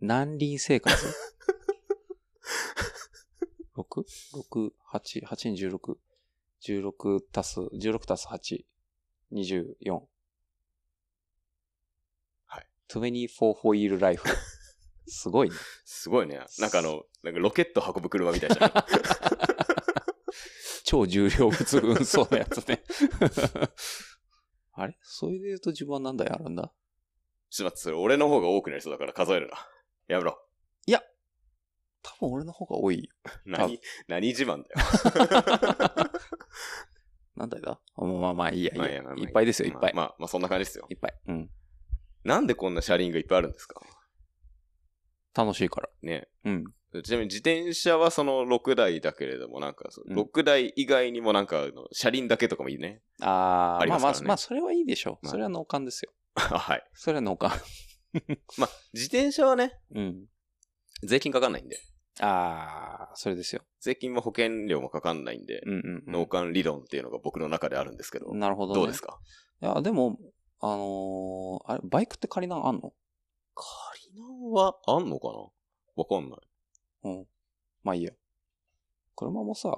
[SPEAKER 2] 南輪生活
[SPEAKER 1] (laughs)
[SPEAKER 2] ?6?6、6 8、8に16。16足す、16足す8。24。
[SPEAKER 1] はい。
[SPEAKER 2] 24ホイールラ
[SPEAKER 1] (laughs)
[SPEAKER 2] イフ。すごいね。
[SPEAKER 1] すごいね。なんかあの、なんかロケット運ぶ車
[SPEAKER 2] (laughs)
[SPEAKER 1] みたいじゃん。
[SPEAKER 2] 超重量物運送のやつね。 (laughs) あれそれで言うと自分は何台あるんだ
[SPEAKER 1] ちょっと待って、それ俺の方が多くなりそうだから数えるな。やめろ。
[SPEAKER 2] 多分俺の方が多いよ。
[SPEAKER 1] 何、何自慢だよ。
[SPEAKER 2] 何台だあまあまあまあいいや、いい
[SPEAKER 1] まあ
[SPEAKER 2] や。
[SPEAKER 1] いいやまあまあ
[SPEAKER 2] いっぱいですよ、いっぱい。
[SPEAKER 1] まあ、まあ、まあそんな感じですよ。
[SPEAKER 2] いっぱい。うん。
[SPEAKER 1] なんでこんな車輪がいっぱいあるんですか
[SPEAKER 2] 楽しいから。
[SPEAKER 1] ね。
[SPEAKER 2] うん。
[SPEAKER 1] ちなみに自転車はその6台だけれども、なんかその
[SPEAKER 2] うん
[SPEAKER 1] 6台以外にもなんかあの車輪だけとかもいいね。 (laughs)
[SPEAKER 2] あー
[SPEAKER 1] あり
[SPEAKER 2] ま
[SPEAKER 1] ま
[SPEAKER 2] あ
[SPEAKER 1] すか
[SPEAKER 2] ま
[SPEAKER 1] ら
[SPEAKER 2] あ
[SPEAKER 1] ね、
[SPEAKER 2] まあ、それはいいでしょう。
[SPEAKER 1] まあ
[SPEAKER 2] それは農感ですよ。
[SPEAKER 1] あはい。
[SPEAKER 2] それは農
[SPEAKER 1] (laughs)
[SPEAKER 2] 感。
[SPEAKER 1] まあ、自転車はね、
[SPEAKER 2] うん。
[SPEAKER 1] 税金かかんないんで。
[SPEAKER 2] ああ、それですよ。
[SPEAKER 1] 税金も保険料もかかんないんで、
[SPEAKER 2] うんうん、
[SPEAKER 1] 農管理論っていうのが僕の中であるんですけど、
[SPEAKER 2] なるほど、ね。
[SPEAKER 1] どうですか
[SPEAKER 2] いや、でも、あのーあれ、バイクって仮なんあんの
[SPEAKER 1] カリナはあんのかなわかんない。
[SPEAKER 2] うん。まあいいや。車もさ、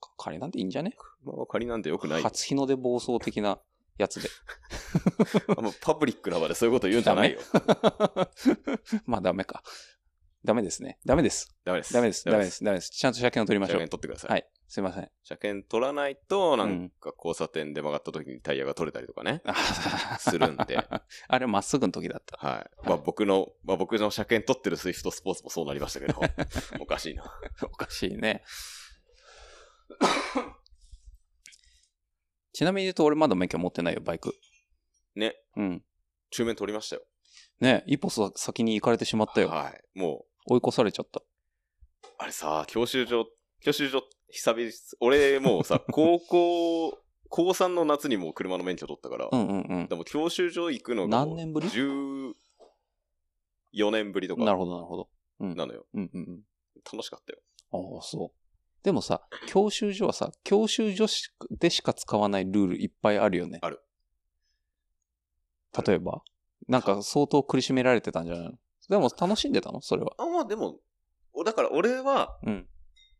[SPEAKER 2] か仮なんていいんじゃね
[SPEAKER 1] まあ、仮なんてよく
[SPEAKER 2] (laughs)
[SPEAKER 1] ない。
[SPEAKER 2] 初日の出暴走
[SPEAKER 1] (laughs)
[SPEAKER 2] 的なやつで。 (laughs)
[SPEAKER 1] あんまパブリックな場でそういうこと言うんじゃないよ。
[SPEAKER 2] まあダメか。ダメですね。ダメです。
[SPEAKER 1] ダメです。。
[SPEAKER 2] ダメです。ダメですす。ダメです。ちゃんと車検を取りまし
[SPEAKER 1] 車
[SPEAKER 2] ょう
[SPEAKER 1] 検。取ってください。
[SPEAKER 2] はい。すいません。 (laughs)
[SPEAKER 1] 車検取らないと、な
[SPEAKER 2] うんん
[SPEAKER 1] か交差点で曲がった時にタイヤが取れたりとかね。
[SPEAKER 2] あ
[SPEAKER 1] するんで。
[SPEAKER 2] あれ、まっすぐの時だった。
[SPEAKER 1] はい。まあ僕の、まあ僕の車検取ってるスイフトスポーツもそうなりました
[SPEAKER 2] (laughs)
[SPEAKER 1] けど、おかしいな。
[SPEAKER 2] おかしいね。 (coughs) ちなみに言うと、俺まだ免許持ってないよ、バイク。
[SPEAKER 1] ね。
[SPEAKER 2] うん。
[SPEAKER 1] 中面取りましたよ。
[SPEAKER 2] ね一歩さ先に行かれてしまったよ。
[SPEAKER 1] はい。も
[SPEAKER 2] 追い越されちゃった。
[SPEAKER 1] う、あれさ、教習所、教習所、久々、俺も
[SPEAKER 2] (laughs)
[SPEAKER 1] うさ、高校、高3の夏にもう車の免許取ったから、
[SPEAKER 2] うんうんうん
[SPEAKER 1] でも教習所行くのがもう
[SPEAKER 2] 何年ぶり
[SPEAKER 1] ?14 年ぶりと。か
[SPEAKER 2] なるほど、なるほど。うん。
[SPEAKER 1] なのよ。
[SPEAKER 2] うんうんうん。
[SPEAKER 1] 楽しかったよ。
[SPEAKER 2] ああ、そう。でもさ、教習所はさ、教習所しでしか使わないルールいっぱいあるよね。
[SPEAKER 1] ある。
[SPEAKER 2] 例えばなんか相当苦しめられてたんじゃないのでも楽しんでたのそれは。
[SPEAKER 1] あ、まあでも、おだから俺は
[SPEAKER 2] うん。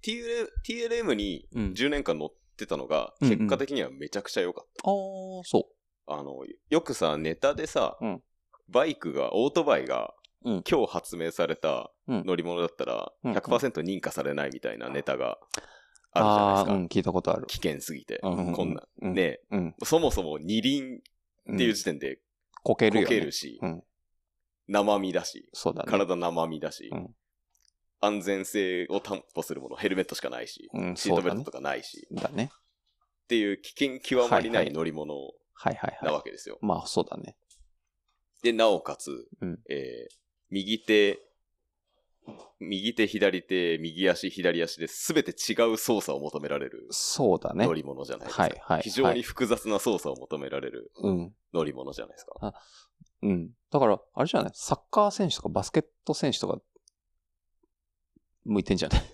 [SPEAKER 1] TL TLM に
[SPEAKER 2] うん。
[SPEAKER 1] 10年間乗ってたのが、
[SPEAKER 2] うんうん
[SPEAKER 1] 結果的にはめちゃくちゃ良かっ
[SPEAKER 2] ああ、そ
[SPEAKER 1] た。あの、よくさ、ネタでさ、
[SPEAKER 2] うん
[SPEAKER 1] バイクが、オートバイが、
[SPEAKER 2] うん
[SPEAKER 1] 今日発明された
[SPEAKER 2] うん
[SPEAKER 1] 乗り物だったら、
[SPEAKER 2] うんうん
[SPEAKER 1] 100%認可されないみたいなネタがあ
[SPEAKER 2] う。
[SPEAKER 1] るじゃないですか。
[SPEAKER 2] ーうん、聞いたことある。
[SPEAKER 1] 危険すぎて、
[SPEAKER 2] うんうんうん
[SPEAKER 1] こんな。
[SPEAKER 2] うん
[SPEAKER 1] ね
[SPEAKER 2] うん。
[SPEAKER 1] そもそも二輪っていう時点で
[SPEAKER 2] こけるよ、
[SPEAKER 1] こ
[SPEAKER 2] ね。
[SPEAKER 1] けるし、
[SPEAKER 2] うん
[SPEAKER 1] 生身だし、
[SPEAKER 2] そうだね。
[SPEAKER 1] 体生身だし、
[SPEAKER 2] うん
[SPEAKER 1] 安全性を担保するもの、ヘルメットしかないし、
[SPEAKER 2] うん、
[SPEAKER 1] シート
[SPEAKER 2] そう
[SPEAKER 1] ベル
[SPEAKER 2] だ
[SPEAKER 1] ト
[SPEAKER 2] ね
[SPEAKER 1] と。かないし、
[SPEAKER 2] だね。
[SPEAKER 1] っていう危険極まりな
[SPEAKER 2] はい
[SPEAKER 1] い
[SPEAKER 2] はい
[SPEAKER 1] 乗り物
[SPEAKER 2] はいはい
[SPEAKER 1] な
[SPEAKER 2] は
[SPEAKER 1] わけですよ。
[SPEAKER 2] い。まあ、そうだね。
[SPEAKER 1] で、なおかつ、
[SPEAKER 2] うん
[SPEAKER 1] えー右手右手、左手、右足、左足で全て違う操作を求められる
[SPEAKER 2] そうだね
[SPEAKER 1] 乗。り物じゃないですか。
[SPEAKER 2] はいはい
[SPEAKER 1] 非常
[SPEAKER 2] は
[SPEAKER 1] に
[SPEAKER 2] い
[SPEAKER 1] 複雑な操作を求められる
[SPEAKER 2] うん。
[SPEAKER 1] 乗り物じゃないですか。
[SPEAKER 2] うん。だから、あれじゃないサッカー選手とかバスケット選手とか、向いてんじゃない
[SPEAKER 1] ね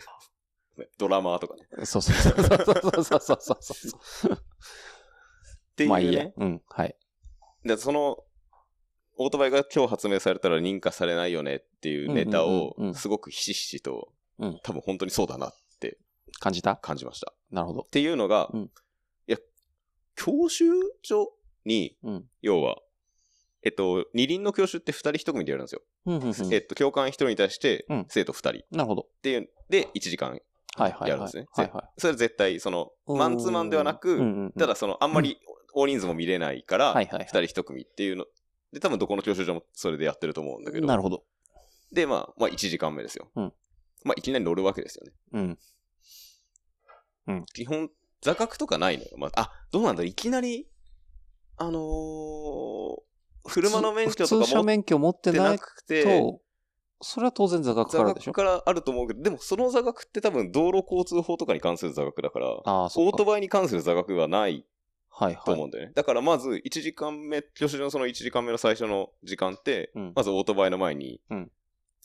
[SPEAKER 1] ドラマーとかね。 (laughs)
[SPEAKER 2] そうそうそうそうそうそうそうそう
[SPEAKER 1] っていう、ね。
[SPEAKER 2] まあいいや。うん。はい。
[SPEAKER 1] で、その、オートバイが今日発明されたら認可されないよねっていうネタを
[SPEAKER 2] うんうんうんう、ん
[SPEAKER 1] すごくひしひしと、
[SPEAKER 2] うん
[SPEAKER 1] 多分本当にそうだなって
[SPEAKER 2] 感じた
[SPEAKER 1] 感じました。っ
[SPEAKER 2] なるほど。
[SPEAKER 1] ていうのが、
[SPEAKER 2] うん
[SPEAKER 1] いや、教習所に、
[SPEAKER 2] うん。
[SPEAKER 1] 要は、えっと、二輪の教習って二人一組でやるんですよ。
[SPEAKER 2] うんうんうん。
[SPEAKER 1] えっと、教官一人に対して
[SPEAKER 2] うん、
[SPEAKER 1] 生徒二人っ
[SPEAKER 2] なるほど。
[SPEAKER 1] ていう、で、1時間。
[SPEAKER 2] はいはいはい。
[SPEAKER 1] やるんですね
[SPEAKER 2] はいはい。
[SPEAKER 1] それは絶対、その、マンツーマンではな
[SPEAKER 2] うんうん
[SPEAKER 1] く、
[SPEAKER 2] うん
[SPEAKER 1] ただその、あんまり大人数も見れないから、
[SPEAKER 2] は
[SPEAKER 1] 二
[SPEAKER 2] いはいはい
[SPEAKER 1] 人一組っていうの、で、多分どこの教習所もそれでやってると思うんだけど
[SPEAKER 2] な、るほど。
[SPEAKER 1] で、まあ、まあ、1時間目ですよ。
[SPEAKER 2] うん
[SPEAKER 1] まあ、いきなり乗るわけですよね。
[SPEAKER 2] うん。
[SPEAKER 1] 基本、座学とかないのよ。まあ、あ、どうなんだろういきなり、あのー車の免許と
[SPEAKER 2] 普通
[SPEAKER 1] か
[SPEAKER 2] 車
[SPEAKER 1] 持っ
[SPEAKER 2] 免許持って
[SPEAKER 1] て
[SPEAKER 2] な
[SPEAKER 1] ないくて、
[SPEAKER 2] と、それは当然座学か
[SPEAKER 1] 座
[SPEAKER 2] らでしょ
[SPEAKER 1] 学からあると思うけど、でもその座学って多分道路交通法とかに関する座学だから、
[SPEAKER 2] ああ、そ
[SPEAKER 1] オ
[SPEAKER 2] う
[SPEAKER 1] ートバイに関する座学がない
[SPEAKER 2] はい
[SPEAKER 1] と思
[SPEAKER 2] は
[SPEAKER 1] うんだよね。だからまず1時間目、教習所のその1時間目の最初の時間って、
[SPEAKER 2] うん
[SPEAKER 1] まずオートバイの前に、
[SPEAKER 2] うん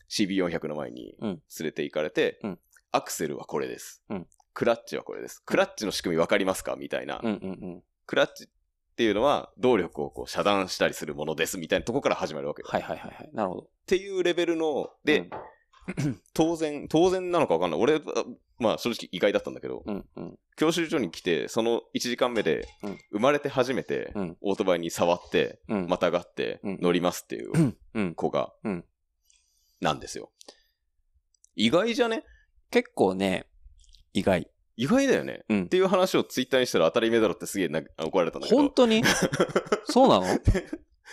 [SPEAKER 1] CB400 の前に
[SPEAKER 2] うん
[SPEAKER 1] 連れて行かれて、
[SPEAKER 2] うん
[SPEAKER 1] アクセルはこれです、
[SPEAKER 2] うん
[SPEAKER 1] クラッチはこれです。クラッチの仕組みわかりますかみたいな、
[SPEAKER 2] い。うんうんうん。
[SPEAKER 1] クラッチっていうのは動力をこう遮断したりするものですみたいなとこから始まるわけよ。
[SPEAKER 2] はいはいはいはい。なるほど。
[SPEAKER 1] っていうレベルの、で、
[SPEAKER 2] うん
[SPEAKER 1] 当然、当然なのかわかんない。俺、あまあ正直意外だったんだけど、
[SPEAKER 2] うんうん。
[SPEAKER 1] 教習所に来て、その1時間目で
[SPEAKER 2] うん、
[SPEAKER 1] 生まれて初めて
[SPEAKER 2] うん、
[SPEAKER 1] オートバイに触って、
[SPEAKER 2] うん。
[SPEAKER 1] またがって、
[SPEAKER 2] うん
[SPEAKER 1] 乗りますっていう
[SPEAKER 2] うん。
[SPEAKER 1] 子が
[SPEAKER 2] うん、
[SPEAKER 1] なんですよ。意外じゃね
[SPEAKER 2] 結構ね、意外。
[SPEAKER 1] 意外だよね。
[SPEAKER 2] うん
[SPEAKER 1] っていう話をツイッターにしたら当たり前だろってすげえな怒られたんだけど。
[SPEAKER 2] 本当 (laughs) にそうなの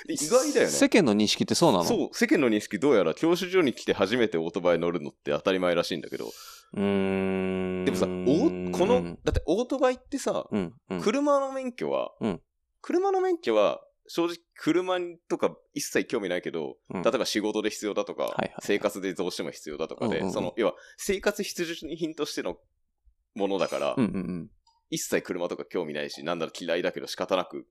[SPEAKER 1] 意外だよ
[SPEAKER 2] 世
[SPEAKER 1] ね。
[SPEAKER 2] 間の認識ってそうなの
[SPEAKER 1] そう、世間の認識どうやら教習所に来て初めてオートバイ乗るのって当たり前らしいんだけど、
[SPEAKER 2] うーん。
[SPEAKER 1] でもさ、おこの、だってオートバイってさ、
[SPEAKER 2] うん、うん。
[SPEAKER 1] 車の免許は、
[SPEAKER 2] うん
[SPEAKER 1] 車の免許は、正直、車とか一切興味ないけど、
[SPEAKER 2] うん
[SPEAKER 1] 例えば仕事で必要だとか、
[SPEAKER 2] いはい
[SPEAKER 1] 生活でどうしても必要だとかで、
[SPEAKER 2] うんうんうん
[SPEAKER 1] その、要は、生活必需品としてのものだから、
[SPEAKER 2] うんうんうん。
[SPEAKER 1] 一切車とか興味ないし、なんだろう嫌いだけど仕方なく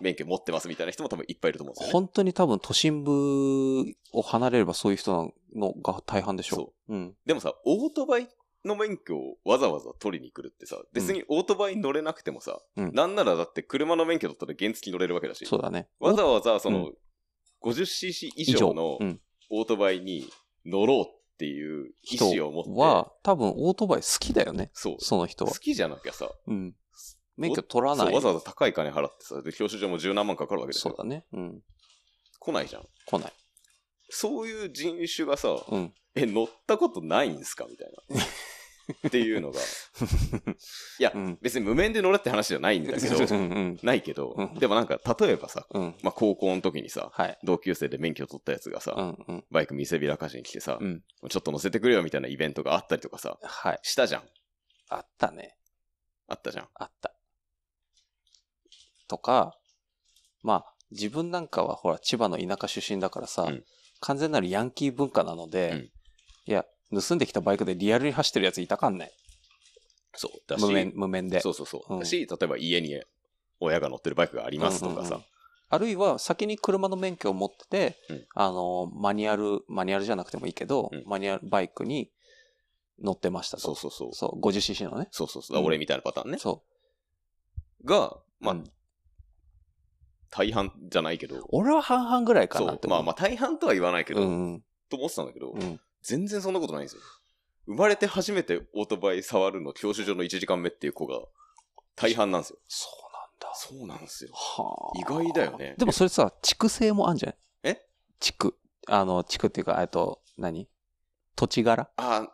[SPEAKER 1] 免許持ってますみたいな人も多分いっぱいいると思うんですよね。
[SPEAKER 2] 本当に多分都心部を離れればそういう人なのが大半でしょ。
[SPEAKER 1] そう
[SPEAKER 2] うん。
[SPEAKER 1] でもさ、オートバイの免許をわざわざ取りに来るってさ、別にオートバイ乗れなくてもさ、
[SPEAKER 2] うん
[SPEAKER 1] なんならだって車の免許だったら原付乗れるわけだし、
[SPEAKER 2] そうだね。
[SPEAKER 1] わざわざその、
[SPEAKER 2] う
[SPEAKER 1] 50cc 以上の
[SPEAKER 2] うん
[SPEAKER 1] オートバイに乗ろうっていう意
[SPEAKER 2] 人
[SPEAKER 1] 思を持って、
[SPEAKER 2] は、多分オートバイ好きだよね。
[SPEAKER 1] そう、
[SPEAKER 2] その人
[SPEAKER 1] 好
[SPEAKER 2] は。
[SPEAKER 1] きじゃなきゃさ、
[SPEAKER 2] うん。免許取ら
[SPEAKER 1] そ
[SPEAKER 2] な
[SPEAKER 1] う
[SPEAKER 2] い。
[SPEAKER 1] わざわざ高い金払ってさ、で教習所も十何万かかるわけです
[SPEAKER 2] そう
[SPEAKER 1] よ。
[SPEAKER 2] だね。うん。
[SPEAKER 1] 来ないじゃん。
[SPEAKER 2] 来ない。
[SPEAKER 1] そういう人種がさ、
[SPEAKER 2] うん。
[SPEAKER 1] え、乗ったことないんすかみたいな。
[SPEAKER 2] (laughs)
[SPEAKER 1] っていうのが。いや、
[SPEAKER 2] うん
[SPEAKER 1] 別に無免で乗れって話じゃないんだけ
[SPEAKER 2] (laughs) う
[SPEAKER 1] ど、
[SPEAKER 2] んうん。
[SPEAKER 1] ないけど、
[SPEAKER 2] うん
[SPEAKER 1] でもなんか、例えばさ、
[SPEAKER 2] うん。
[SPEAKER 1] まあ、高校の時にさ、
[SPEAKER 2] はい。
[SPEAKER 1] 同級生で免許取ったやつがさ、
[SPEAKER 2] うんうん。
[SPEAKER 1] バイク見せびらかしに来てさ、
[SPEAKER 2] うん。
[SPEAKER 1] ちょっと乗せてくれよみたいなイベントがあったりとかさ、
[SPEAKER 2] はい。
[SPEAKER 1] したじゃん。
[SPEAKER 2] あったね。
[SPEAKER 1] あったじゃん。
[SPEAKER 2] あった。とか、まあ、自分なんかはほら、千葉の田舎出身だからさ、
[SPEAKER 1] うん
[SPEAKER 2] 完全なるヤンキー文化なので、
[SPEAKER 1] うん
[SPEAKER 2] いや、盗んできたバイクでリアルに走ってるやついたかんね。
[SPEAKER 1] そう。だし、
[SPEAKER 2] 無免、無免で。
[SPEAKER 1] そうそうそう。
[SPEAKER 2] うん
[SPEAKER 1] だし、例えば家に親が乗ってるバイクがありますとかさ、
[SPEAKER 2] うんうんうんあるいは、先に車の免許を持ってて、
[SPEAKER 1] うん
[SPEAKER 2] あの、マニュアル、マニュアルじゃなくてもいいけど、
[SPEAKER 1] うん
[SPEAKER 2] マニュアルバイクに乗ってました
[SPEAKER 1] そう
[SPEAKER 2] と。
[SPEAKER 1] そうそう。
[SPEAKER 2] そう、50cc のね。
[SPEAKER 1] そうそうそう。
[SPEAKER 2] うん
[SPEAKER 1] 俺みたいなパターンね。
[SPEAKER 2] そう。
[SPEAKER 1] が、まあ、
[SPEAKER 2] うん
[SPEAKER 1] 大半じゃないけど、
[SPEAKER 2] 俺は半々ぐらいか
[SPEAKER 1] そ
[SPEAKER 2] な
[SPEAKER 1] う
[SPEAKER 2] って。
[SPEAKER 1] まあまあ大半とは言わないけど、
[SPEAKER 2] うん
[SPEAKER 1] と思ってたんだけど、
[SPEAKER 2] うん、うん。
[SPEAKER 1] 全然そんなことないんですよ。生まれて初めてオートバイ触るの教習所の1時間目っていう子が大半なんですよ。
[SPEAKER 2] そ
[SPEAKER 1] そう
[SPEAKER 2] うなんだ。
[SPEAKER 1] なんですよ。
[SPEAKER 2] はあ
[SPEAKER 1] 意外だよね
[SPEAKER 2] でもそれさ、畜生もあんじゃない
[SPEAKER 1] え
[SPEAKER 2] 畜。あの、畜っていうか、えっと、何土地柄
[SPEAKER 1] ああ、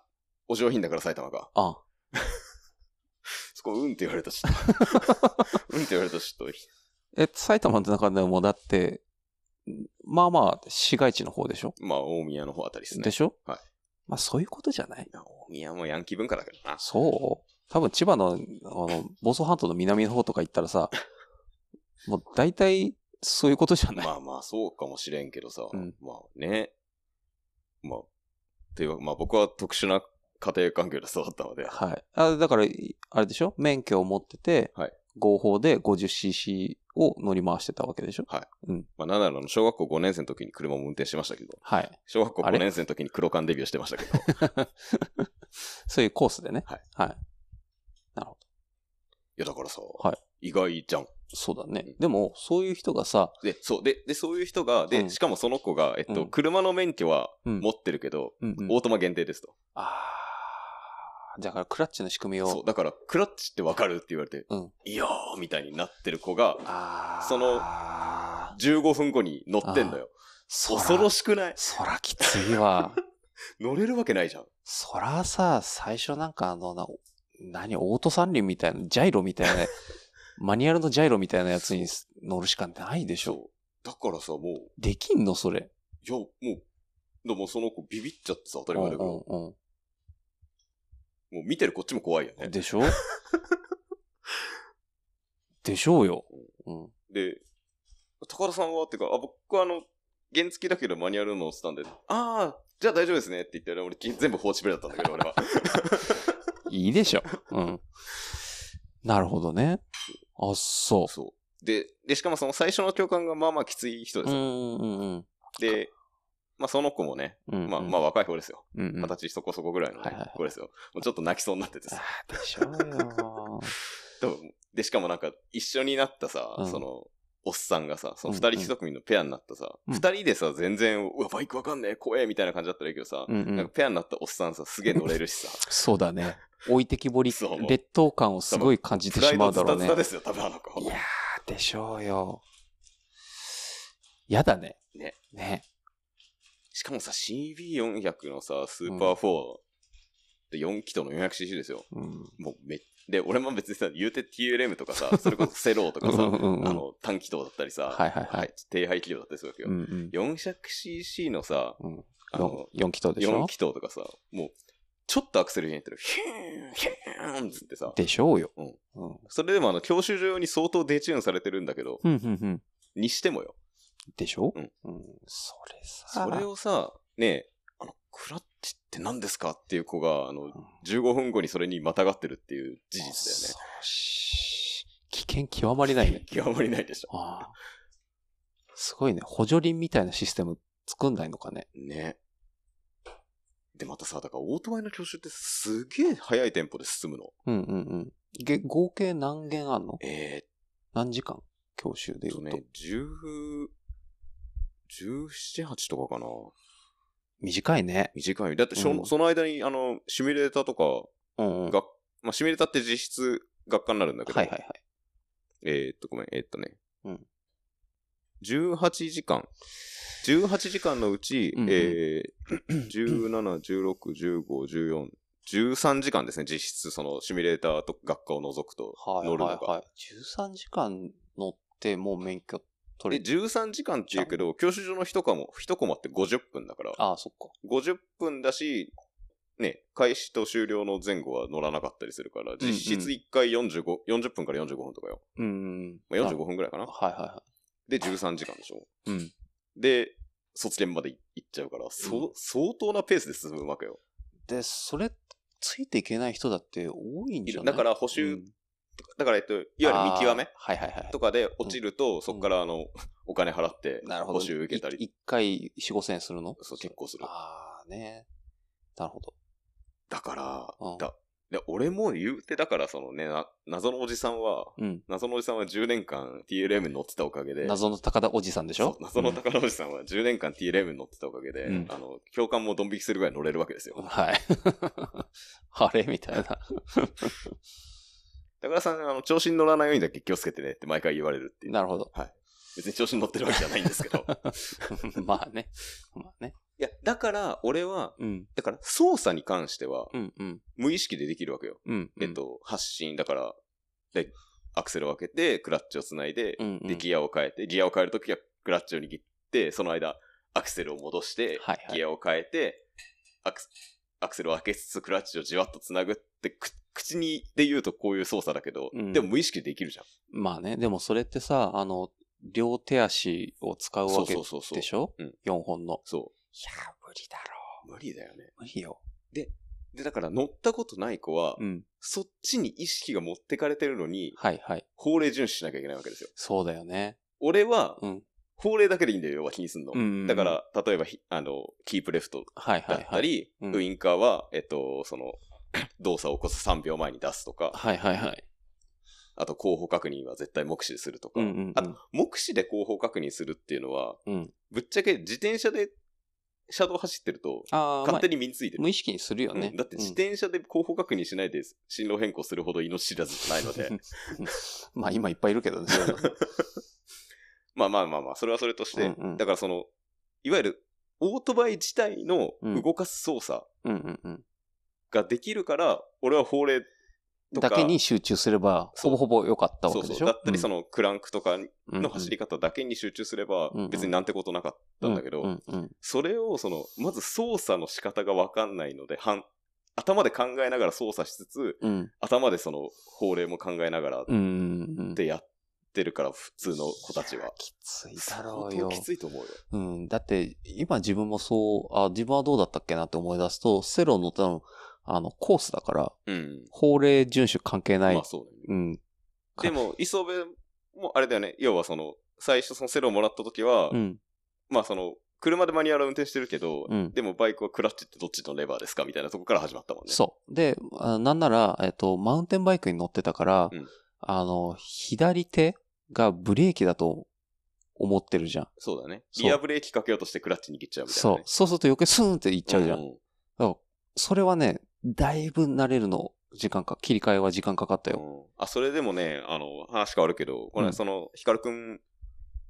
[SPEAKER 1] お上品だから埼玉が。
[SPEAKER 2] あ
[SPEAKER 1] そこ、うんって言われた
[SPEAKER 2] (laughs)
[SPEAKER 1] し。うんって言われたし、ちょっと。
[SPEAKER 2] え、埼玉の中でもだって、まあまあ、市街地の方でしょ
[SPEAKER 1] まあ、大宮の方あたりですね。
[SPEAKER 2] でしょ
[SPEAKER 1] はい。
[SPEAKER 2] まあそういうことじゃない
[SPEAKER 1] 大宮もヤンキー文化だけどな。
[SPEAKER 2] そう多分千葉の、あの、房総半島の南の方とか行った
[SPEAKER 1] (laughs)
[SPEAKER 2] らさ、もう大体、そういうことじゃない、
[SPEAKER 1] まあまあ、そうかもしれんけどさ。
[SPEAKER 2] うん
[SPEAKER 1] まあね。まあ、っていう、まあ僕は特殊な家庭環境で育ったので、
[SPEAKER 2] はい。あだから、いあれでしょ免許を持ってて、
[SPEAKER 1] はい
[SPEAKER 2] 合法で 50cc を乗り回してたわけでしょ
[SPEAKER 1] まあなんならあの小学校5年生の時に車も運転してましたけど、
[SPEAKER 2] はい。
[SPEAKER 1] 小学校
[SPEAKER 2] あれ
[SPEAKER 1] 5年生の時に黒缶デビューしてましたけ
[SPEAKER 2] (laughs)
[SPEAKER 1] ど、
[SPEAKER 2] そういうコースでね。
[SPEAKER 1] はい。
[SPEAKER 2] はい。
[SPEAKER 1] いやだからさ、
[SPEAKER 2] は
[SPEAKER 1] 意外じゃん。
[SPEAKER 2] そうだね。でも、そういう人がさ、
[SPEAKER 1] で、そう、で、で、そういう人が、で、
[SPEAKER 2] うん
[SPEAKER 1] しかもその子が、えっと、
[SPEAKER 2] うん
[SPEAKER 1] 車の免許は
[SPEAKER 2] うん
[SPEAKER 1] 持ってるけど、
[SPEAKER 2] うんうん
[SPEAKER 1] オートマ限定ですと。
[SPEAKER 2] あーだからクラッチの仕組みを。
[SPEAKER 1] そう、だから、クラッチってわかるって言われて、
[SPEAKER 2] うん
[SPEAKER 1] いやーみたいになってる子が、
[SPEAKER 2] あー
[SPEAKER 1] その15分後に乗ってんだよ。
[SPEAKER 2] そ
[SPEAKER 1] 恐ろ
[SPEAKER 2] ら、
[SPEAKER 1] しくない
[SPEAKER 2] そらきついわ。
[SPEAKER 1] 乗れるわけないじゃん。
[SPEAKER 2] そらさ、最初なんかあの、な何、オート三輪みたいな、ジャイロみたい
[SPEAKER 1] (laughs)
[SPEAKER 2] な、マニュアルのジャイロみたいなやつに乗るしかないでしょ。
[SPEAKER 1] そう。だからさ、も
[SPEAKER 2] できんのそれ。
[SPEAKER 1] う、いや、もう、でもその子ビビっちゃってさ、当たり前だけど、も
[SPEAKER 2] うんうん
[SPEAKER 1] う見てるこっちも怖いよ
[SPEAKER 2] うん。
[SPEAKER 1] ね。
[SPEAKER 2] でしょでしょうよ。うん。
[SPEAKER 1] で、高田さんはっていうか、あ、僕はあの、原付きだけどマニュアルの乗ってたんで、あー、じゃあ大丈夫ですねって言って、俺全部放置プレイだったんだけど、俺は。
[SPEAKER 2] いいでしょ。うん。なるほどね。 (laughs) あ、そ
[SPEAKER 1] そう。で、で、しかもその最初の教官がまあまあきつい人
[SPEAKER 2] う。
[SPEAKER 1] で
[SPEAKER 2] う
[SPEAKER 1] す。
[SPEAKER 2] んうんうん
[SPEAKER 1] で、まあその子もね、
[SPEAKER 2] うん。
[SPEAKER 1] まあまあ
[SPEAKER 2] あ、
[SPEAKER 1] 若い方ですよ。
[SPEAKER 2] うんう
[SPEAKER 1] 二
[SPEAKER 2] ん
[SPEAKER 1] 十歳そこそこぐらいの、ね
[SPEAKER 2] はいはいはい
[SPEAKER 1] 子ですよ。もうちょっと泣きそうになってて
[SPEAKER 2] あ
[SPEAKER 1] さ。
[SPEAKER 2] ーでしょう
[SPEAKER 1] (laughs)
[SPEAKER 2] よ。
[SPEAKER 1] でもで、しかもなんか一緒になったさ、
[SPEAKER 2] うん
[SPEAKER 1] その、おっさんがさ、その二
[SPEAKER 2] うん
[SPEAKER 1] 人一組のペアになったさ、
[SPEAKER 2] うん
[SPEAKER 1] 二、人でさ、全然、うわ、バイクわかんねえ、怖え、みたいな感じだったらいいけどさ、
[SPEAKER 2] うんうん
[SPEAKER 1] なんかペアになったおっさんさ、すげえ乗れるしさ、
[SPEAKER 2] (laughs) そうだね。置いてきぼり
[SPEAKER 1] そう、
[SPEAKER 2] 劣等感をすごい感じて
[SPEAKER 1] プラ
[SPEAKER 2] し
[SPEAKER 1] イド
[SPEAKER 2] まう
[SPEAKER 1] ズ
[SPEAKER 2] だろ
[SPEAKER 1] タ
[SPEAKER 2] う
[SPEAKER 1] ズ
[SPEAKER 2] ね
[SPEAKER 1] タ。ですよ、多分あの子。
[SPEAKER 2] いやー、でしょうよ。やだね。
[SPEAKER 1] ね。
[SPEAKER 2] ね。
[SPEAKER 1] しかもさ、CB400 のさ、スーパー4って4気筒の 400cc ですよ。
[SPEAKER 2] うん。
[SPEAKER 1] もうめ、で、俺も別にさ、言うて TLM とか
[SPEAKER 2] (laughs)
[SPEAKER 1] さ、それこそセローとか
[SPEAKER 2] うんうんうん
[SPEAKER 1] さ、あの、短気筒だったりさ、
[SPEAKER 2] はいはいはい
[SPEAKER 1] 低排気量だったりするわけよ。
[SPEAKER 2] うんうん。
[SPEAKER 1] 400cc のさ、
[SPEAKER 2] うん
[SPEAKER 1] あ
[SPEAKER 2] 4
[SPEAKER 1] の、
[SPEAKER 2] 四気筒でし
[SPEAKER 1] 4
[SPEAKER 2] ょ
[SPEAKER 1] 気筒とかさ、もう、ちょっとアクセルひねってる。ヒューンヒューンっつってさ、
[SPEAKER 2] でしょうよ。
[SPEAKER 1] うん
[SPEAKER 2] うん。
[SPEAKER 1] それでもあの、教習所用に相当デチューンされてるんだけど、
[SPEAKER 2] ふんふんふん。
[SPEAKER 1] にしてもよ。
[SPEAKER 2] でしょ
[SPEAKER 1] うん。
[SPEAKER 2] うん。それ
[SPEAKER 1] そ
[SPEAKER 2] さ。
[SPEAKER 1] れをさ、ねえ、あの、クラッチって何ですかっていう子が、あの、15分後にそれにまたがってるっていう事実だよね。。
[SPEAKER 2] そうし危険極まりないね
[SPEAKER 1] (laughs) 極まりないでしょ。
[SPEAKER 2] ああ。すごいね。補助輪みたいなシステム作んないのかね。
[SPEAKER 1] ね。で、またさ、だからオートバイの教習ってすげえ速いテンポで進むの。
[SPEAKER 2] うんうんうん。げ合計何件あんの
[SPEAKER 1] え
[SPEAKER 2] 何時間教習
[SPEAKER 1] ー、っ
[SPEAKER 2] で言
[SPEAKER 1] と
[SPEAKER 2] うと。
[SPEAKER 1] ね、十、十七八とかかな。
[SPEAKER 2] 短いね。
[SPEAKER 1] 短い。だってそ、
[SPEAKER 2] うん
[SPEAKER 1] その間に、あの、シミュレーターとか、
[SPEAKER 2] うんうん。はい
[SPEAKER 1] が、まあ、シミュレーターって実質学科になるんだけど、
[SPEAKER 2] はいはい。
[SPEAKER 1] えーっと、ごめん、えーっとね。
[SPEAKER 2] うん
[SPEAKER 1] 18時間。18時間のうち、
[SPEAKER 2] うんうん
[SPEAKER 1] えー、17、16、15、14、13時間ですね、実質、そのシミュレーターと学科を除くと
[SPEAKER 2] はい
[SPEAKER 1] 乗るのが。
[SPEAKER 2] はいはい。13時間乗ってもう免許取
[SPEAKER 1] で、
[SPEAKER 2] れ
[SPEAKER 1] 13時間って言うけど、教習所の一コマ、一コマって50分だから、
[SPEAKER 2] ああ、そっか。
[SPEAKER 1] 50分だし、ね、開始と終了の前後は乗らなかったりするから、実質1回45、40分から45分とかよ。
[SPEAKER 2] うん。
[SPEAKER 1] まあ、45分くらいかな。
[SPEAKER 2] はいはいは
[SPEAKER 1] で、13時間でしょ。
[SPEAKER 2] い。うん。
[SPEAKER 1] で、卒検まで行っちゃうから、
[SPEAKER 2] う
[SPEAKER 1] そ、相当なペースで進むわけよ。
[SPEAKER 2] で、それ、ついていけない人だって多いんじゃない
[SPEAKER 1] だから補習
[SPEAKER 2] うん
[SPEAKER 1] だから、えっと、いわゆる見極め
[SPEAKER 2] あーはいはいはい。
[SPEAKER 1] とかで落ちると、そこからあの、お金払って、
[SPEAKER 2] なるほど。
[SPEAKER 1] 補習受けた
[SPEAKER 2] い
[SPEAKER 1] り、
[SPEAKER 2] 一回四五千円するの
[SPEAKER 1] そう、結構する。
[SPEAKER 2] ああね。なるほど。
[SPEAKER 1] だか
[SPEAKER 2] う
[SPEAKER 1] ら
[SPEAKER 2] ん、
[SPEAKER 1] だ、で、俺も言うて、だからそのね、な謎のおじさんは、
[SPEAKER 2] うん。
[SPEAKER 1] 謎のおじさんは10年間 TLM に乗ってたおかげで、
[SPEAKER 2] 謎の高田おじさんでしょ
[SPEAKER 1] そう謎の宝おじさんは10年間 TLM に乗ってたおかげで、
[SPEAKER 2] うん
[SPEAKER 1] あの、教官もドン引きするぐらい乗れるわけですよ。
[SPEAKER 2] うんはい。 (laughs) あれみ
[SPEAKER 1] (laughs)
[SPEAKER 2] たいな。
[SPEAKER 1] 高田さん、あの、調子に乗らないようにだけ気をつけてねって毎回言われるっていう。
[SPEAKER 2] なるほど。
[SPEAKER 1] 別に調子に乗ってるわけじゃないんですけ
[SPEAKER 2] (laughs)
[SPEAKER 1] ど。
[SPEAKER 2] まあね。まあね。
[SPEAKER 1] いや、だから、俺は、
[SPEAKER 2] うん。
[SPEAKER 1] だから、操作に関しては、
[SPEAKER 2] うんうん。
[SPEAKER 1] 無意識でできるわけよ。
[SPEAKER 2] うん。
[SPEAKER 1] えっと、発進、だから、で、アクセルを開けて、クラッチをつないで
[SPEAKER 2] う、ん、うん。
[SPEAKER 1] で、ギアを変えて、ギアを変えるときは、クラッチを握って、その間、アクセルを戻して、
[SPEAKER 2] はいはい
[SPEAKER 1] ギアを変えて、アクセアクセルを開けつつ、クラッチをじわっとつなぐって、く口にで言うとこういう操作だけど、
[SPEAKER 2] うん
[SPEAKER 1] でも無意識でできるじゃん。
[SPEAKER 2] まあね。でもそれってさ、あの、両手足を使う
[SPEAKER 1] そ
[SPEAKER 2] わ
[SPEAKER 1] う
[SPEAKER 2] け
[SPEAKER 1] そうそうそう
[SPEAKER 2] で。しょ
[SPEAKER 1] うん
[SPEAKER 2] 四本の。
[SPEAKER 1] そう。
[SPEAKER 2] いや、無理だろ
[SPEAKER 1] 無理だよね。
[SPEAKER 2] 無理よ。
[SPEAKER 1] で、だから乗ったことない子は、
[SPEAKER 2] うん。
[SPEAKER 1] そっちに意識が持ってかれてるのに、
[SPEAKER 2] はいはい。
[SPEAKER 1] 法令遵守しなきゃいけないわけですよ。
[SPEAKER 2] そうだよね。
[SPEAKER 1] 俺は、
[SPEAKER 2] うん
[SPEAKER 1] 法令だけでいいんだよ、要は気にすんの。
[SPEAKER 2] うんうんうん
[SPEAKER 1] だから、例えばひ、あの、キープレフト
[SPEAKER 2] はいは
[SPEAKER 1] だ
[SPEAKER 2] いはい。
[SPEAKER 1] ったり、
[SPEAKER 2] うん
[SPEAKER 1] ウインカーは、えっと、その、動作を起こす3秒前に出すとか、
[SPEAKER 2] はいはいはい。
[SPEAKER 1] あと後方確認は絶対目視するとか、あと目視で後方確認するっていうのは、
[SPEAKER 2] うん。
[SPEAKER 1] ぶっちゃけ自転車で車道走ってると、
[SPEAKER 2] ああ、ま
[SPEAKER 1] 勝
[SPEAKER 2] あ
[SPEAKER 1] 手、に身についてる。
[SPEAKER 2] 無意識にするよね。、
[SPEAKER 1] うんだって自転車で後方確認しないで進路変更するほど命知らずじゃないので
[SPEAKER 2] まあ今いっぱいいるけどね。そういうの
[SPEAKER 1] (laughs) まあまあまあまあ、それはそれとして、
[SPEAKER 2] うんうん
[SPEAKER 1] だからその、いわゆるオートバイ自体の動かす操作
[SPEAKER 2] うんうんうん。
[SPEAKER 1] ができるから、俺は法令とか、
[SPEAKER 2] だけに集中すれば、
[SPEAKER 1] そ
[SPEAKER 2] ほ
[SPEAKER 1] う
[SPEAKER 2] ぼほぼ良かったわ
[SPEAKER 1] そ
[SPEAKER 2] け
[SPEAKER 1] う
[SPEAKER 2] で
[SPEAKER 1] そ
[SPEAKER 2] しょ
[SPEAKER 1] う。だったり、そのクランクとか
[SPEAKER 2] の
[SPEAKER 1] の走り方だけに集中すれば
[SPEAKER 2] うんうん、
[SPEAKER 1] 別になんてことなかったんだけど、
[SPEAKER 2] うんうんうん
[SPEAKER 1] それをその、まず操作の仕方がわかんないので、はん頭で考えながら操作しつつ、
[SPEAKER 2] うん
[SPEAKER 1] 頭でその法令も考えながらっ
[SPEAKER 2] うんうんうん。
[SPEAKER 1] てやってるから、普通の子たち
[SPEAKER 2] いや
[SPEAKER 1] は。
[SPEAKER 2] きついだろう
[SPEAKER 1] 相当。
[SPEAKER 2] よ
[SPEAKER 1] きついと思うよ。
[SPEAKER 2] うん。だって、今自分もそう、あ、自分はどうだったっけなって思い出すと、セロン乗ったの、あの、コースだから、
[SPEAKER 1] うん。
[SPEAKER 2] 法令遵守関係ない。
[SPEAKER 1] まあそうだよね。
[SPEAKER 2] うん。
[SPEAKER 1] で (laughs) も、磯部もあれだよね。要はその、最初そのセロをもらった時は、
[SPEAKER 2] うん。
[SPEAKER 1] まあその、車でマニュアルを運転してるけど、
[SPEAKER 2] うん。
[SPEAKER 1] でもバイクはクラッチってどっちのレバーですかみたいなとこから始まったもんね。
[SPEAKER 2] そう。で、あなんなら、えっと、マウンテンバイクに乗ってたから、
[SPEAKER 1] うん
[SPEAKER 2] あの、左手がブレーキだと思ってるじゃん。
[SPEAKER 1] そうだね。
[SPEAKER 2] そう
[SPEAKER 1] リアブレーキかけようとしてクラッチ握っちゃうみたいな、
[SPEAKER 2] そう
[SPEAKER 1] ね。。
[SPEAKER 2] そうすると余計スーンっていっちゃうじゃん。
[SPEAKER 1] うん
[SPEAKER 2] だからそれはね、だいぶ慣れるの、時間か、切り替えは時間かかったよ。
[SPEAKER 1] うんあ、それでもね、あの、話変わるけど、こ
[SPEAKER 2] う
[SPEAKER 1] れ
[SPEAKER 2] ん
[SPEAKER 1] その、ヒカルくん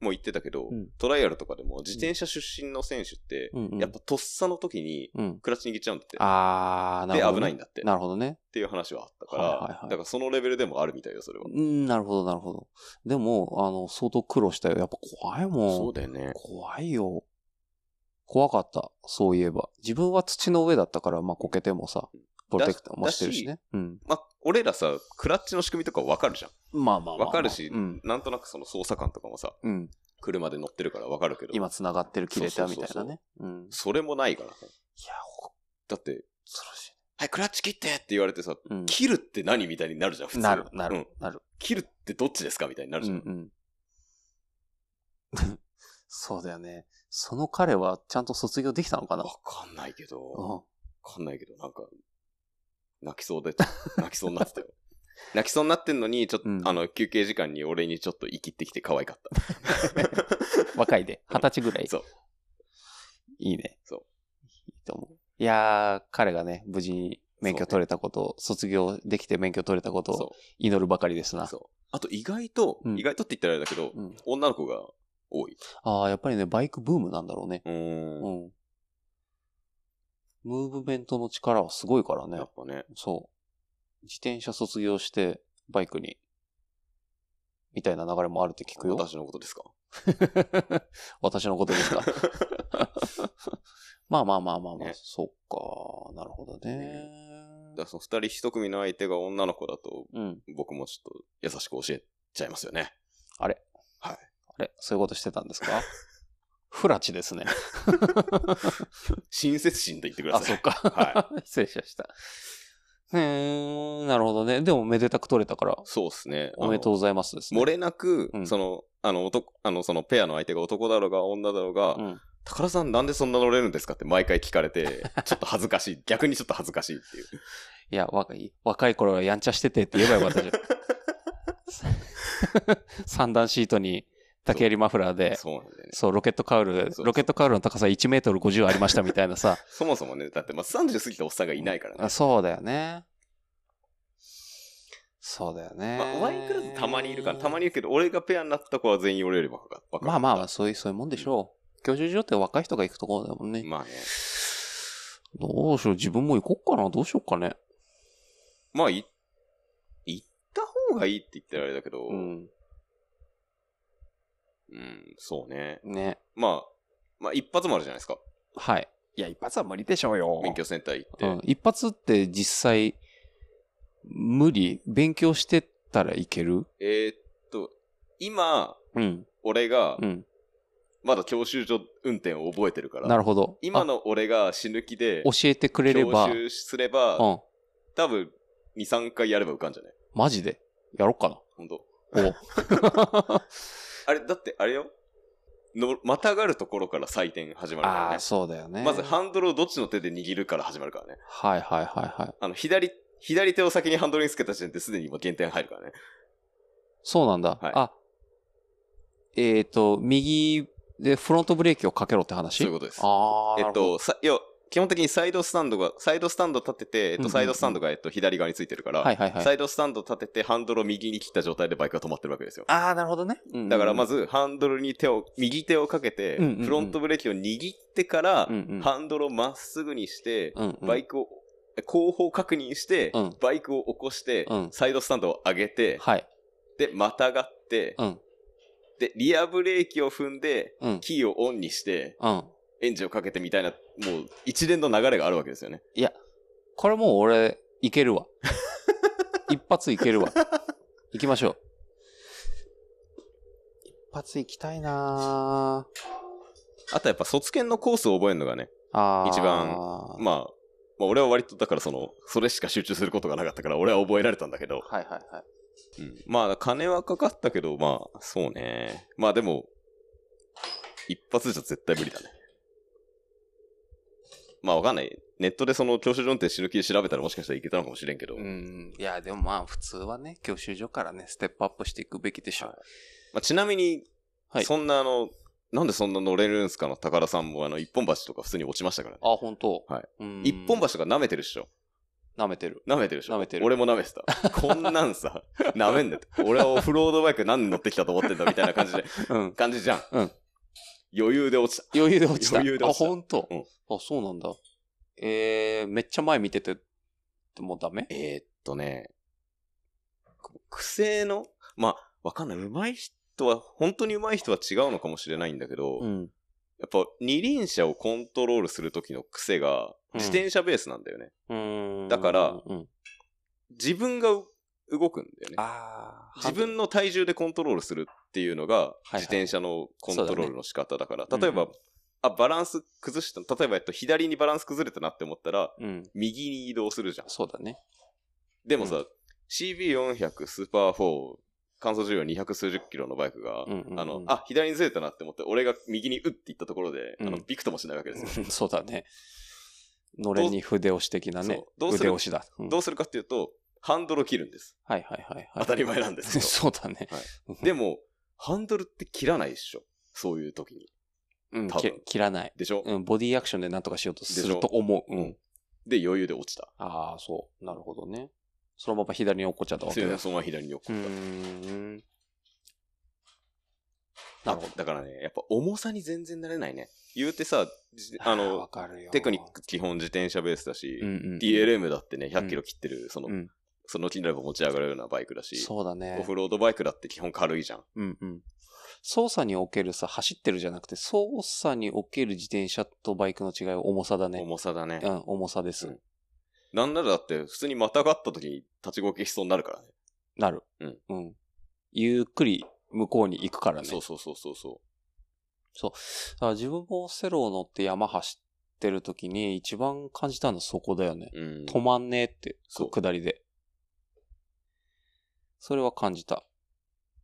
[SPEAKER 1] も言ってたけど、
[SPEAKER 2] うん
[SPEAKER 1] トライアルとかでも自転車出身の選手って、
[SPEAKER 2] うん、うん。
[SPEAKER 1] やっぱとっさの時に
[SPEAKER 2] うん。
[SPEAKER 1] クラッチ握っちゃうんだって。
[SPEAKER 2] あー、なる
[SPEAKER 1] で、
[SPEAKER 2] ほど、ね。
[SPEAKER 1] 危ないんだって。っ
[SPEAKER 2] なるほどね。
[SPEAKER 1] ていう話はあったから、
[SPEAKER 2] はいはいは
[SPEAKER 1] だ
[SPEAKER 2] い
[SPEAKER 1] からそのレベルでもあるみたいよ、それは
[SPEAKER 2] う。ん、なるほど、なるほど。でも、あの、相当苦労したよ。やっぱ怖いもん。
[SPEAKER 1] そうだよね。
[SPEAKER 2] 怖いよ。怖かった。そういえば。自分は土の上だったから、まあ、こけてもさ、プロテクターもしてるしね。うん。
[SPEAKER 1] まあ、俺らさ、クラッチの仕組みとかわかるじゃん。
[SPEAKER 2] まあまあまあまあ
[SPEAKER 1] わかるし
[SPEAKER 2] うん。
[SPEAKER 1] なんとなくその操作感とかもさ、
[SPEAKER 2] うん。
[SPEAKER 1] 車で乗ってるからわかるけど、
[SPEAKER 2] 今繋がってる切れたみた
[SPEAKER 1] そ
[SPEAKER 2] いな
[SPEAKER 1] うそうそう
[SPEAKER 2] ね。うん。い
[SPEAKER 1] それもないからね。
[SPEAKER 2] や、恐
[SPEAKER 1] だって、
[SPEAKER 2] ろしい。
[SPEAKER 1] はい、クラッチ切ってって言われてさ、
[SPEAKER 2] うん。
[SPEAKER 1] 切るって何みたいになるじゃん、普通。
[SPEAKER 2] なる、な
[SPEAKER 1] う
[SPEAKER 2] る
[SPEAKER 1] ん、
[SPEAKER 2] なる。
[SPEAKER 1] 切るってどっちですかみたいになる
[SPEAKER 2] う
[SPEAKER 1] じゃん。
[SPEAKER 2] んうん。 (laughs) そうだよね。その彼はちゃんと卒業できたのかな
[SPEAKER 1] わかんないけど、
[SPEAKER 2] う
[SPEAKER 1] わ
[SPEAKER 2] ん。
[SPEAKER 1] かんないけど、なんか、泣きそうで、
[SPEAKER 2] (laughs)
[SPEAKER 1] 泣きそうになってたよ。泣きそうになってんのに、ちょっと、
[SPEAKER 2] うん
[SPEAKER 1] あの、休憩時間に俺にちょっと生きてきて可愛かった。
[SPEAKER 2] 若いで。
[SPEAKER 1] (laughs)
[SPEAKER 2] 二十歳ぐらい。
[SPEAKER 1] そう。
[SPEAKER 2] いいね。。
[SPEAKER 1] そう
[SPEAKER 2] いいと思う。いやー、彼がね、無事に免許取れたこと、卒業できて免許取れたことを
[SPEAKER 1] そ
[SPEAKER 2] 祈るばかりです
[SPEAKER 1] う。
[SPEAKER 2] な。
[SPEAKER 1] そう。あと意外と、
[SPEAKER 2] うん
[SPEAKER 1] 意外とって言ったらあれだけど、
[SPEAKER 2] うん、
[SPEAKER 1] 女の子が多い。
[SPEAKER 2] ああ、やっぱりね、バイクブームなんだろうね。
[SPEAKER 1] う。
[SPEAKER 2] うんん。ムーブメントの力はすごいからね
[SPEAKER 1] や。っぱね。
[SPEAKER 2] そう。自転車卒業して、バイクに、みたいな流れもあるって聞くよ。
[SPEAKER 1] 私のことですか
[SPEAKER 2] 私のこ
[SPEAKER 1] (laughs)
[SPEAKER 2] とですか。まあまあまあまあまあ、
[SPEAKER 1] ね
[SPEAKER 2] そっか。なるほどね。
[SPEAKER 1] だからその二人一組の相手が女の子だと、
[SPEAKER 2] うん。
[SPEAKER 1] 僕もちょっと優しく教えちゃいますよね。
[SPEAKER 2] あれそういうことしてたんです
[SPEAKER 1] (laughs)
[SPEAKER 2] かフラチですね。
[SPEAKER 1] 親切心で言ってくだ
[SPEAKER 2] あ、
[SPEAKER 1] さ
[SPEAKER 2] そ
[SPEAKER 1] い
[SPEAKER 2] っ。か。
[SPEAKER 1] は
[SPEAKER 2] (laughs) 失礼しました。へー、なるほどね。でも、めでたく取れたから、
[SPEAKER 1] そうですね。
[SPEAKER 2] おめでとうございますですね。
[SPEAKER 1] 漏れなく、
[SPEAKER 2] うん
[SPEAKER 1] その、あの、男、あの、そのペアの相手が男だろうが女だろうが、
[SPEAKER 2] うん。
[SPEAKER 1] 高田さんなんでそんな乗れるんですかって毎回聞かれて、 (laughs) ちょっと恥ずかしい。逆にちょっと恥ずかしいっていう。
[SPEAKER 2] いや、若い、若い頃はやんちゃしててって言えばよかったじ
[SPEAKER 1] (laughs)
[SPEAKER 2] ゃん。三段シートに竹槍マフラーで、
[SPEAKER 1] そうなんだよね。
[SPEAKER 2] そう、ロケットカウル
[SPEAKER 1] そう、そう
[SPEAKER 2] ロケットカウルの高さ1メートル50ありましたみたいなさ。
[SPEAKER 1] そもそもね、だってまあ30過ぎたおっさんがいないからね
[SPEAKER 2] あ。そうだよね。そうだよね。
[SPEAKER 1] まあ、ワインクラスたまにいるから、たまにいるけど、俺がペアになった子は全員俺より若かった。
[SPEAKER 2] まあまあまあ、そういう、そういうもんでしょう。教習所って若い人が行くところだもんね。
[SPEAKER 1] まあね。
[SPEAKER 2] どうしよう、自分も行こっかな、どうしようかね。
[SPEAKER 1] まあ、い、行った方がいいって言ったらあれだけど、うん、
[SPEAKER 2] ん。
[SPEAKER 1] そうね。
[SPEAKER 2] ね。
[SPEAKER 1] まあ、まあ一発もあるじゃないですか。
[SPEAKER 2] はい。いや、一発は無理でしょうよ
[SPEAKER 1] 免許センター行って。
[SPEAKER 2] うん。一発って実際、無理勉強してたらいける
[SPEAKER 1] えーっと、今、
[SPEAKER 2] うん。
[SPEAKER 1] 俺が
[SPEAKER 2] うん。
[SPEAKER 1] まだ教習所運転を覚えてるから。
[SPEAKER 2] なるほど。
[SPEAKER 1] 今
[SPEAKER 2] の
[SPEAKER 1] の俺が死ぬ気で
[SPEAKER 2] 教、えてくれれば、
[SPEAKER 1] 教
[SPEAKER 2] う
[SPEAKER 1] 習すれば、
[SPEAKER 2] ん。
[SPEAKER 1] 多分、2、3回やれば浮かんじゃね
[SPEAKER 2] マジでやろっか
[SPEAKER 1] (laughs)
[SPEAKER 2] な。
[SPEAKER 1] 本当
[SPEAKER 2] お
[SPEAKER 1] あれ、だって、あれよ。の、またがるところから採点始まるから
[SPEAKER 2] あ
[SPEAKER 1] ね
[SPEAKER 2] あ、。そうだよね。
[SPEAKER 1] まず
[SPEAKER 2] はい
[SPEAKER 1] ハンドルをどっちの手で握るから始まるからね。
[SPEAKER 2] はいはいはい。
[SPEAKER 1] あの、左、左手を先にハンドルにつけた時点ですでに今減点入るからね。
[SPEAKER 2] そうなんだ。
[SPEAKER 1] はい
[SPEAKER 2] あ、えっ、と、右でフロントブレーキをかけろって話
[SPEAKER 1] そういうことです
[SPEAKER 2] ああ。
[SPEAKER 1] え
[SPEAKER 2] な
[SPEAKER 1] っ
[SPEAKER 2] るほど
[SPEAKER 1] と、さいや、基本的にサイドスタンドが、サイドスタンド立てて、えっ
[SPEAKER 2] うんうんう
[SPEAKER 1] と、
[SPEAKER 2] ん
[SPEAKER 1] サイドスタンドが、えっと、左側についてるから、
[SPEAKER 2] はいはいは
[SPEAKER 1] サ
[SPEAKER 2] い。
[SPEAKER 1] イドスタンド立てて、ハンドルを右に切った状態でバイクが止まってるわけですよ。
[SPEAKER 2] ああ、なるほどね。うん
[SPEAKER 1] だからま
[SPEAKER 2] ず、
[SPEAKER 1] ず、ハンドルに手を、右手をかけて、
[SPEAKER 2] うんうんうん
[SPEAKER 1] フロントブレーキを握ってから
[SPEAKER 2] う、んうん
[SPEAKER 1] ハンドルをまっすぐにして、
[SPEAKER 2] うんうん
[SPEAKER 1] バイクを、後方確認して、
[SPEAKER 2] うん
[SPEAKER 1] バイクを起こして、
[SPEAKER 2] うん
[SPEAKER 1] サイドスタンドを上げて、
[SPEAKER 2] はい。
[SPEAKER 1] で、またがって、
[SPEAKER 2] うん。
[SPEAKER 1] で、リアブレーキを踏んで、
[SPEAKER 2] うん。
[SPEAKER 1] キーをオンにして、
[SPEAKER 2] うん。
[SPEAKER 1] エンジンをかけてみたいな、もう一連の流れがあるわけですよね。
[SPEAKER 2] いや、これもう俺、いけ (laughs) るわ。一発いけるわ。行きましょう。一発行きたいなぁ
[SPEAKER 1] あとやっぱ卒検のコースを覚えるのがね、
[SPEAKER 2] あー
[SPEAKER 1] 一番まあ、まあ俺は割とだからその、それしか集中することがなかったから俺は覚えられたんだけど、
[SPEAKER 2] はいはいはい。
[SPEAKER 1] うんまあ金はかかったけど、まあそうね。まあでも、一発じゃ絶対無理だね。まあわかんない。ネットでその教習所運転死ぬ気で調べたらもしかしたらいけたのかもしれんけど、
[SPEAKER 2] うん。いや、でもまあ、普通はね、教習所からね、ステップアップしていくべきでしょ。
[SPEAKER 1] はいまあ、ちなみに、
[SPEAKER 2] はい
[SPEAKER 1] そんなあの、なんでそんな乗れるんすかの高田さんもあの、一本橋とか普通に落ちましたからね。
[SPEAKER 2] あ、本当
[SPEAKER 1] はい。
[SPEAKER 2] うん
[SPEAKER 1] 一本橋とか舐めてるっしょ
[SPEAKER 2] 舐めてる。
[SPEAKER 1] 舐めてるでしょ
[SPEAKER 2] 舐めてる
[SPEAKER 1] 俺も舐めて
[SPEAKER 2] (laughs)
[SPEAKER 1] た。こんなんさ、舐めんねって。俺はオフロードバイク何乗ってきたと思ってんだみたいな感じで、
[SPEAKER 2] うん。
[SPEAKER 1] 感じじゃん。
[SPEAKER 2] うん
[SPEAKER 1] 余裕で落ちた。
[SPEAKER 2] 余裕で落ちた。
[SPEAKER 1] 余裕で落ちた
[SPEAKER 2] あ、本当、
[SPEAKER 1] うん
[SPEAKER 2] あ、そうなんだ。えー、めっちゃ前見てて、もうダメ
[SPEAKER 1] えー、っとね、こ癖の、まあ、わかんない。上手い人は、本当に上手い人は違うのかもしれないんだけど、
[SPEAKER 2] うん。
[SPEAKER 1] やっぱ二輪車をコントロールする時の癖が、
[SPEAKER 2] うん
[SPEAKER 1] 自転車ベースなんだよね。
[SPEAKER 2] うん。
[SPEAKER 1] だから
[SPEAKER 2] うん。
[SPEAKER 1] 自分がう動くんだよね。
[SPEAKER 2] ああ。
[SPEAKER 1] 自分の体重でコントロールするっていうのが
[SPEAKER 2] いはい
[SPEAKER 1] 自転車のコントロールの仕方だから、
[SPEAKER 2] そうだ
[SPEAKER 1] 例え
[SPEAKER 2] ね
[SPEAKER 1] ば、あ、バランス崩した、例えば、えっと、左にバランス崩れたなって思ったら、
[SPEAKER 2] うん。
[SPEAKER 1] 右に移動するじゃん。
[SPEAKER 2] そうだね。
[SPEAKER 1] でもさ、
[SPEAKER 2] う
[SPEAKER 1] CB400 スーパー4、乾燥重量200数十キロのバイクが、
[SPEAKER 2] うんうんうん
[SPEAKER 1] あの、あ、左にずれたなって思って、俺が右にうって言ったところで、
[SPEAKER 2] うん
[SPEAKER 1] あの、ビクともしないわけですよ。
[SPEAKER 2] そうだね。のれんに筆押し的なね
[SPEAKER 1] そう。どうする
[SPEAKER 2] 腕押しだ。うん
[SPEAKER 1] どうするかっていうと、ハンドルを切るんです。
[SPEAKER 2] はいはいはいはい。
[SPEAKER 1] 当たり前なんですけど
[SPEAKER 2] (laughs) そうだね。
[SPEAKER 1] でも、ハンドルって切らないっしょ。そういう時に。
[SPEAKER 2] うん、
[SPEAKER 1] 多分
[SPEAKER 2] き切らない。
[SPEAKER 1] でしょ、
[SPEAKER 2] うん、ボディアクションで何とかしようとす
[SPEAKER 1] でし
[SPEAKER 2] る
[SPEAKER 1] ょ
[SPEAKER 2] と思う。う
[SPEAKER 1] うんん。で、余裕で落ちた。
[SPEAKER 2] ああ、そう。なるほどね。そのまま左に落っこっちゃったわ
[SPEAKER 1] そ
[SPEAKER 2] け
[SPEAKER 1] う
[SPEAKER 2] だ。
[SPEAKER 1] そのまま左に置
[SPEAKER 2] う
[SPEAKER 1] く
[SPEAKER 2] ーん。
[SPEAKER 1] な
[SPEAKER 2] な
[SPEAKER 1] るほ
[SPEAKER 2] るほど
[SPEAKER 1] ど。だからね、やっぱ重さに全然慣れないね。言うてさ、じあ
[SPEAKER 2] ー
[SPEAKER 1] の
[SPEAKER 2] わ、かるよ
[SPEAKER 1] テクニック基本自転車ベースだし、
[SPEAKER 2] うんうん、
[SPEAKER 1] DLM だってね、100キロ切ってる、その、
[SPEAKER 2] うん
[SPEAKER 1] その気になれば持ち上がるようなバイクだし、
[SPEAKER 2] そうだね
[SPEAKER 1] オ。フロードバイクだって基本軽いじゃん。
[SPEAKER 2] うんうん。操作におけるさ、走ってるじゃなくて、操作における自転車とバイクの違いは重さだね。
[SPEAKER 1] 重さだね
[SPEAKER 2] う。ん、重さです。
[SPEAKER 1] うんなんならだって、普通にまたがった時に立ちこけしそうになるからね。
[SPEAKER 2] なる。
[SPEAKER 1] うん。
[SPEAKER 2] うん。ゆっくり向こうに行くからね。
[SPEAKER 1] そうそうそうそうそ
[SPEAKER 2] だから自分もセロを乗って山走ってる時に一番感じたのはそこだよね。
[SPEAKER 1] う。うん。
[SPEAKER 2] 止まんねえって、
[SPEAKER 1] そう
[SPEAKER 2] 下りで。それは感じた。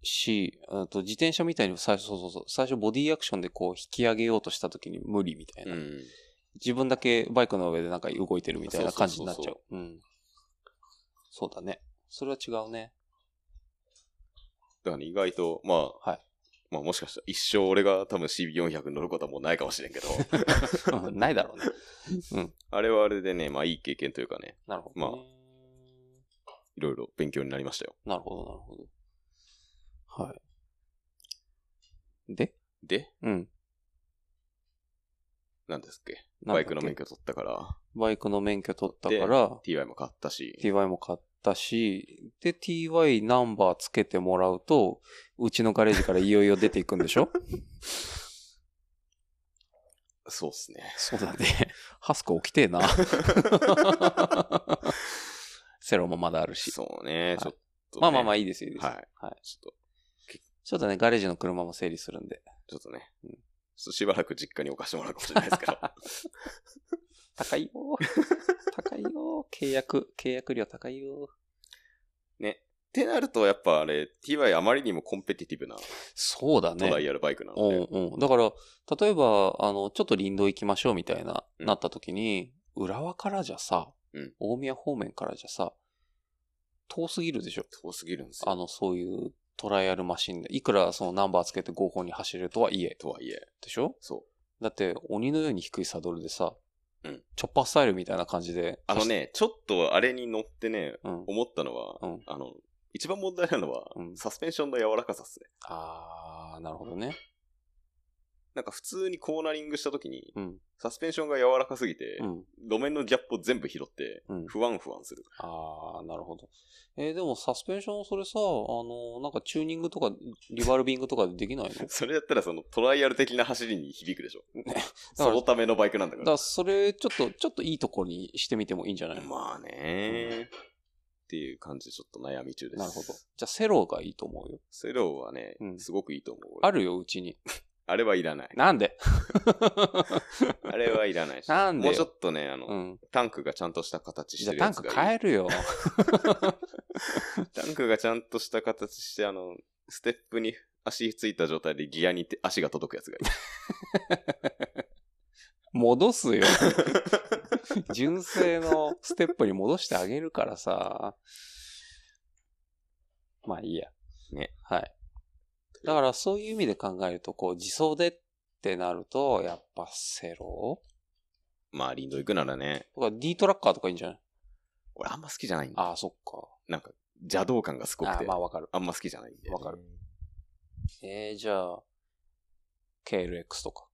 [SPEAKER 2] し、あと自転車みたいに最初、そうそうそう、最初ボディアクションでこう引き上げようとした時に無理みたいうな。
[SPEAKER 1] ん。
[SPEAKER 2] 自分だけバイクの上でなんか動いてるみたいな感じになっちゃ
[SPEAKER 1] そう
[SPEAKER 2] う。うん。そうだね。それは違うね。
[SPEAKER 1] だからね、意外と、まあ、
[SPEAKER 2] (laughs) はい
[SPEAKER 1] まあもしかしたら一生俺が多分 CB400 乗ることはもうないかもしれん
[SPEAKER 2] (laughs)
[SPEAKER 1] けど、
[SPEAKER 2] うんないだろうね。
[SPEAKER 1] あれはあれでね、まあいい経験というかね、
[SPEAKER 2] なるほど、ね。
[SPEAKER 1] まいろいろ勉強になりましたよ。
[SPEAKER 2] なるほど、なるほど。はい。で
[SPEAKER 1] で、
[SPEAKER 2] うん。
[SPEAKER 1] なんですっけバ
[SPEAKER 2] なんだっ
[SPEAKER 1] イ
[SPEAKER 2] け
[SPEAKER 1] クの免許取ったから、
[SPEAKER 2] バイクの免許取ったから、
[SPEAKER 1] TY も買ったし、
[SPEAKER 2] TY も買ったし、で、TY ナンバーつけてもらうと、うちのガレージからいよいよ出ていくんでしょ
[SPEAKER 1] そうっすね。
[SPEAKER 2] そうだね。ハスク起きてえ (laughs) な。セロもまだあるし。
[SPEAKER 1] そうね、
[SPEAKER 2] い
[SPEAKER 1] ちょっと、ね。
[SPEAKER 2] まあまあまあ
[SPEAKER 1] い
[SPEAKER 2] いいですよ、いいですよ。
[SPEAKER 1] はい。
[SPEAKER 2] はい
[SPEAKER 1] ちょっと、
[SPEAKER 2] ちょっとね、ガレージの車も整理するんで。
[SPEAKER 1] ちょっとね、しばらく実家に置かしてもらうかもしれないですけど。
[SPEAKER 2] 高いよ。 (laughs) 高いよ。契約、契約料高いよ。
[SPEAKER 1] ってなると、やっぱあれ、TY あまりにもコンペティティブな
[SPEAKER 2] そうだ
[SPEAKER 1] トラ
[SPEAKER 2] ね。
[SPEAKER 1] イアルバイクなの
[SPEAKER 2] う
[SPEAKER 1] で、
[SPEAKER 2] んうん。だから、例えば、あの、ちょっと林道行きましょうみたいな、
[SPEAKER 1] うん
[SPEAKER 2] なった時に、浦和からじゃさ、
[SPEAKER 1] うん
[SPEAKER 2] 大宮方面からじゃさ、遠すぎるでしょ。
[SPEAKER 1] 遠すぎるんです
[SPEAKER 2] あ
[SPEAKER 1] よ。
[SPEAKER 2] の、そういうトライアルマシンで。いくらそのナンバーつけて合法に走れるとはいえ、
[SPEAKER 1] とはいえ、
[SPEAKER 2] でしょ
[SPEAKER 1] そう。
[SPEAKER 2] だって、鬼のように低いサドルでさ、
[SPEAKER 1] うん
[SPEAKER 2] チョッパースタイルみたいな感じで。
[SPEAKER 1] あのね、ちょっとあれに乗ってね、
[SPEAKER 2] 走っ、うん。
[SPEAKER 1] 思ったのは、
[SPEAKER 2] うん
[SPEAKER 1] あの、一番問題なのは、
[SPEAKER 2] うん
[SPEAKER 1] サスペンションの柔らかさっすね。
[SPEAKER 2] あー、なるほどね。
[SPEAKER 1] なんか普通にコーナリングした時に、
[SPEAKER 2] うん。
[SPEAKER 1] サスペンションが柔らかすぎて、
[SPEAKER 2] うん。
[SPEAKER 1] 路面のギャップを全部拾って、
[SPEAKER 2] うん。
[SPEAKER 1] 不安不安する。 (laughs)
[SPEAKER 2] あー、なるほど。えーでもサスペンションそれさ、あの、なんかチューニングとか、リバルビングとかで
[SPEAKER 1] (laughs)
[SPEAKER 2] きないの
[SPEAKER 1] それやったらそのトライアル的な走りに響く
[SPEAKER 2] (laughs)
[SPEAKER 1] でしょ。
[SPEAKER 2] ら
[SPEAKER 1] (laughs) そのためのバイクなんだから。
[SPEAKER 2] だからそれ、ちょっと、ちょっといいとこにしてみてもいいんじゃないの、
[SPEAKER 1] まあねっていう感じでちょっと悩み中です。
[SPEAKER 2] なるほど。じゃあセロがいいと思うよ。
[SPEAKER 1] セローはね、
[SPEAKER 2] うん
[SPEAKER 1] すごくいいと思う。
[SPEAKER 2] あるよ、うちに。
[SPEAKER 1] あれはいらない。
[SPEAKER 2] なんで
[SPEAKER 1] あれはいらないし。
[SPEAKER 2] (laughs) なんで
[SPEAKER 1] も
[SPEAKER 2] よ
[SPEAKER 1] うちょっとね、あの、
[SPEAKER 2] うん。
[SPEAKER 1] タンクがちゃんとした形し
[SPEAKER 2] じゃ
[SPEAKER 1] て
[SPEAKER 2] あ
[SPEAKER 1] るや
[SPEAKER 2] タン
[SPEAKER 1] つが
[SPEAKER 2] ク
[SPEAKER 1] いい。
[SPEAKER 2] 変えるよ。
[SPEAKER 1] タンクがちゃんとした形して、あの、ステップに足ついた状態でギアにて足が届くやつが
[SPEAKER 2] (laughs)
[SPEAKER 1] いい。
[SPEAKER 2] 戻す (laughs) よ。純正のステップに戻してあげるからさ。まあいいや。
[SPEAKER 1] ね。
[SPEAKER 2] はい。だからそういう意味で考えると、こう、自走でってなると、やっぱセロ
[SPEAKER 1] まあ、林道行くならね、
[SPEAKER 2] とか D トラッカーとかいいんじゃない
[SPEAKER 1] 俺あんま好きじゃないんだ。
[SPEAKER 2] ああ、そっか。
[SPEAKER 1] なんか、邪道感がすごく
[SPEAKER 2] ああ
[SPEAKER 1] て、
[SPEAKER 2] ー、まあわかる。
[SPEAKER 1] あんま好きじゃないんで。
[SPEAKER 2] わかる。えー、じゃあ、KLX とか。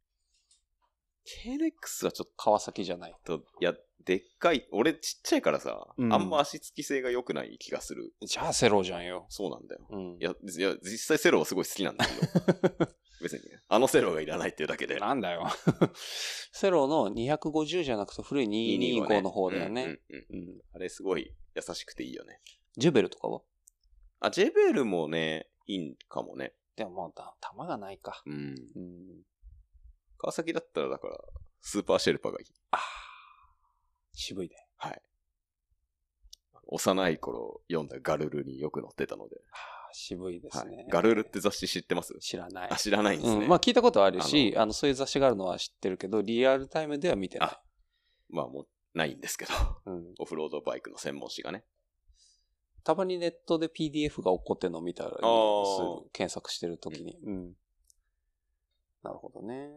[SPEAKER 1] KLX はちょっ
[SPEAKER 2] 川崎じゃない。
[SPEAKER 1] と、いや、でっかい、俺ちっちゃいからさ、
[SPEAKER 2] うん
[SPEAKER 1] あんま足つき性が良くない気がする。
[SPEAKER 2] じゃあセロじゃんよ。
[SPEAKER 1] そうなんだよ。
[SPEAKER 2] うん
[SPEAKER 1] い。や、いや実際セロはすごい好きなんだけど、
[SPEAKER 2] (laughs)
[SPEAKER 1] 別にね、あのセロがいらないっていうだけで。
[SPEAKER 2] なんだよ。 (laughs) セロの250じゃなくて古い225の方だ
[SPEAKER 1] う
[SPEAKER 2] よ
[SPEAKER 1] ん
[SPEAKER 2] ね。
[SPEAKER 1] うんうん
[SPEAKER 2] うん。
[SPEAKER 1] あれすごい優しくていいよね。
[SPEAKER 2] ジュベルとかは
[SPEAKER 1] あ、ジェベルもね、いいんかもね。
[SPEAKER 2] でもまあ、た弾がないか。
[SPEAKER 1] うん。
[SPEAKER 2] うん。
[SPEAKER 1] 川崎だったらだから、スーパーシェルパがいい。
[SPEAKER 2] 渋いね。
[SPEAKER 1] 幼い頃読んだガルルによく載ってたので。
[SPEAKER 2] あー渋いですね。
[SPEAKER 1] はい、ガルルって雑誌知ってます
[SPEAKER 2] 知らない
[SPEAKER 1] あ、。知らないんですね。
[SPEAKER 2] うん、まあ聞いたことはあるし
[SPEAKER 1] あ
[SPEAKER 2] あの、そういう雑誌があるのは知ってるけど、リアルタイムでは見てない。
[SPEAKER 1] あまあもう、ないんですけど。 (laughs)
[SPEAKER 2] うん、
[SPEAKER 1] オフロードバイクの専門誌がね。
[SPEAKER 2] たまにネットで PDF が起こってるのを見たりする
[SPEAKER 1] あー
[SPEAKER 2] 検索してるときに、うん。なるほどね。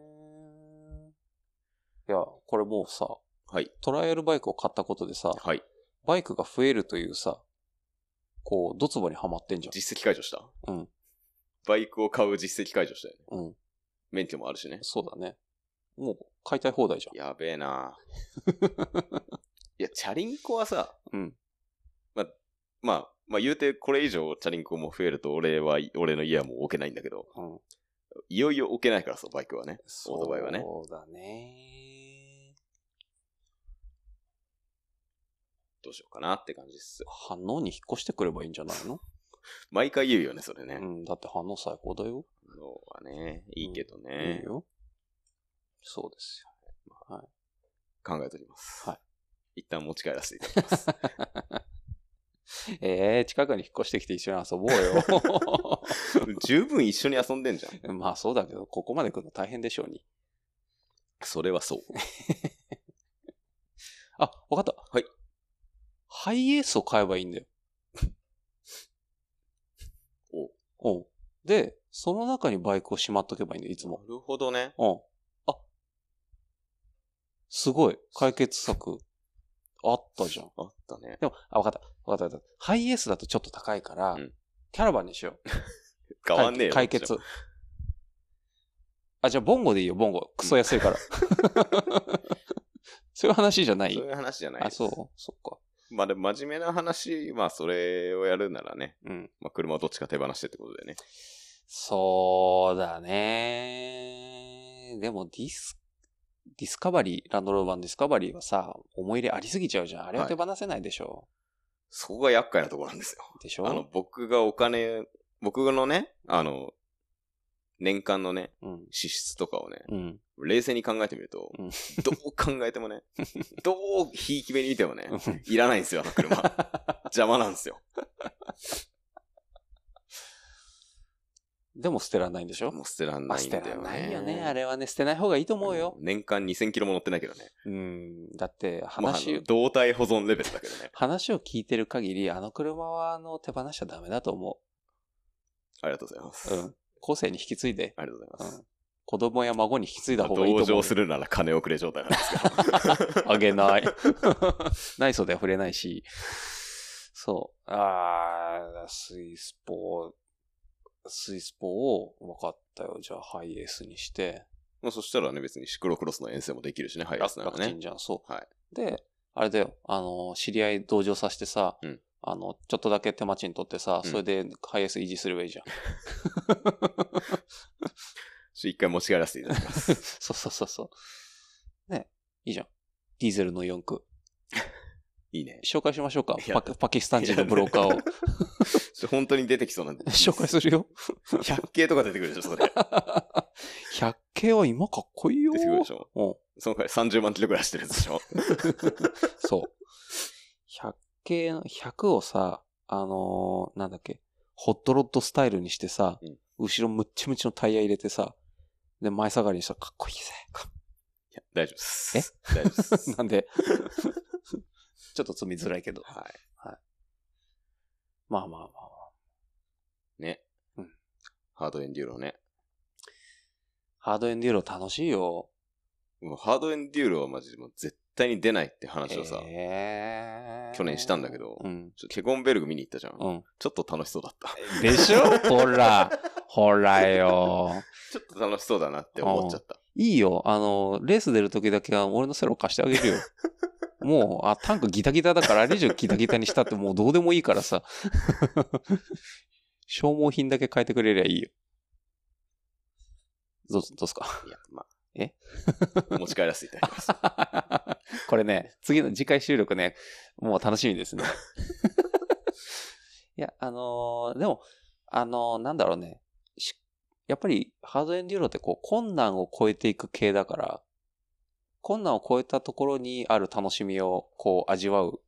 [SPEAKER 2] いや、これもうさ、
[SPEAKER 1] はい。
[SPEAKER 2] トライアルバイクを買ったことでさ、
[SPEAKER 1] はい。
[SPEAKER 2] バイクが増えるというさ、こう、ドツボにはまってんじ
[SPEAKER 1] 実績解除した
[SPEAKER 2] ゃん。うん。
[SPEAKER 1] バイクを買う実績解除したよね。
[SPEAKER 2] うん。
[SPEAKER 1] 免許もあるしね。
[SPEAKER 2] そうだね。もう、買いたい放題じゃん。
[SPEAKER 1] やべえ
[SPEAKER 2] (laughs)
[SPEAKER 1] ないや、チャリンコはさ、
[SPEAKER 2] うん。
[SPEAKER 1] ま、まあ、まあ言うてこれ以上チャリンコも増えると俺は、俺の家はもう置けないんだけど、
[SPEAKER 2] うん。
[SPEAKER 1] いよいよ置けないからさ、バイクはね。オートバイはね。
[SPEAKER 2] そうだね。
[SPEAKER 1] どうしようかなって感じっす。
[SPEAKER 2] 反応に引っ越してくればいいんじゃないの
[SPEAKER 1] 毎回言うよね、それね。
[SPEAKER 2] うん。だって反応最高だよ。
[SPEAKER 1] そうはね、いいけど
[SPEAKER 2] い
[SPEAKER 1] ね
[SPEAKER 2] い。よ。そうですよ。
[SPEAKER 1] 考えております。
[SPEAKER 2] はい
[SPEAKER 1] 一旦持ち帰らせて
[SPEAKER 2] (laughs)
[SPEAKER 1] いただきます。
[SPEAKER 2] ええ近くに引っ越してきて一緒に遊ぼう
[SPEAKER 1] 十分一緒に遊んでんじゃん。
[SPEAKER 2] よ。 (laughs) まあそうだけど、ここまで来るの大変でしょうに。
[SPEAKER 1] それはそう。
[SPEAKER 2] あ、わかった。
[SPEAKER 1] はい。
[SPEAKER 2] ハイエースを買えばいいんだよ。おうん。で、その中にバイクをしまっとけばいいんだよ、いつも。
[SPEAKER 1] なるほどね。
[SPEAKER 2] うん。あ、すごい。解決策、あったじゃん。
[SPEAKER 1] あったね。
[SPEAKER 2] でも、あ、わかった。わかった。わかったハイエースだとちょっと高いから、
[SPEAKER 1] うん
[SPEAKER 2] キャラバンにしよう。
[SPEAKER 1] 変わんねえよ。
[SPEAKER 2] 解
[SPEAKER 1] どっ
[SPEAKER 2] 決
[SPEAKER 1] ち。
[SPEAKER 2] あ、じゃあ、ボンゴでいいよ、ボンゴ。クソ安いから。 (laughs) そういう話じゃな
[SPEAKER 1] も
[SPEAKER 2] い
[SPEAKER 1] そういう話じゃない。
[SPEAKER 2] あ、そう、そっか。
[SPEAKER 1] まあでも真面目な話、まあそれをやるならね、
[SPEAKER 2] うん。
[SPEAKER 1] まあ車をどっちか手放してってことでね。
[SPEAKER 2] そうだね。でも、ディス、ディスカバリー、ランドローバーのディスカバリーはさ、思い入れありすぎちゃうじゃん。あれは手放せないでしょ。
[SPEAKER 1] そこが厄介なところなんですよ。
[SPEAKER 2] でし
[SPEAKER 1] あの
[SPEAKER 2] ょ、
[SPEAKER 1] 僕がお金、僕のね、あの、年間のね、
[SPEAKER 2] うん。
[SPEAKER 1] 支出とかをね、
[SPEAKER 2] うん。
[SPEAKER 1] 冷静に考えてみると、
[SPEAKER 2] うん
[SPEAKER 1] どう考えて
[SPEAKER 2] (laughs)
[SPEAKER 1] もね、どうひいき目に見てもね、いらないんですよ、あの
[SPEAKER 2] (laughs)
[SPEAKER 1] 車。邪魔なんですよ。
[SPEAKER 2] でも捨てらんないんでしょ
[SPEAKER 1] もう捨てらん
[SPEAKER 2] まあ
[SPEAKER 1] ない
[SPEAKER 2] 捨
[SPEAKER 1] んだ
[SPEAKER 2] て
[SPEAKER 1] よね。
[SPEAKER 2] らんないよね。あれはね、捨てない方がいいと思うよ。
[SPEAKER 1] ん年間2000キロも乗ってないけどね。
[SPEAKER 2] うん。だって、
[SPEAKER 1] まあ、あ
[SPEAKER 2] 話を
[SPEAKER 1] の、胴体保存レベルだけどね。
[SPEAKER 2] 話を聞いてる限り、あの車は、あの、手放しちゃダメだと思
[SPEAKER 1] ありがとうございます。
[SPEAKER 2] う。うん。後世に引き継いで、
[SPEAKER 1] ありがとうご
[SPEAKER 2] う
[SPEAKER 1] ざいます。
[SPEAKER 2] ん。子供や孫に引き継いだ方がいいと思
[SPEAKER 1] 同情
[SPEAKER 2] う。
[SPEAKER 1] するなら金をくれ状態なんですけど。
[SPEAKER 2] あげない。 (laughs) ないそうでは触れないし。そう。あー、スイスポスイスポを、分かったよ。じゃあ、ハイエースにして。
[SPEAKER 1] (laughs) まあ、そしたらね、別にシクロクロスの遠征もできるしね、ハイエースなら
[SPEAKER 2] 楽
[SPEAKER 1] ね
[SPEAKER 2] ちん。じゃん、そう。
[SPEAKER 1] はい
[SPEAKER 2] で、あれだよ。あの、知り合い同乗させてさ、
[SPEAKER 1] うん
[SPEAKER 2] あの、ちょっとだけ手間賃取ってさ、
[SPEAKER 1] うん
[SPEAKER 2] それでハイエース維持すればいいじゃん。 (laughs)
[SPEAKER 1] 一回持ち帰らせていただ
[SPEAKER 2] (laughs)
[SPEAKER 1] きます。
[SPEAKER 2] そうそうそうそう。ね、いいじゃん。ディーゼルの四駆。
[SPEAKER 1] いいね。
[SPEAKER 2] 紹介しましょうか。
[SPEAKER 1] いや
[SPEAKER 2] パキパキスタン人のブローカ
[SPEAKER 1] (laughs)
[SPEAKER 2] ーを
[SPEAKER 1] 本当に出てきそうなんで。
[SPEAKER 2] (laughs)
[SPEAKER 1] (laughs)
[SPEAKER 2] 紹介するよ。
[SPEAKER 1] 100系とか出てくるでしょ、そ
[SPEAKER 2] (laughs)
[SPEAKER 1] れ。
[SPEAKER 2] 100系は今かっこいいよ。
[SPEAKER 1] 出てくるでしょ。
[SPEAKER 2] うん。
[SPEAKER 1] その回30万キロぐらい走ってるやつで
[SPEAKER 2] (laughs)
[SPEAKER 1] しょ。
[SPEAKER 2] そう。100系の、100をさ、あのーなんだっけ、ホットロッドスタイルにしてさ、
[SPEAKER 1] うん
[SPEAKER 2] 後ろむっちむちのタイヤ入れてさ、で、前下がりにしたらかっこいいぜ。か
[SPEAKER 1] いや大丈夫です。え大丈夫 (laughs) です。
[SPEAKER 2] なんで、 (laughs) ちょっと積みづらいけど。
[SPEAKER 1] は
[SPEAKER 2] まあまあまあまあ。
[SPEAKER 1] い。ね。
[SPEAKER 2] うん
[SPEAKER 1] ハードエンデューロね。
[SPEAKER 2] ハードエンデューロ楽しいよ。
[SPEAKER 1] もうハードエンデューロはマジでもう絶対に出ないって話をさ、
[SPEAKER 2] えー
[SPEAKER 1] 去年したんだけど
[SPEAKER 2] うん。
[SPEAKER 1] ちょケゴンベルグ見に行ったじゃん。
[SPEAKER 2] うん。
[SPEAKER 1] ちょっと楽しそうだった。
[SPEAKER 2] でしょほら。ほらよ。
[SPEAKER 1] ちょっと楽しそうだなって思っちゃった。
[SPEAKER 2] いいよ。あの、レース出る時だけは俺のセロ貸してあげるよ。もう、あ、タンクギタギタだから、あれ以上ギタギタにしたってもうどうでもいいからさ。消耗品だけ変えてくれりゃいいよ。どうす、どうすか
[SPEAKER 1] いや、まあ。
[SPEAKER 2] え
[SPEAKER 1] (laughs) 持ち帰らせていただ
[SPEAKER 2] (laughs)
[SPEAKER 1] きます。
[SPEAKER 2] これね、次の次回収録ね、もう楽しみですね。いや、あのーでも、あのーなんだろうね。しやっぱりハードエンデューロってこう困難を超えていく系だから、困難を超えたところにある楽しみをこう味わう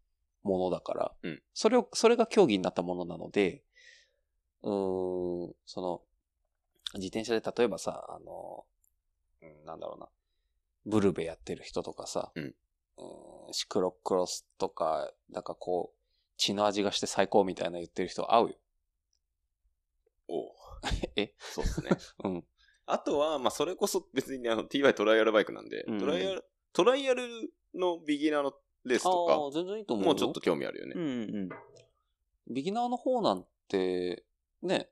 [SPEAKER 2] ものだから、
[SPEAKER 1] うん
[SPEAKER 2] それを、それが競技になったものなので、うーん、その、自転車で例えばさ、あの、うんなんだろうな、ブルベやってる人とかさ、
[SPEAKER 1] うん
[SPEAKER 2] ーんシクロクロスとか、なんかこう、血の味がして最高みたいな言ってる人会うよ。 (laughs)
[SPEAKER 1] おう
[SPEAKER 2] え
[SPEAKER 1] そうです (laughs) ね。
[SPEAKER 2] うん。
[SPEAKER 1] あとは、まあ、それこそ別にあの TY トライアルバイクなんで、
[SPEAKER 2] うん
[SPEAKER 1] トライアル、トライアルのビギナーのレースと
[SPEAKER 2] あ、全然いい
[SPEAKER 1] か、
[SPEAKER 2] と思うよ。
[SPEAKER 1] もうちょっと興味あるよね。
[SPEAKER 2] うんうん。ビギナーの方なんて、ね、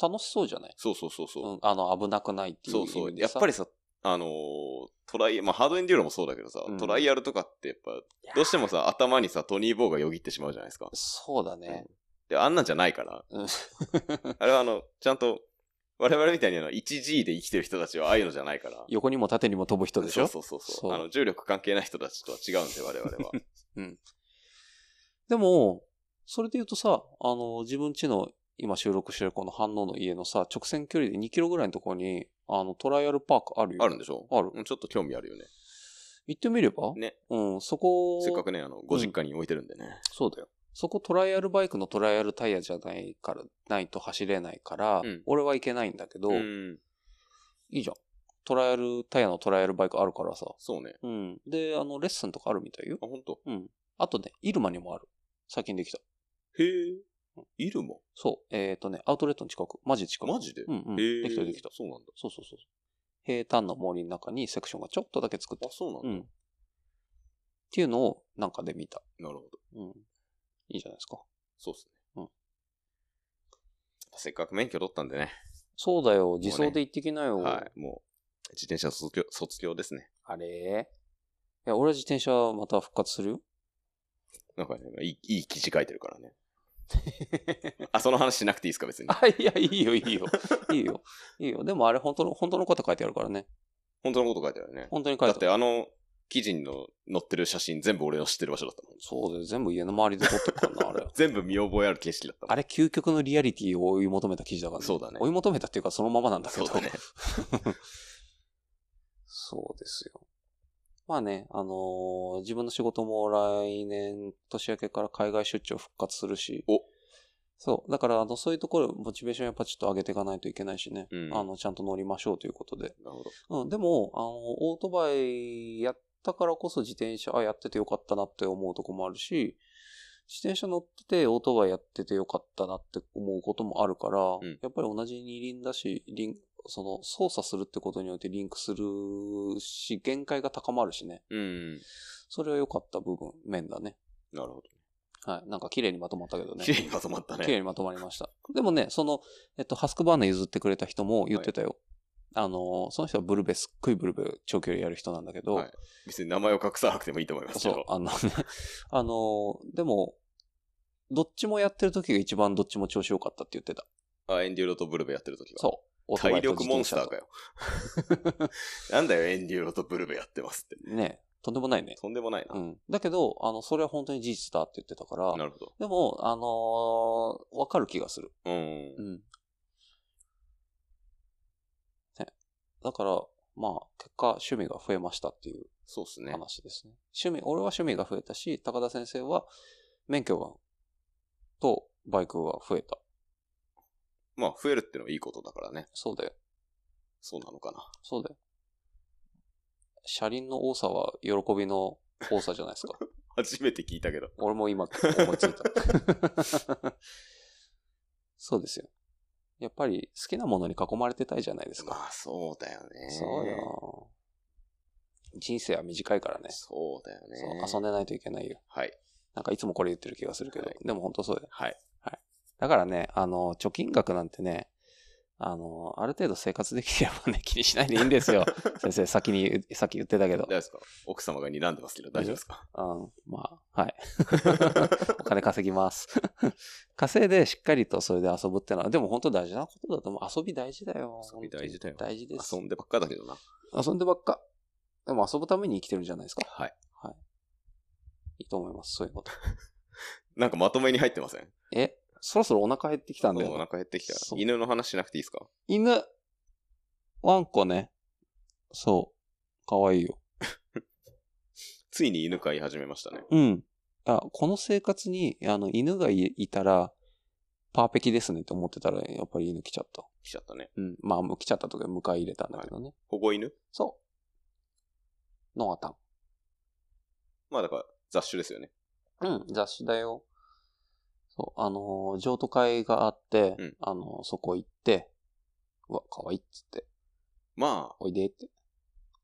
[SPEAKER 2] 楽しそうじゃない
[SPEAKER 1] そうそうそうそう。
[SPEAKER 2] うん、あの、危なくないっていう意
[SPEAKER 1] そう
[SPEAKER 2] 味でさ。
[SPEAKER 1] そう。やっぱりさ、あのートライ、まあ、ハードエンデューロもそうだけどさ、
[SPEAKER 2] うん
[SPEAKER 1] トライアルとかってやっぱ、どうしてもさ、頭にさ、トニー・ボーがよぎってしまうじゃないですか。
[SPEAKER 2] そうだね。
[SPEAKER 1] で、あんなんじゃないから。
[SPEAKER 2] うん
[SPEAKER 1] あれはあの、ちゃんと、我々みたいにあの、1G で生きてる人たちはああいうのじゃないから。
[SPEAKER 2] (laughs) 横にも縦にも飛ぶ人でしょ
[SPEAKER 1] そうそうそうそ。
[SPEAKER 2] そうう
[SPEAKER 1] あの、重力関係ない人たちとは違うんで、我々
[SPEAKER 2] (laughs)
[SPEAKER 1] は。
[SPEAKER 2] でも、それで言うとさ、あの、自分家の今収録してるこの反応の家のさ、直線距離で2キロぐらいのところに、あの、トライアルパークあるよ。
[SPEAKER 1] あるんでしょ
[SPEAKER 2] ある
[SPEAKER 1] う。んちょっと興味あるよね。
[SPEAKER 2] 行ってみれば
[SPEAKER 1] ね。
[SPEAKER 2] うん、そこ、
[SPEAKER 1] せっかくね、あの、ご実家に置いてるんでね。
[SPEAKER 2] そうだよ。そこトライアルバイクのトライアルタイヤじゃないから、ないと走れないから、
[SPEAKER 1] うん
[SPEAKER 2] 俺はいけないんだけど、
[SPEAKER 1] うん。
[SPEAKER 2] いいじゃん。トライアルタイヤのトライアルバイクあるからさ。
[SPEAKER 1] そうね。
[SPEAKER 2] うん。で、あの、レッスンとかあるみたいよ。
[SPEAKER 1] あ、ほんと。
[SPEAKER 2] うん。あとね、イルマにもある。最近できた。
[SPEAKER 1] へえ。いるも
[SPEAKER 2] そう。えっ、とね、アウトレットの近く。マジ近く。
[SPEAKER 1] マジで
[SPEAKER 2] うんうん。
[SPEAKER 1] ん。へえ。
[SPEAKER 2] できたできた。
[SPEAKER 1] そうなんだ。
[SPEAKER 2] そうそうそう。平坦な森の中にセクションがちょっとだけ作って
[SPEAKER 1] あ、そうなん
[SPEAKER 2] う
[SPEAKER 1] だ。
[SPEAKER 2] ん。っていうのをなんかで見た。
[SPEAKER 1] なるほど。
[SPEAKER 2] うん。いいじゃないですか。
[SPEAKER 1] そうっすね。
[SPEAKER 2] うん
[SPEAKER 1] せっかく免許取ったんでね。
[SPEAKER 2] そうだよ。自走で行ってきなよ。
[SPEAKER 1] はい。もう、自転車卒業、卒業ですね。
[SPEAKER 2] あれいや、俺は自転車また復活するよ。
[SPEAKER 1] なんかね、いいいい記事書いてるからね。あ、その話しなくていいですか、別に。
[SPEAKER 2] (laughs) あ、いや、いいよ、いいよ。 (laughs) いいよ。いいよ。でもあれ、本当の、本当のこと書いてあるからね。
[SPEAKER 1] 本当のこと書いてあるね。
[SPEAKER 2] 本当に書い
[SPEAKER 1] だ
[SPEAKER 2] てあ
[SPEAKER 1] っ
[SPEAKER 2] る。
[SPEAKER 1] てあの、記事の載ってる写真全部俺の知ってる場所だったもん。。
[SPEAKER 2] そうだよ。全部家の周りで撮ってるからな、あれ
[SPEAKER 1] 全部見覚えある景色だったもん。
[SPEAKER 2] あれ、究極のリアリティを追い求めた記事だからね。
[SPEAKER 1] そうだね
[SPEAKER 2] 追い求めたっていうか、そのままなんだけ
[SPEAKER 1] そ
[SPEAKER 2] ど。
[SPEAKER 1] うだね。
[SPEAKER 2] (laughs) そうですよ。まあね、あのー自分の仕事も来年、年明けから海外出張復活するし。
[SPEAKER 1] お
[SPEAKER 2] そう。だから、あの、そういうところ、モチベーションやっぱちょっと上げていかないといけないしね。
[SPEAKER 1] うん
[SPEAKER 2] あの、ちゃんと乗りましょうということで。
[SPEAKER 1] なるほど。
[SPEAKER 2] うん、でも、あの、オートバイやったからこそ自転車、あ、やっててよかったなって思うとこもあるし、自転車乗っててオートバイやっててよかったなって思うこともあるから、
[SPEAKER 1] ん
[SPEAKER 2] やっぱり同じ二輪だし、リンその操作するってことによってリンクするし、限界が高まるしね。
[SPEAKER 1] うん。
[SPEAKER 2] それは良かった部分、面だね。
[SPEAKER 1] なるほ
[SPEAKER 2] はい。なんか綺麗にまとまったけど
[SPEAKER 1] ど。
[SPEAKER 2] ね。
[SPEAKER 1] 綺麗にまとまった
[SPEAKER 2] 綺麗
[SPEAKER 1] ね。
[SPEAKER 2] にまとまりました。でもね、その、えっと、ハスクバーナー譲ってくれた人も言ってたよ。あの、その人はブルベス、クイブルベ長距離やる人なんだけど、
[SPEAKER 1] はい別に名前を隠さなくてもいいと思いますけ
[SPEAKER 2] そう
[SPEAKER 1] ど、。
[SPEAKER 2] あのね、あの、でも、どっちもやってる時が一番どっちも調子良かったって言ってた。
[SPEAKER 1] あ、エンデューロとブルベやってる時は。
[SPEAKER 2] そう。オートバ
[SPEAKER 1] 体
[SPEAKER 2] イと
[SPEAKER 1] 力
[SPEAKER 2] 自
[SPEAKER 1] モ
[SPEAKER 2] 転
[SPEAKER 1] ンス
[SPEAKER 2] 車
[SPEAKER 1] タ
[SPEAKER 2] と
[SPEAKER 1] ーかよ。 (laughs) なんだよ、エンデューロとブルベやってますって。
[SPEAKER 2] ねとんでもないね。
[SPEAKER 1] とんでもないな。
[SPEAKER 2] うん。だけど、あの、それは本当に事実だって言ってたから、
[SPEAKER 1] なるほど。
[SPEAKER 2] でも、あのーわかる気がする。
[SPEAKER 1] うん
[SPEAKER 2] う。ん。ね。だから、まあ、結果、趣味が増えましたっていう
[SPEAKER 1] そうっすね。
[SPEAKER 2] 話ですね。趣味、俺は趣味が増えたし、高田先生は免許が、とバイクが増えた。
[SPEAKER 1] まあ、増えるってのはいいことだからね。
[SPEAKER 2] そうだよ。
[SPEAKER 1] そうなのかな。
[SPEAKER 2] そうだよ。車輪の多さは喜びの多さじゃないですか。
[SPEAKER 1] 初めて聞いたけど。
[SPEAKER 2] 俺も今思いついた。 (laughs) そうですよ。やっぱり好きなものに囲まれてたいじゃないですか。
[SPEAKER 1] まあ、そうだよね。
[SPEAKER 2] そう。よ。人生は短いからね。
[SPEAKER 1] そうだよね。
[SPEAKER 2] そう遊んでないといけないよ。
[SPEAKER 1] はい。
[SPEAKER 2] なんかいつもこれ言ってる気がするけど、
[SPEAKER 1] はい
[SPEAKER 2] でも本当そうだよ。
[SPEAKER 1] はい。
[SPEAKER 2] だからね、あの、貯金額なんてね、あの、ある程度生活できればね、 (laughs) 気にしないでいいんで
[SPEAKER 1] (laughs)
[SPEAKER 2] すよ。先生、先に言う、さっき言ってたけど
[SPEAKER 1] 大。丈夫ですか奥様が睨んでますけど、大丈夫ですか
[SPEAKER 2] うん、ま
[SPEAKER 1] (laughs)
[SPEAKER 2] あ、はい。お金稼ぎます。 (laughs) 稼いでしっかりとそれで遊ぶってのは、でも本当大事なことだと思う。遊び大事だよ。
[SPEAKER 1] 遊び大事だよ
[SPEAKER 2] 大事です
[SPEAKER 1] 遊。んでばっかだけどな。
[SPEAKER 2] 遊んでばっか。でも遊ぶために生きてるんじゃないですか。
[SPEAKER 1] はい。
[SPEAKER 2] いいと思います、そういうこと。
[SPEAKER 1] なんかまとめに入ってません
[SPEAKER 2] え、そろそろお腹減ってきたんだ
[SPEAKER 1] もうお
[SPEAKER 2] よな。
[SPEAKER 1] 腹減ってきた
[SPEAKER 2] そう
[SPEAKER 1] 犬の話しなくていいですか
[SPEAKER 2] 犬ワンコね。そう。かわいいよ。
[SPEAKER 1] ついに犬飼い始めましたね。
[SPEAKER 2] うん。あ、この生活に、あの、犬がいいたら、パーペキですねって思ってたら、やっぱり犬来ちゃった。
[SPEAKER 1] 来ちゃったね。
[SPEAKER 2] うん。まあ、もう来ちゃった時は迎え入れたんだけどね。
[SPEAKER 1] 保護犬
[SPEAKER 2] そう。ノアタ
[SPEAKER 1] まあだから雑種ですよね。
[SPEAKER 2] ン。うん。雑誌だよ。そう。あのー譲渡会があって、
[SPEAKER 1] うん
[SPEAKER 2] あのーそこ行って、うわ、かわいいっつって、
[SPEAKER 1] まあ、
[SPEAKER 2] おいでって。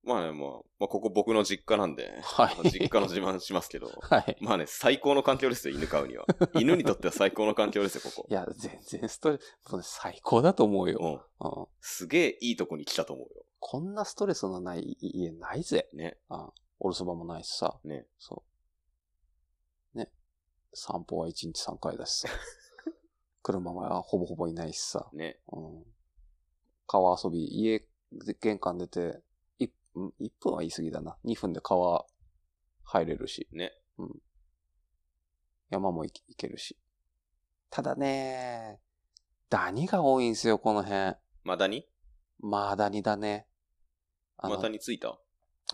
[SPEAKER 1] まあね、まあ、まあ、ここ僕の実家なんで、
[SPEAKER 2] (laughs) はい
[SPEAKER 1] まあ実家の自慢しますけど、
[SPEAKER 2] はい。
[SPEAKER 1] まあね、最高の環境ですよ、犬飼うには。犬にとっては最高の環境ですよ、こ
[SPEAKER 2] いや、全然ストレス、そう最高だと思うよ。
[SPEAKER 1] こ。うん。
[SPEAKER 2] うん、
[SPEAKER 1] すげえいいとこに来たと思うよ。
[SPEAKER 2] こんなストレスのない家ないぜ。
[SPEAKER 1] ね。
[SPEAKER 2] お留守番もないしさ。
[SPEAKER 1] ね。
[SPEAKER 2] そう。ね。散歩は1日3回だしさ。車はほぼほぼいないしさ。
[SPEAKER 1] ね。
[SPEAKER 2] うん。川遊び、家、玄関出て、1, 1分は言い過ぎだな。2分で川入れるし。
[SPEAKER 1] ね。
[SPEAKER 2] うん。山も行き行けるし。ただね、ダニが多いんすよ、この辺。
[SPEAKER 1] マダニ
[SPEAKER 2] マダニだね。あの
[SPEAKER 1] マダニついたあ、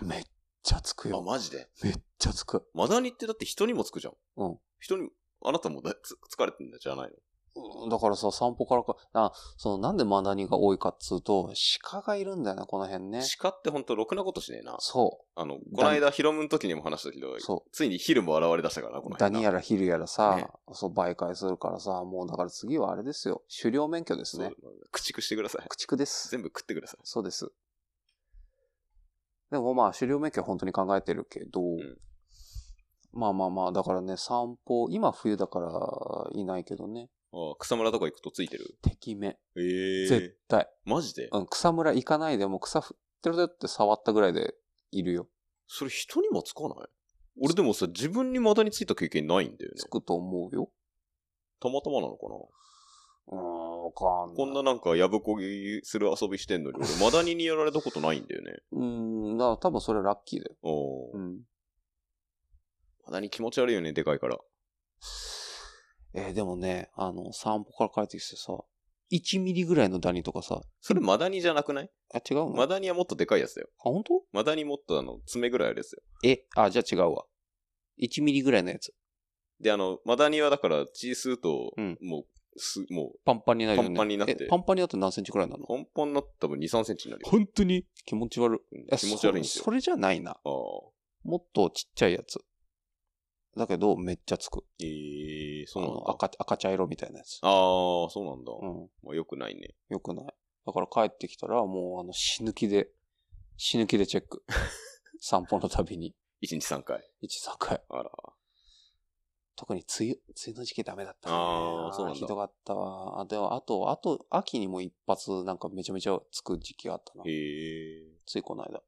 [SPEAKER 2] めっちゃつくよ。
[SPEAKER 1] マジで
[SPEAKER 2] めっちゃつく。
[SPEAKER 1] マダニってだって人にもつくじゃん。
[SPEAKER 2] うん。
[SPEAKER 1] 人に、あなたもだつ疲れてんじゃないの
[SPEAKER 2] うんだからさ、散歩からか、あ、その、なんでマダニが多いかっつうと、鹿がいるんだよな、この辺ね。
[SPEAKER 1] 鹿ってほんとろくなことしねえな。
[SPEAKER 2] そ
[SPEAKER 1] あの、この間ヒロムの時にも話したけど
[SPEAKER 2] う、、そ
[SPEAKER 1] ついにヒルも現れ出したからな、こ
[SPEAKER 2] う
[SPEAKER 1] の。
[SPEAKER 2] ダニ
[SPEAKER 1] や
[SPEAKER 2] やらヒルやらさ、
[SPEAKER 1] ね
[SPEAKER 2] そう、媒介するからさ、もうだから次はあれですよ。狩猟免許ですね。
[SPEAKER 1] 駆逐してください。
[SPEAKER 2] 駆逐です。
[SPEAKER 1] 全部食ってください。
[SPEAKER 2] そうです。でもまあ、狩猟免許は本当に考えてるけど、
[SPEAKER 1] ん
[SPEAKER 2] まあまあまあ、だからね、散歩、今冬だからいないけどね、
[SPEAKER 1] ああ草むらとか行くとついてる
[SPEAKER 2] 敵目、
[SPEAKER 1] ええ
[SPEAKER 2] 絶対。
[SPEAKER 1] マジで
[SPEAKER 2] うん、草むら行かないでも草振ってるだって触ったぐらいでいるよ。
[SPEAKER 1] それ人にもつかない俺でもさ、自分にマダニついた経験ないんだよね
[SPEAKER 2] つ。くと思うよ。
[SPEAKER 1] たまたまなのかな
[SPEAKER 2] うん、わかんない。
[SPEAKER 1] こんななんか、やぶこぎする遊びしてんのに、俺、マダニにやられたことないんだよね。
[SPEAKER 2] うん、だから多分それラッキーだよ。
[SPEAKER 1] おー
[SPEAKER 2] ん。
[SPEAKER 1] マダニ気持ち悪いよね、でかいから。
[SPEAKER 2] えーでもね、あの、散歩から帰ってきてさ、1ミリぐらいのダニとかさ、
[SPEAKER 1] それマダニじゃなくない
[SPEAKER 2] あ、違うの、
[SPEAKER 1] マ
[SPEAKER 2] あ、
[SPEAKER 1] ダニはもっとでかいやつだよ。
[SPEAKER 2] 本当
[SPEAKER 1] マダニもっとあの、爪ぐらいあるやつよ。
[SPEAKER 2] え、あ、じゃあ違うわ。1ミリぐらいのやつ。
[SPEAKER 1] で、あの、マダニはだから、血吸うと、
[SPEAKER 2] うん
[SPEAKER 1] もう、す、も
[SPEAKER 2] パンパンになるよね。
[SPEAKER 1] パンパンになって
[SPEAKER 2] えパンパンになって何センチくらいな
[SPEAKER 1] う、
[SPEAKER 2] の
[SPEAKER 1] ポンポンなったら多分2、3センチになるよ。
[SPEAKER 2] 本当に気持ち悪い。
[SPEAKER 1] うん
[SPEAKER 2] や
[SPEAKER 1] 気持ち悪いんです
[SPEAKER 2] そ
[SPEAKER 1] よ。
[SPEAKER 2] それじゃないな。
[SPEAKER 1] ああ。
[SPEAKER 2] もっとちっちゃいやつ。だけど、めっちゃつく。
[SPEAKER 1] ええー、
[SPEAKER 2] あ
[SPEAKER 1] そうなんだ。
[SPEAKER 2] の赤、赤茶色みたいなやつ。
[SPEAKER 1] ああ、そうなんだ。
[SPEAKER 2] うん。
[SPEAKER 1] まあ、よくないね。
[SPEAKER 2] よくない。だから帰ってきたら、もう、あの、死ぬ気で、死ぬ気でチ
[SPEAKER 1] (laughs)
[SPEAKER 2] ェック。散歩のたびに、
[SPEAKER 1] 1日3回。
[SPEAKER 2] 1、3回。
[SPEAKER 1] あら。
[SPEAKER 2] 特に梅雨、梅雨の時期ダメだったね。
[SPEAKER 1] あーそうなんだ
[SPEAKER 2] ひどかったわ。あ、でも、あと、あと、秋にも一発、なんかめちゃめちゃつく時期があったな
[SPEAKER 1] へ。え。
[SPEAKER 2] ついこの間。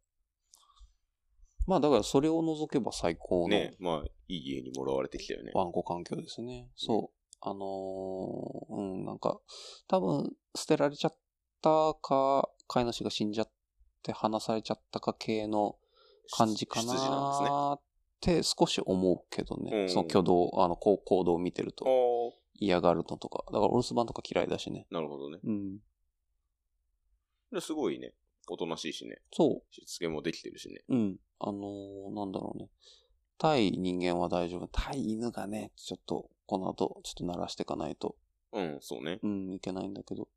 [SPEAKER 2] まあ、だからそれを除けば最高の
[SPEAKER 1] ねまあ、いい家にもらわれてきたよね。
[SPEAKER 2] ワンコ環境ですね。そう。あのーうん、なんか、多分、捨てられちゃったか、飼い主が死んじゃって、離されちゃったか系の感じか
[SPEAKER 1] 出自なんですね。
[SPEAKER 2] なーって少し思うけどね。
[SPEAKER 1] うん
[SPEAKER 2] その挙動、あの、こう行動を見てると。
[SPEAKER 1] あ
[SPEAKER 2] 嫌がるのとか。だからお留守番とか嫌いだしね。
[SPEAKER 1] あ、なるほどね。
[SPEAKER 2] うん。
[SPEAKER 1] ですごいね。おとなしいしね。
[SPEAKER 2] そ
[SPEAKER 1] しつけもできてるしね。
[SPEAKER 2] う。うん。あのーなんだろうね。対人間は大丈夫。対犬がね、ちょっと、この後、ちょっと鳴らしていかないと、
[SPEAKER 1] うん、そうね。
[SPEAKER 2] うん、いけないんだけど。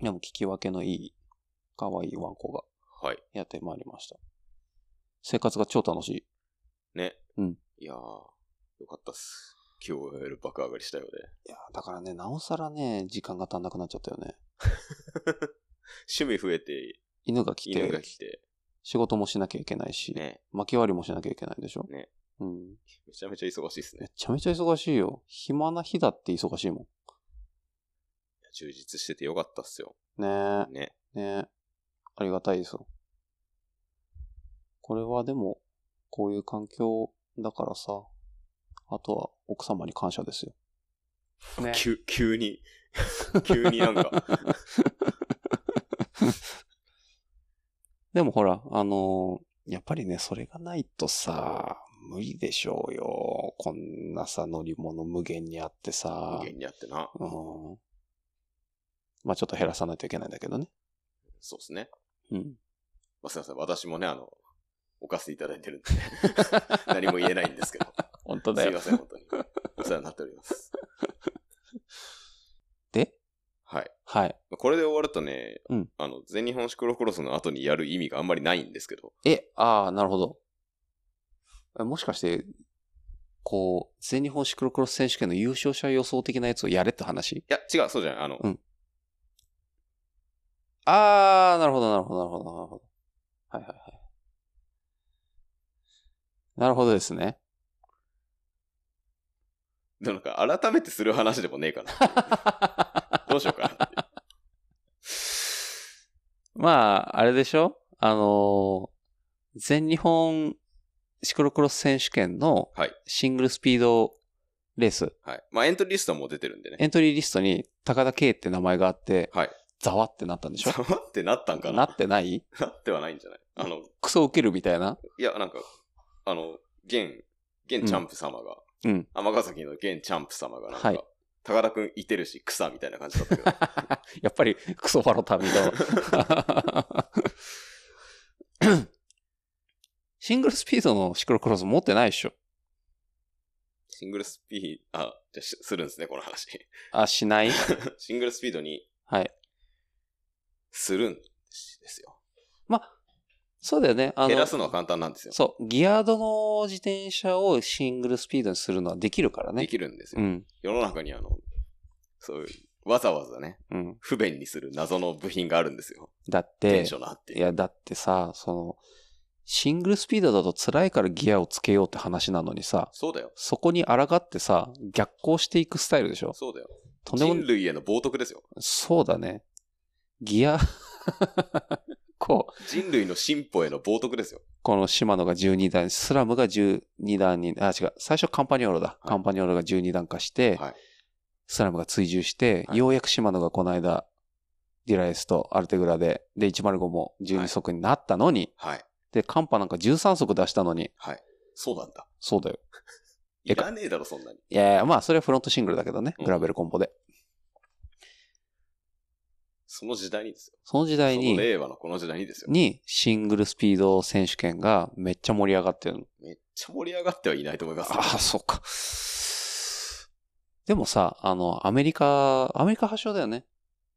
[SPEAKER 2] でも、聞き分けのいい、可愛いワンコが
[SPEAKER 1] はい。
[SPEAKER 2] やってまいりました。生活が超楽しい。
[SPEAKER 1] ね。
[SPEAKER 2] うん。
[SPEAKER 1] いやー、よかったっす。今日やる爆上がりしたようで。
[SPEAKER 2] いやーだからね、なおさらね、時間が足んなくなっちゃったよね。
[SPEAKER 1] 趣味増えて、
[SPEAKER 2] 犬が来
[SPEAKER 1] 犬が
[SPEAKER 2] て、
[SPEAKER 1] 来て、
[SPEAKER 2] 仕事もしなきゃいけないし、
[SPEAKER 1] ね。
[SPEAKER 2] 薪割りもしなきゃいけないでしょ。
[SPEAKER 1] ね。
[SPEAKER 2] うん。
[SPEAKER 1] めちゃめちゃ忙しいっす
[SPEAKER 2] め
[SPEAKER 1] ね。
[SPEAKER 2] ちゃめちゃ忙しいよ。暇な日だって忙しいも
[SPEAKER 1] 充実しててよかったっすよ。
[SPEAKER 2] ん。ね
[SPEAKER 1] ね。
[SPEAKER 2] え、ねえ。ありがたいですよ。これはでも、こういう環境だからさ、あとは奥様に感謝ですよ。ね
[SPEAKER 1] 急、急に、 (laughs) 急になんか、
[SPEAKER 2] でもほら、あのーやっぱりね、それがないとさ、無理でしょうよ。こんなさ、乗り物無限にあってさ
[SPEAKER 1] 無、限にあってな。
[SPEAKER 2] うん。まあちょっと減らさないといけないんだけどね。
[SPEAKER 1] そうっすね。
[SPEAKER 2] うん。
[SPEAKER 1] まあ、すいません。私もね、あの、お貸しいただいて
[SPEAKER 2] (laughs)
[SPEAKER 1] るんで、何も言えないんですけど。
[SPEAKER 2] 本当
[SPEAKER 1] すいま。せん、本当に。お世話になっております。
[SPEAKER 2] で
[SPEAKER 1] はい。
[SPEAKER 2] はい。
[SPEAKER 1] まあこれで終わるとね、
[SPEAKER 2] うん
[SPEAKER 1] あの、全日本シクロクロスの後にやる意味があんまりないんですけど、
[SPEAKER 2] え、ああ、なるほど。えもしかして、こう、全日本シクロクロス選手権の優勝者予想的なやつをやれって話
[SPEAKER 1] いや、違う、そうじゃない。あの、
[SPEAKER 2] うんああ、なるほど、なるほど、なるほど、なるほど。はいはいはい。なるほどですね。
[SPEAKER 1] でもなんか改めてする話でもねえかな。
[SPEAKER 2] (laughs)
[SPEAKER 1] どうしようかなって。
[SPEAKER 2] まあ、あれでしょあのー全日本シクロクロス選手権の
[SPEAKER 1] はい
[SPEAKER 2] シングルスピードレース、
[SPEAKER 1] はい。まあ、エントリーリストはもう出てるんでね。
[SPEAKER 2] エントリーリストに高田圭って名前があって、
[SPEAKER 1] はい。
[SPEAKER 2] ざわってなったん
[SPEAKER 1] (laughs)
[SPEAKER 2] でしょ
[SPEAKER 1] ざわってなったんか
[SPEAKER 2] な
[SPEAKER 1] な
[SPEAKER 2] ってない
[SPEAKER 1] なってはないんじゃないあの、
[SPEAKER 2] クソ受けるみたい
[SPEAKER 1] (laughs)
[SPEAKER 2] な。
[SPEAKER 1] いや、なんか、あの、現、現チャンプ様が、
[SPEAKER 2] うん。
[SPEAKER 1] 天ヶ崎の現チャンプ様がなんか、
[SPEAKER 2] はい
[SPEAKER 1] 高田くんいてるし草みたいな感じだったけど、 (laughs)
[SPEAKER 2] やっぱりクソファロタミだ。 (laughs) シングルスピードのシクロクロス持ってないでしょ。
[SPEAKER 1] シングルスピード、あ、じゃあしするんですね、この話。 (laughs)
[SPEAKER 2] あ、しない
[SPEAKER 1] シングルスピードに
[SPEAKER 2] はい。
[SPEAKER 1] するんですよ。
[SPEAKER 2] そうだよね。あ
[SPEAKER 1] 減らすのは簡単なんですよ。
[SPEAKER 2] そう。ギアードの自転車をシングルスピードにするのはできるからね。
[SPEAKER 1] できるんです
[SPEAKER 2] う
[SPEAKER 1] よ。
[SPEAKER 2] ん。
[SPEAKER 1] 世の中にあの、そういう、わざわざね、
[SPEAKER 2] うん。
[SPEAKER 1] 不便にする謎の部品があるんですよ。
[SPEAKER 2] だっ
[SPEAKER 1] テン
[SPEAKER 2] て
[SPEAKER 1] シ、ョナーって
[SPEAKER 2] い
[SPEAKER 1] いう。
[SPEAKER 2] や、だってさ、その、シングルスピードだと辛いからギアをつけようって話なのにさ、
[SPEAKER 1] そうだよ。
[SPEAKER 2] そこに抗ってさ、逆行していくスタイルでしょ
[SPEAKER 1] そうだよ。
[SPEAKER 2] とんでも
[SPEAKER 1] 人類への冒涜ですよ。
[SPEAKER 2] そうだね。ギア、 (laughs) こう、
[SPEAKER 1] 人類の進歩への冒涜ですよ。
[SPEAKER 2] この島野が12段、スラムが12段に、あ、違う、最初カンパニオーロだ。
[SPEAKER 1] い
[SPEAKER 2] カンパニオーロが12段化して、
[SPEAKER 1] はい
[SPEAKER 2] スラムが追従して、
[SPEAKER 1] はい
[SPEAKER 2] ようやく島野がこの間、ディラエスとアルテグラで、で、105も12足になったのに、
[SPEAKER 1] はい。
[SPEAKER 2] で、カンパなんか13足出したのに、
[SPEAKER 1] そうなんだ。
[SPEAKER 2] そうだよ。
[SPEAKER 1] いらねえだろ、そんなに。
[SPEAKER 2] いやいや、まあ、それはフロントシングルだけどね、
[SPEAKER 1] うん
[SPEAKER 2] グラベルコンボで。
[SPEAKER 1] その時代にですよ。
[SPEAKER 2] その時
[SPEAKER 1] そ
[SPEAKER 2] 代
[SPEAKER 1] の
[SPEAKER 2] に、
[SPEAKER 1] 令和のこの時代にですよ。
[SPEAKER 2] に、シングルスピード選手権がめっちゃ盛り上がってるの。
[SPEAKER 1] めっちゃ盛り上がってはいないと思いますよ。
[SPEAKER 2] ああ、そうか。でもさ、あの、アメリカ、アメリカ発祥だよね。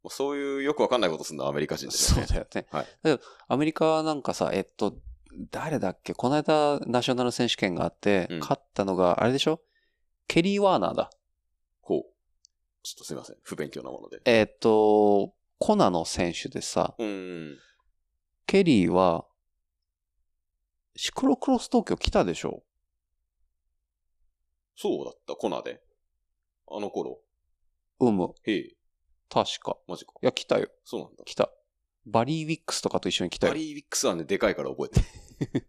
[SPEAKER 1] もうそういうよくわかんないことすんのアメリカ人です
[SPEAKER 2] そ
[SPEAKER 1] よ
[SPEAKER 2] う
[SPEAKER 1] ね。
[SPEAKER 2] だよね。
[SPEAKER 1] はい
[SPEAKER 2] だけどアメリカなんかさ、えっと、誰だっけこの間、ナショナル選手権があって、
[SPEAKER 1] うん
[SPEAKER 2] 勝ったのが、あれでしょケリー・ワーナーだ。
[SPEAKER 1] こう。ちょっとすいません。不勉強なもので。
[SPEAKER 2] えっと、コナの選手でさ、
[SPEAKER 1] うん。
[SPEAKER 2] ケリーは、シクロクロス東京来たでしょ
[SPEAKER 1] そうだった。コナで。あの頃。
[SPEAKER 2] うむ。
[SPEAKER 1] へえ。
[SPEAKER 2] 確か。
[SPEAKER 1] マジか。
[SPEAKER 2] いや、来たよ。
[SPEAKER 1] そうなんだ。
[SPEAKER 2] 来た。バリー・ウィックスとかと一緒に来た
[SPEAKER 1] バ
[SPEAKER 2] よ。
[SPEAKER 1] リー・ウィックスはね、でかいから
[SPEAKER 2] (laughs)
[SPEAKER 1] 覚えてる。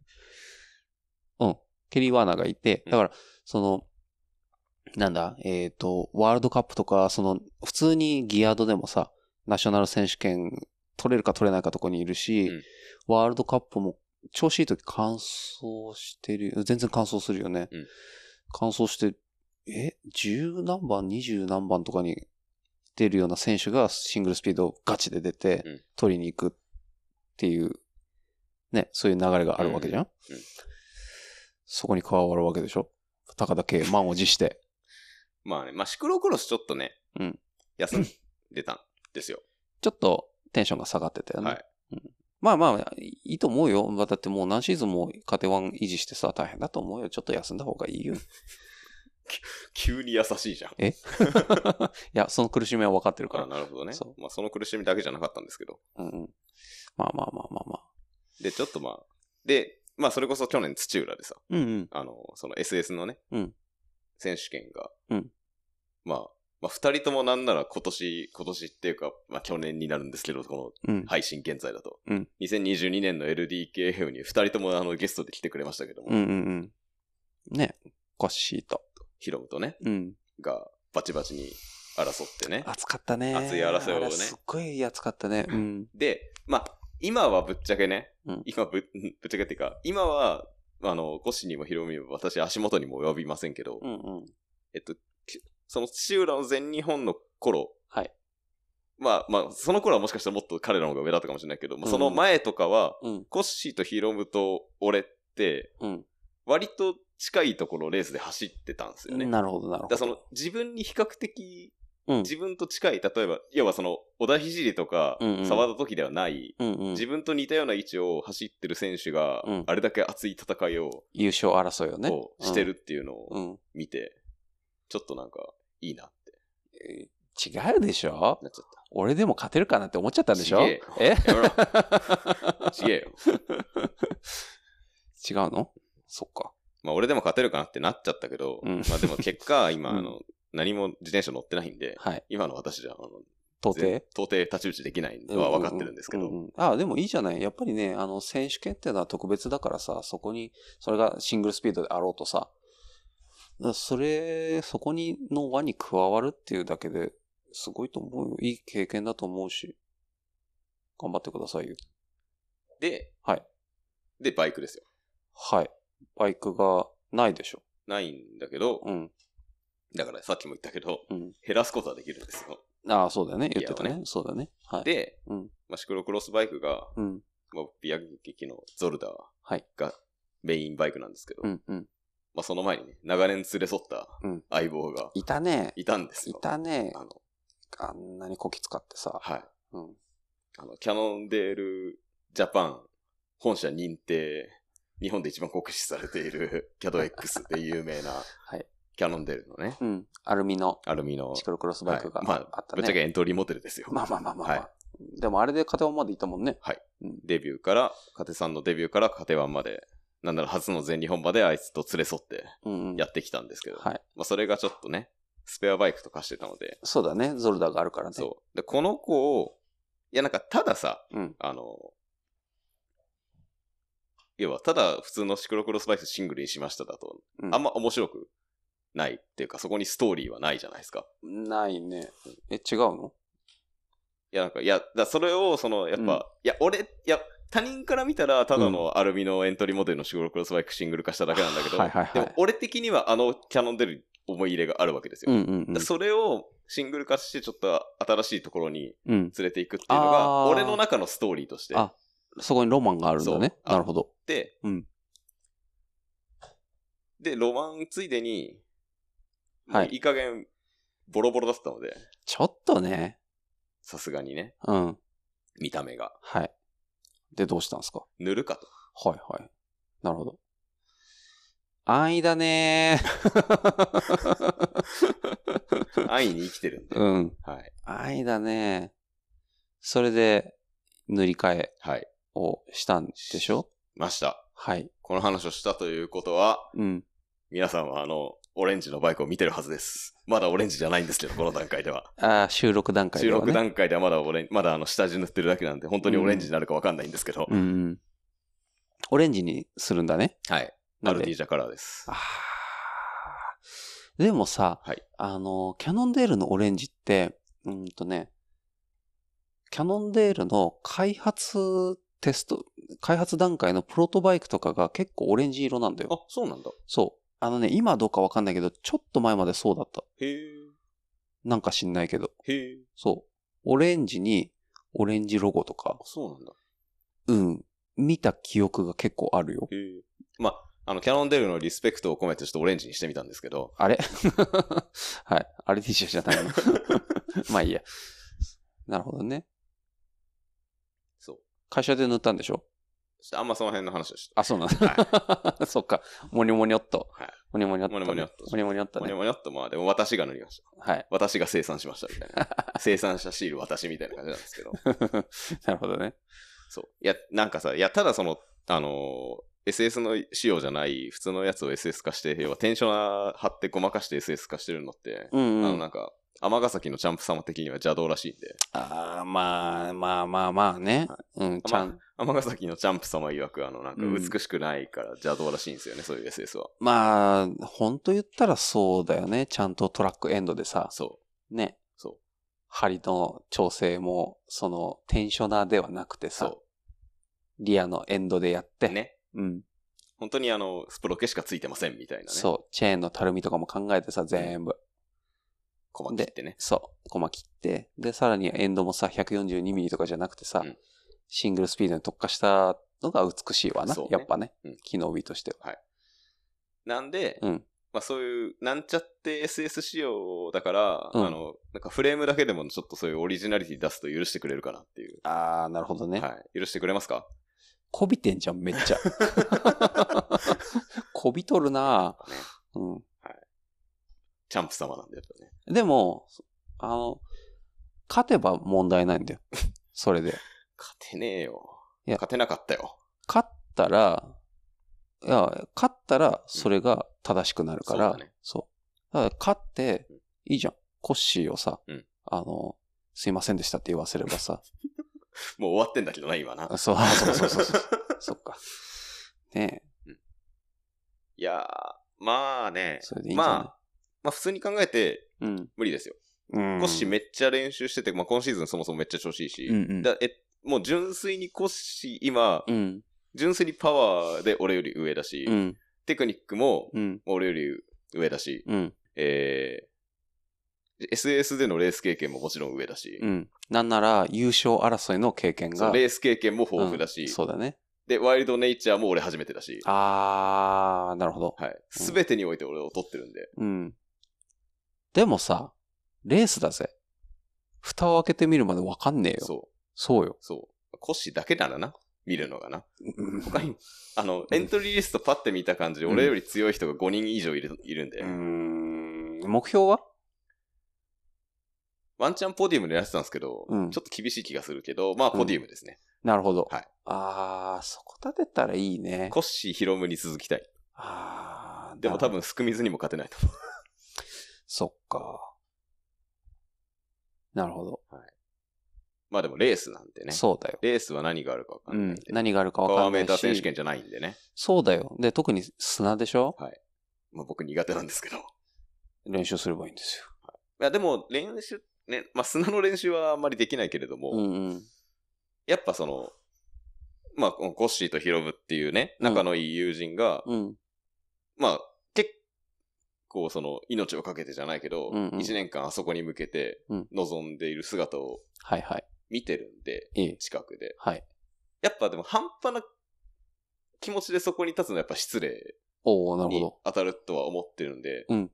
[SPEAKER 2] うん。ケリー・ワーナーがいて、
[SPEAKER 1] うん
[SPEAKER 2] だから、その、なんだ、えっ、と、ワールドカップとか、その、普通にギアードでもさ、ナショナル選手権取れるか取れないかとこにいるし、
[SPEAKER 1] うん
[SPEAKER 2] ワールドカップも調子いい時乾燥してるよ、全然乾燥するよね。
[SPEAKER 1] うん
[SPEAKER 2] 乾燥して、え ?10 何番、20何番とかに出るような選手がシングルスピードをガチで出て
[SPEAKER 1] うん、
[SPEAKER 2] 取りに行くっていう、ね、そういう流れがあるわけじゃん、
[SPEAKER 1] うんうん
[SPEAKER 2] そこに加わるわけでしょ高田圭、満を持して。
[SPEAKER 1] まあね、まあシクロクロスちょっとね、
[SPEAKER 2] うん
[SPEAKER 1] 休んでたんです
[SPEAKER 2] (laughs)
[SPEAKER 1] よ。
[SPEAKER 2] ちょっとテンションが下がってたよね。
[SPEAKER 1] はい
[SPEAKER 2] うんまあまあ、いいと思うよ。だってもう何シーズンもカテワン維持してさ、大変だと思うよ。ちょっと休んだ方がいい
[SPEAKER 1] (laughs)
[SPEAKER 2] よ。い
[SPEAKER 1] 急に優しいじゃん。
[SPEAKER 2] えや、その苦しみは分かってるか
[SPEAKER 1] あ
[SPEAKER 2] ら。
[SPEAKER 1] なるほどね
[SPEAKER 2] そ。
[SPEAKER 1] まあその苦しみだけじゃなかったんですけど。
[SPEAKER 2] うんうん。まあまあまあまあまあ。
[SPEAKER 1] で、ちょっとまあ、で、まあそれこそ去年土浦でさ、
[SPEAKER 2] うんうん。
[SPEAKER 1] あの、その SS のね、
[SPEAKER 2] うん
[SPEAKER 1] 選手権が、
[SPEAKER 2] うん
[SPEAKER 1] まあ、まあ二人ともなんなら今年、今年っていうか、まあ去年になるんですけど、こ
[SPEAKER 2] うん
[SPEAKER 1] の。配信現在だと。
[SPEAKER 2] うん
[SPEAKER 1] 2022年の LDKF に二人ともあのゲストで来てくれましたけども、
[SPEAKER 2] うんうんうん。ね。おかしいと。
[SPEAKER 1] ヒロムとね、
[SPEAKER 2] うん。
[SPEAKER 1] がバチバチに争ってね。
[SPEAKER 2] 暑かったね。
[SPEAKER 1] 熱い争いをね
[SPEAKER 2] あれすっごい暑かったね。うん。
[SPEAKER 1] で、まあ、今はぶっちゃけね、
[SPEAKER 2] うん
[SPEAKER 1] 今ぶ (laughs) ぶっちゃけっていうか、今は、あの、コッシーにもヒロミにも私足元にも及びませんけど、
[SPEAKER 2] うんうん。
[SPEAKER 1] えっと、きその土浦の全日本の頃、
[SPEAKER 2] はい。
[SPEAKER 1] まあまあ、その頃はもしかしたらもっと彼らの方が上だったかもしれないけど、まあ
[SPEAKER 2] うん
[SPEAKER 1] その前とかは、
[SPEAKER 2] うん
[SPEAKER 1] コッシーとヒロムと俺って、
[SPEAKER 2] うん。
[SPEAKER 1] 割と近いところをレースで走ってたんですよね。
[SPEAKER 2] なるほど、なるほ
[SPEAKER 1] だから
[SPEAKER 2] ど。
[SPEAKER 1] その自分に比較的、
[SPEAKER 2] うん
[SPEAKER 1] 自分と近い、例えば、要はその、小田聖とか
[SPEAKER 2] うんうん、
[SPEAKER 1] 沢田時ではない、
[SPEAKER 2] うんうん。
[SPEAKER 1] 自分と似たような位置を走ってる選手が
[SPEAKER 2] うん、
[SPEAKER 1] あれだけ熱い戦いを、
[SPEAKER 2] 優勝争いをね
[SPEAKER 1] こ。うしてるっていうの
[SPEAKER 2] う
[SPEAKER 1] を
[SPEAKER 2] ん。うん。
[SPEAKER 1] 見て、ちょっとなんか、いいなって
[SPEAKER 2] えー違うでしょ
[SPEAKER 1] なっちゃった。
[SPEAKER 2] 俺でも勝てるかなって思っちゃったんでし
[SPEAKER 1] ち
[SPEAKER 2] ょ
[SPEAKER 1] げえよ
[SPEAKER 2] え
[SPEAKER 1] やめろ (laughs) ちげえよ。
[SPEAKER 2] 違うのそっか。
[SPEAKER 1] まあ俺でも勝てるかなってなっちゃったけど、
[SPEAKER 2] うん
[SPEAKER 1] まあでも結果、今、
[SPEAKER 2] (laughs) うん
[SPEAKER 1] あの、何も自転車乗ってないんで、
[SPEAKER 2] はい。
[SPEAKER 1] 今の私じゃ、あの、
[SPEAKER 2] 到底
[SPEAKER 1] ぜ到底立ち打ちできないのは分かってるんですけ
[SPEAKER 2] うう
[SPEAKER 1] ど、
[SPEAKER 2] んうんああ、でもいいじゃない。やっぱりね、あの、選手権っていうのは特別だからさ、そこに、それがシングルスピードであろうとさ、だからそれ、そこに、の輪に加わるっていうだけで、すごいと思うよ。いい経験だと思うし、頑張ってくださいよ。
[SPEAKER 1] で、
[SPEAKER 2] はい。
[SPEAKER 1] で、バイクですよ。
[SPEAKER 2] はい。バイクがないでしょ。
[SPEAKER 1] ないんだけど、
[SPEAKER 2] うん。
[SPEAKER 1] だからさっきも言ったけど、
[SPEAKER 2] うん。
[SPEAKER 1] 減らすことはできるんですよ。
[SPEAKER 2] ああ、そうだよね。言ってた
[SPEAKER 1] いや
[SPEAKER 2] ね。そうだね。はい。、
[SPEAKER 1] で、
[SPEAKER 2] うん。
[SPEAKER 1] まあ、シクロクロスバイクが、
[SPEAKER 2] うん。
[SPEAKER 1] まあ、宮城劇のゾルダー
[SPEAKER 2] はい
[SPEAKER 1] がメインバイクなんですけど、
[SPEAKER 2] うん。うん。
[SPEAKER 1] まあその前にね、長年連れ添った
[SPEAKER 2] うん
[SPEAKER 1] 相棒が
[SPEAKER 2] いたね。
[SPEAKER 1] いたんです
[SPEAKER 2] い
[SPEAKER 1] よ。
[SPEAKER 2] たね。
[SPEAKER 1] あの、
[SPEAKER 2] あんなにこき使ってさ。
[SPEAKER 1] はい。
[SPEAKER 2] うん。
[SPEAKER 1] あの、キャノンデールジャパン本社認定、日本で一番酷使されている (laughs) CADX で有名な、
[SPEAKER 2] い
[SPEAKER 1] キャノンデールのね、
[SPEAKER 2] うん。アルミの
[SPEAKER 1] アルミの、
[SPEAKER 2] シクロクロスバイクが
[SPEAKER 1] はいまあ
[SPEAKER 2] あった
[SPEAKER 1] ぶ
[SPEAKER 2] ね。
[SPEAKER 1] っちゃけエントリーモデルですよ。
[SPEAKER 2] まあまあまあまあ、まあ
[SPEAKER 1] はい。
[SPEAKER 2] でもあれでカテワンまで行ったもんね。
[SPEAKER 1] デビューから、カテさんのデビューからカテワンまで、なんなら初の全日本まであいつと連れ添って
[SPEAKER 2] うん、うん。
[SPEAKER 1] やってきたんですけど、
[SPEAKER 2] はい。
[SPEAKER 1] まあそれがちょっとね、スペアバイクとかしてたので、
[SPEAKER 2] そうだね。ゾルダーがあるからね。
[SPEAKER 1] そう。で、この子を、いやなんかたださ、
[SPEAKER 2] う。ん。
[SPEAKER 1] あの、要はただ普通のシクロクロスバイクシングルにしましただと、
[SPEAKER 2] うん、
[SPEAKER 1] あんま面白くないっていうか、そこにストーリーはないじゃないですか。
[SPEAKER 2] ないね。え、違うの
[SPEAKER 1] いや、なんか、いや、だそれを、その、やっぱ、
[SPEAKER 2] うん
[SPEAKER 1] いや、俺、いや、他人から見たら、ただのアルミのエントリーモデルのシグロクロスバイクシングル化しただけなんだけど、
[SPEAKER 2] はいはいはい
[SPEAKER 1] でも、俺的にはあのキャノンデル思い入れがあるわけですよ。
[SPEAKER 2] うんうんうん
[SPEAKER 1] だ。それをシングル化して、ちょっと新しいところに
[SPEAKER 2] うん。
[SPEAKER 1] 連れていくっていうのが、
[SPEAKER 2] あー
[SPEAKER 1] 俺の中のストーリーとしてあ
[SPEAKER 2] あそこにロマンがあるんだね
[SPEAKER 1] そ。うあ
[SPEAKER 2] なるほど。
[SPEAKER 1] って、
[SPEAKER 2] うん
[SPEAKER 1] で、ロマンついでに、
[SPEAKER 2] はい
[SPEAKER 1] もういい加減、ボロボロだったので、
[SPEAKER 2] ちょっとね。
[SPEAKER 1] さすがにね、
[SPEAKER 2] うん。
[SPEAKER 1] 見た目が、
[SPEAKER 2] はい。で、どうしたんですか
[SPEAKER 1] 塗るかと。
[SPEAKER 2] (laughs) はいはい。なるほど。安易だ
[SPEAKER 1] (laughs)
[SPEAKER 2] ねー
[SPEAKER 1] 安易に生きてるんで。
[SPEAKER 2] うん。
[SPEAKER 1] はい。
[SPEAKER 2] 安易だねそれで、塗り替え
[SPEAKER 1] はい。
[SPEAKER 2] をしたんでしょ
[SPEAKER 1] ました。
[SPEAKER 2] はい。
[SPEAKER 1] この話をしたということは、
[SPEAKER 2] うん。
[SPEAKER 1] 皆さんはあの、オレンジのバイクを見てるはずです。まだオレンジじゃないんですけど、この段階では。
[SPEAKER 2] あー収録段階
[SPEAKER 1] 収
[SPEAKER 2] では、ね。
[SPEAKER 1] 録段階ではまだオレンまだあの、下地塗ってるだけなんで、本当にオレンジになるかわかんないんですけど、
[SPEAKER 2] うんうん。オレンジにするんだね。
[SPEAKER 1] はい。
[SPEAKER 2] な
[SPEAKER 1] ア
[SPEAKER 2] ん
[SPEAKER 1] ル
[SPEAKER 2] で
[SPEAKER 1] ティージャカラーです。
[SPEAKER 2] あーでもさ、
[SPEAKER 1] はい
[SPEAKER 2] あの、キャノンデールのオレンジって、うーんとね、キャノンデールの開発テスト、開発段階のプロトバイクとかが結構オレンジ色なんだ
[SPEAKER 1] あ
[SPEAKER 2] よ。、
[SPEAKER 1] そうなんだ。
[SPEAKER 2] そう。あのね、今どうかわかんないけど、ちょっと前までそうだった。
[SPEAKER 1] へえ、
[SPEAKER 2] なんか知んないけど。
[SPEAKER 1] へえ、
[SPEAKER 2] そう。オレンジに、オレンジロゴとか
[SPEAKER 1] あ、そうなんだ。
[SPEAKER 2] うん。見た記憶が結構あるよ。
[SPEAKER 1] へえ。まあ、あの、キャノンデールのリスペクトを込めてちょっとオレンジにしてみたんですけど、
[SPEAKER 2] あれ (laughs) はい。あれ T シャツじゃないの。 (laughs) まあいいや。なるほどね。
[SPEAKER 1] そう。
[SPEAKER 2] 会社で塗ったんでしょ
[SPEAKER 1] ちょっとあんまその辺の話をして。
[SPEAKER 2] あ、そうなんだ。 (laughs) そっか。もにょもにょっと。
[SPEAKER 1] はい
[SPEAKER 2] もにょもにょっとね。
[SPEAKER 1] もにょもにょっと
[SPEAKER 2] もにょもにょっと
[SPEAKER 1] もに
[SPEAKER 2] ね
[SPEAKER 1] ゃ。もにゃっと、まあ、でも私が塗りました。
[SPEAKER 2] はい。
[SPEAKER 1] 私が生産しました、みたい
[SPEAKER 2] (laughs)
[SPEAKER 1] な。生産したシール私みたいな感じなんですけど。
[SPEAKER 2] なるほどね。
[SPEAKER 1] そう。いや、なんかさ、いや、ただその、あのー SS の仕様じゃない普通のやつを SS 化して、要はテンショナー貼ってごまかして SS 化してるのって、
[SPEAKER 2] うん
[SPEAKER 1] あの、
[SPEAKER 2] うん。
[SPEAKER 1] な
[SPEAKER 2] あ
[SPEAKER 1] んか、天ヶ崎のチャンプ様的には邪道らしいんで、
[SPEAKER 2] あー、まあ、まあまあまあね。うん、ちゃん。
[SPEAKER 1] 天ヶ崎のチャンプ様曰く、あの、なんか、
[SPEAKER 2] うん
[SPEAKER 1] 美しくないから邪道らしいんですよね、そういう SS は。
[SPEAKER 2] まあ、ほんと言ったらそうだよね。ちゃんとトラックエンドでさ、
[SPEAKER 1] そう。
[SPEAKER 2] ね。
[SPEAKER 1] そう。
[SPEAKER 2] 針の調整も、その、テンショナーではなくてさ、
[SPEAKER 1] そ
[SPEAKER 2] リアのエンドでやって、
[SPEAKER 1] う。ね。
[SPEAKER 2] うん。
[SPEAKER 1] 本当にあの、スプロケしかついてません、みたいなね。う。
[SPEAKER 2] そう、チェーンのたるみとかも考えてさ、全部。
[SPEAKER 1] 細切ってね。
[SPEAKER 2] そう、コマ切って。で、さらにエンドもさ、142ミリとかじゃなくてさ、
[SPEAKER 1] うん
[SPEAKER 2] シングルスピードに特化したのが美しいわな。
[SPEAKER 1] そうね
[SPEAKER 2] やっぱね、
[SPEAKER 1] うん
[SPEAKER 2] 機能美としては。
[SPEAKER 1] なんで、
[SPEAKER 2] うん
[SPEAKER 1] まあそういう、なんちゃって SS 仕様だから、
[SPEAKER 2] うん
[SPEAKER 1] あの、なんかフレームだけでもちょっとそういうオリジナリティ出すと許してくれるかなっていう。
[SPEAKER 2] あー、なるほどね。
[SPEAKER 1] はい。許してくれます
[SPEAKER 2] (laughs)
[SPEAKER 1] か
[SPEAKER 2] こびてんじゃん、めっちゃ。 (laughs) こびとるなぁ
[SPEAKER 1] ね
[SPEAKER 2] う
[SPEAKER 1] チャンプ様なんだよね。
[SPEAKER 2] ん。でも、あの、勝てば問題ないんだよ。それで。
[SPEAKER 1] 勝てねえよ。
[SPEAKER 2] いや
[SPEAKER 1] 勝てなかったよ。
[SPEAKER 2] 勝ったら、いや、勝ったら、それが正しくなるから、
[SPEAKER 1] うんそうだね
[SPEAKER 2] そうだから勝って
[SPEAKER 1] うん、
[SPEAKER 2] いいじゃん。コッシーをさ、
[SPEAKER 1] うん
[SPEAKER 2] あの、すいませんでしたって言わせれば
[SPEAKER 1] (laughs)
[SPEAKER 2] さ、
[SPEAKER 1] もう終わってんだけどな、今な
[SPEAKER 2] あ。そう、
[SPEAKER 1] (laughs)
[SPEAKER 2] あそうそうそうそう、そっか。ね
[SPEAKER 1] いやー、まあね
[SPEAKER 2] え、。それでいいんじゃない、
[SPEAKER 1] まあ、まあ普通に考えて
[SPEAKER 2] うん。
[SPEAKER 1] 無理ですよ。
[SPEAKER 2] うん。
[SPEAKER 1] コッシーめっちゃ練習してて、まあ今シーズンそもそもめっちゃ調子いいし、
[SPEAKER 2] うんうん
[SPEAKER 1] だえ、もう純粋にコッシー今、
[SPEAKER 2] うん。
[SPEAKER 1] 純粋にパワーで俺より上だし、
[SPEAKER 2] うん。
[SPEAKER 1] テクニックも
[SPEAKER 2] うん。
[SPEAKER 1] 俺より上だし、
[SPEAKER 2] うん。
[SPEAKER 1] えー、SS でのレース経験ももちろん上だし、
[SPEAKER 2] うん。なんなら、優勝争いの経験
[SPEAKER 1] そ
[SPEAKER 2] が。
[SPEAKER 1] うレース経験も豊富だし、
[SPEAKER 2] うんそうだね。
[SPEAKER 1] で、ワイルドネイチャーも俺初めてだし、
[SPEAKER 2] あー、なるほど。
[SPEAKER 1] はい。すべてにおいて俺を取ってるんで、
[SPEAKER 2] うん。でもさ、レースだぜ。蓋を開けてみるまでわかんねえよ。そう
[SPEAKER 1] そう、
[SPEAKER 2] よ。
[SPEAKER 1] そう。コッシーだけならな、見るのがな。
[SPEAKER 2] うん
[SPEAKER 1] 他に、 (laughs) あの、エントリーリストパッて見た感じ、
[SPEAKER 2] うん
[SPEAKER 1] 俺より強い人が5人以上いるいるんで、
[SPEAKER 2] うーん目標は
[SPEAKER 1] ワンチャンポディウム狙ってたんですけど、
[SPEAKER 2] うん
[SPEAKER 1] ちょっと厳しい気がするけど、まあ、ポディウムですね。
[SPEAKER 2] なるほど。
[SPEAKER 1] はい
[SPEAKER 2] ああ、そこ立てたらいいね。
[SPEAKER 1] コッシー、ヒロムに続きたい。
[SPEAKER 2] ああ、
[SPEAKER 1] でも多
[SPEAKER 2] なるほど。
[SPEAKER 1] 分、スクミズにも勝てないと思う。
[SPEAKER 2] そっか。なるほど。
[SPEAKER 1] まあでも、レースなんでね。
[SPEAKER 2] そうだよ。
[SPEAKER 1] レースは何があるかわか
[SPEAKER 2] うん
[SPEAKER 1] ないん
[SPEAKER 2] ん
[SPEAKER 1] で。。
[SPEAKER 2] 何があるか
[SPEAKER 1] パ
[SPEAKER 2] わ
[SPEAKER 1] ワ
[SPEAKER 2] か
[SPEAKER 1] ー
[SPEAKER 2] んな
[SPEAKER 1] メー
[SPEAKER 2] い
[SPEAKER 1] ター選手
[SPEAKER 2] し。
[SPEAKER 1] 権じゃないんでね。
[SPEAKER 2] そうだよ。で、特に砂でしょ
[SPEAKER 1] まあ僕苦手なんですけど。
[SPEAKER 2] 練習すればいいんです
[SPEAKER 1] いや、でも練習、ね、まあ砂の練習はあんまりできないけれども、
[SPEAKER 2] よ。うんうん。
[SPEAKER 1] やっぱその、まあ、このコッシーとヒロムっていうね、仲のいい友人が、
[SPEAKER 2] うん。
[SPEAKER 1] まあ、結構その、命をかけてじゃないけど、一、
[SPEAKER 2] うんうん
[SPEAKER 1] 年間あそこに向けて
[SPEAKER 2] うん、
[SPEAKER 1] 望んでいる姿を
[SPEAKER 2] はいはい。
[SPEAKER 1] 見てるんで、
[SPEAKER 2] ええ。
[SPEAKER 1] 近くで。
[SPEAKER 2] はい。
[SPEAKER 1] やっぱでも半端な気持ちでそこに立つのはやっぱ失礼
[SPEAKER 2] おおなるほ
[SPEAKER 1] に
[SPEAKER 2] ど。
[SPEAKER 1] 当たるとは思ってるんで、
[SPEAKER 2] うん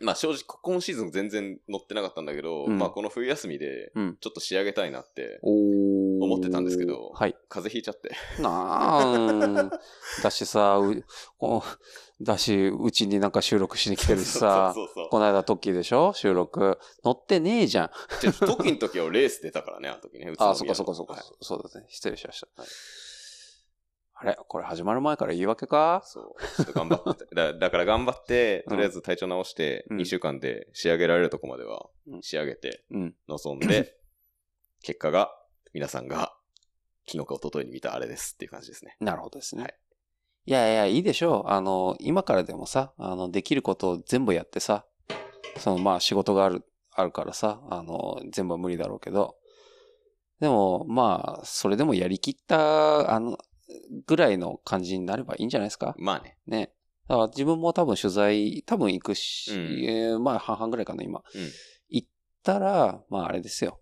[SPEAKER 1] まあ正直、今シーズン全然乗ってなかったんだけど、
[SPEAKER 2] うん
[SPEAKER 1] まあこの冬休みで
[SPEAKER 2] うん、
[SPEAKER 1] ちょっと仕上げたいなって、
[SPEAKER 2] おー
[SPEAKER 1] 思ってたんですけど
[SPEAKER 2] はい。
[SPEAKER 1] 風邪ひいちゃって。
[SPEAKER 2] なあ、うん。だしさ、う、おだし、うちになんか収録しに来てるし
[SPEAKER 1] (laughs)
[SPEAKER 2] さ、
[SPEAKER 1] そうそうそ
[SPEAKER 2] この間トッキーでしょ収録。乗ってねえじゃん。
[SPEAKER 1] う。ちょっと時の時はレース出たからね、あの時ね。宇都宮
[SPEAKER 2] あ
[SPEAKER 1] の
[SPEAKER 2] あ、そっかそっかそっか、
[SPEAKER 1] はい
[SPEAKER 2] そうだね。失礼しました。あれこれ始まる前から言い訳か
[SPEAKER 1] そう。ちょっと頑張ってただ。だから頑張って、
[SPEAKER 2] うん
[SPEAKER 1] とりあえず体調直して、
[SPEAKER 2] うん
[SPEAKER 1] 2週間で仕上げられるとこまでは
[SPEAKER 2] うん
[SPEAKER 1] 仕上げて、
[SPEAKER 2] うん。
[SPEAKER 1] 望ん
[SPEAKER 2] (laughs)
[SPEAKER 1] で、結果が、皆さんが、昨日か一昨日に見たあれですっていう感じですね。
[SPEAKER 2] なるほどですね。
[SPEAKER 1] はい
[SPEAKER 2] い、やいや、いいでしょう。あの、今からでもさ、あの、できることを全部やってさ、その、まあ、仕事がある、あるからさ、あの、全部は無理だろうけど、でも、まあ、それでもやりきった、あの、ぐらいの感じになればいいんじゃないですか。
[SPEAKER 1] まあね。
[SPEAKER 2] ね。だから自分も多分取材、多分行くし、
[SPEAKER 1] うん
[SPEAKER 2] えーまあ半々ぐらいかな、今。
[SPEAKER 1] うん
[SPEAKER 2] 行ったら、まああれですよ。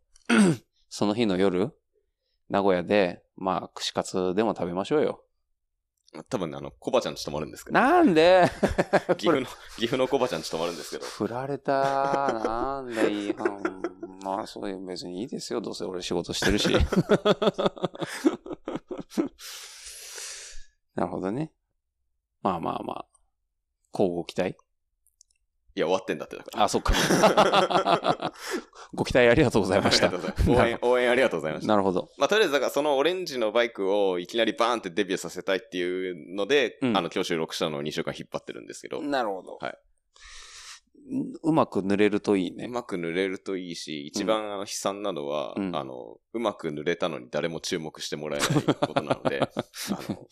[SPEAKER 2] (clears throat) その日の夜、名古屋で、まあ、串カツでも食べましょうよ。
[SPEAKER 1] 多分ねあの、コバちゃんち泊まるんですけど、
[SPEAKER 2] なんで
[SPEAKER 1] 岐阜の、 (laughs) 岐阜のコバちゃんち泊まるんですけど、
[SPEAKER 2] (laughs) 振られた。なんだいい。うんまあ、そういう、別にいいですよ。どうせ俺仕事して (laughs) るし。なるほどね。まあまあまあ。こうご期待
[SPEAKER 1] いや、終わってんだってだから。
[SPEAKER 2] あ、そっ (laughs) か。ご期待ありがとうございまし
[SPEAKER 1] あ
[SPEAKER 2] た
[SPEAKER 1] り。がとう (laughs) ございます応援、応援ありがとうございました。
[SPEAKER 2] なるほど。
[SPEAKER 1] まあ、とりあえず、だからそのオレンジのバイクをいきなりバーンってデビューさせたいっていうので、
[SPEAKER 2] うん
[SPEAKER 1] あの、今日収録したのを2週間引っ張ってるんですけど、
[SPEAKER 2] なるほど
[SPEAKER 1] はい。
[SPEAKER 2] うまく塗れるといいうね。
[SPEAKER 1] まく塗れるといいし、一番あの悲惨なのは、
[SPEAKER 2] うん
[SPEAKER 1] あの、うまく塗れたのに誰も注目してもらえないことな
[SPEAKER 2] (laughs)
[SPEAKER 1] ので、あの、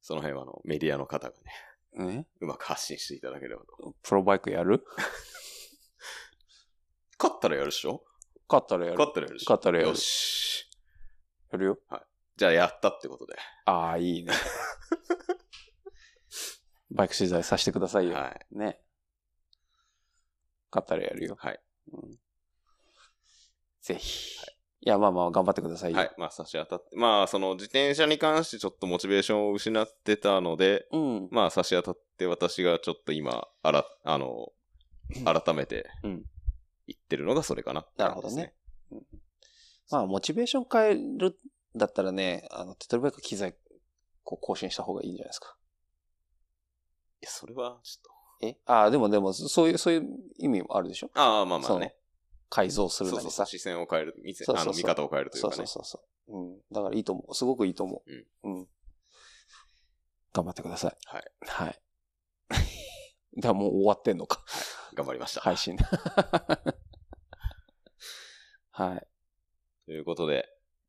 [SPEAKER 1] その辺はあの、メディアの方がね、
[SPEAKER 2] ね
[SPEAKER 1] うまく発信していただければと。
[SPEAKER 2] プロバイクやる
[SPEAKER 1] 勝ったらやるっしょ
[SPEAKER 2] 勝ったらやる。
[SPEAKER 1] 勝ったらやるっしょ
[SPEAKER 2] 勝ったらやる
[SPEAKER 1] よし。
[SPEAKER 2] やるよ。
[SPEAKER 1] じゃあやったってことで。
[SPEAKER 2] ああ、い
[SPEAKER 1] (laughs)
[SPEAKER 2] いね。バイク取材させてくださいよ。
[SPEAKER 1] はい。
[SPEAKER 2] ね。勝ったらやるよ。
[SPEAKER 1] はい。
[SPEAKER 2] うんぜひ。いや、まあまあ、頑張ってくださいよ。
[SPEAKER 1] はい。まあ差し当たって、まあその自転車に関してちょっとモチベーションを失ってたので、
[SPEAKER 2] うん。
[SPEAKER 1] まあ差し当たって私がちょっと今、あら、あの、改めて
[SPEAKER 2] うん、
[SPEAKER 1] 言ってるのがそれかな。
[SPEAKER 2] なるほどね。まあ、モチベーション変えるんだったらね、あの、テトルバイク機材、こう、更新した方がいいんじゃないですか。
[SPEAKER 1] いや、それはちょっ
[SPEAKER 2] えああ、でもでも、そそういう、そういう意味もあるでしょ
[SPEAKER 1] と。ああ、まあまあ
[SPEAKER 2] そ
[SPEAKER 1] ね
[SPEAKER 2] の。改造する
[SPEAKER 1] そう
[SPEAKER 2] な
[SPEAKER 1] そ
[SPEAKER 2] り
[SPEAKER 1] うそう
[SPEAKER 2] さ。
[SPEAKER 1] 視線を変える、見せ
[SPEAKER 2] そうそうそう
[SPEAKER 1] あの見方を変えるというか
[SPEAKER 2] そ
[SPEAKER 1] ね。
[SPEAKER 2] うそうそうそう。うん。だからいいと思う。すごくいいと思う。うん。頑張ってください。
[SPEAKER 1] はい。
[SPEAKER 2] はい。 (laughs) だからもう終わってんのか。
[SPEAKER 1] 頑張りました。
[SPEAKER 2] 配信。 (laughs) はい。
[SPEAKER 1] ということで、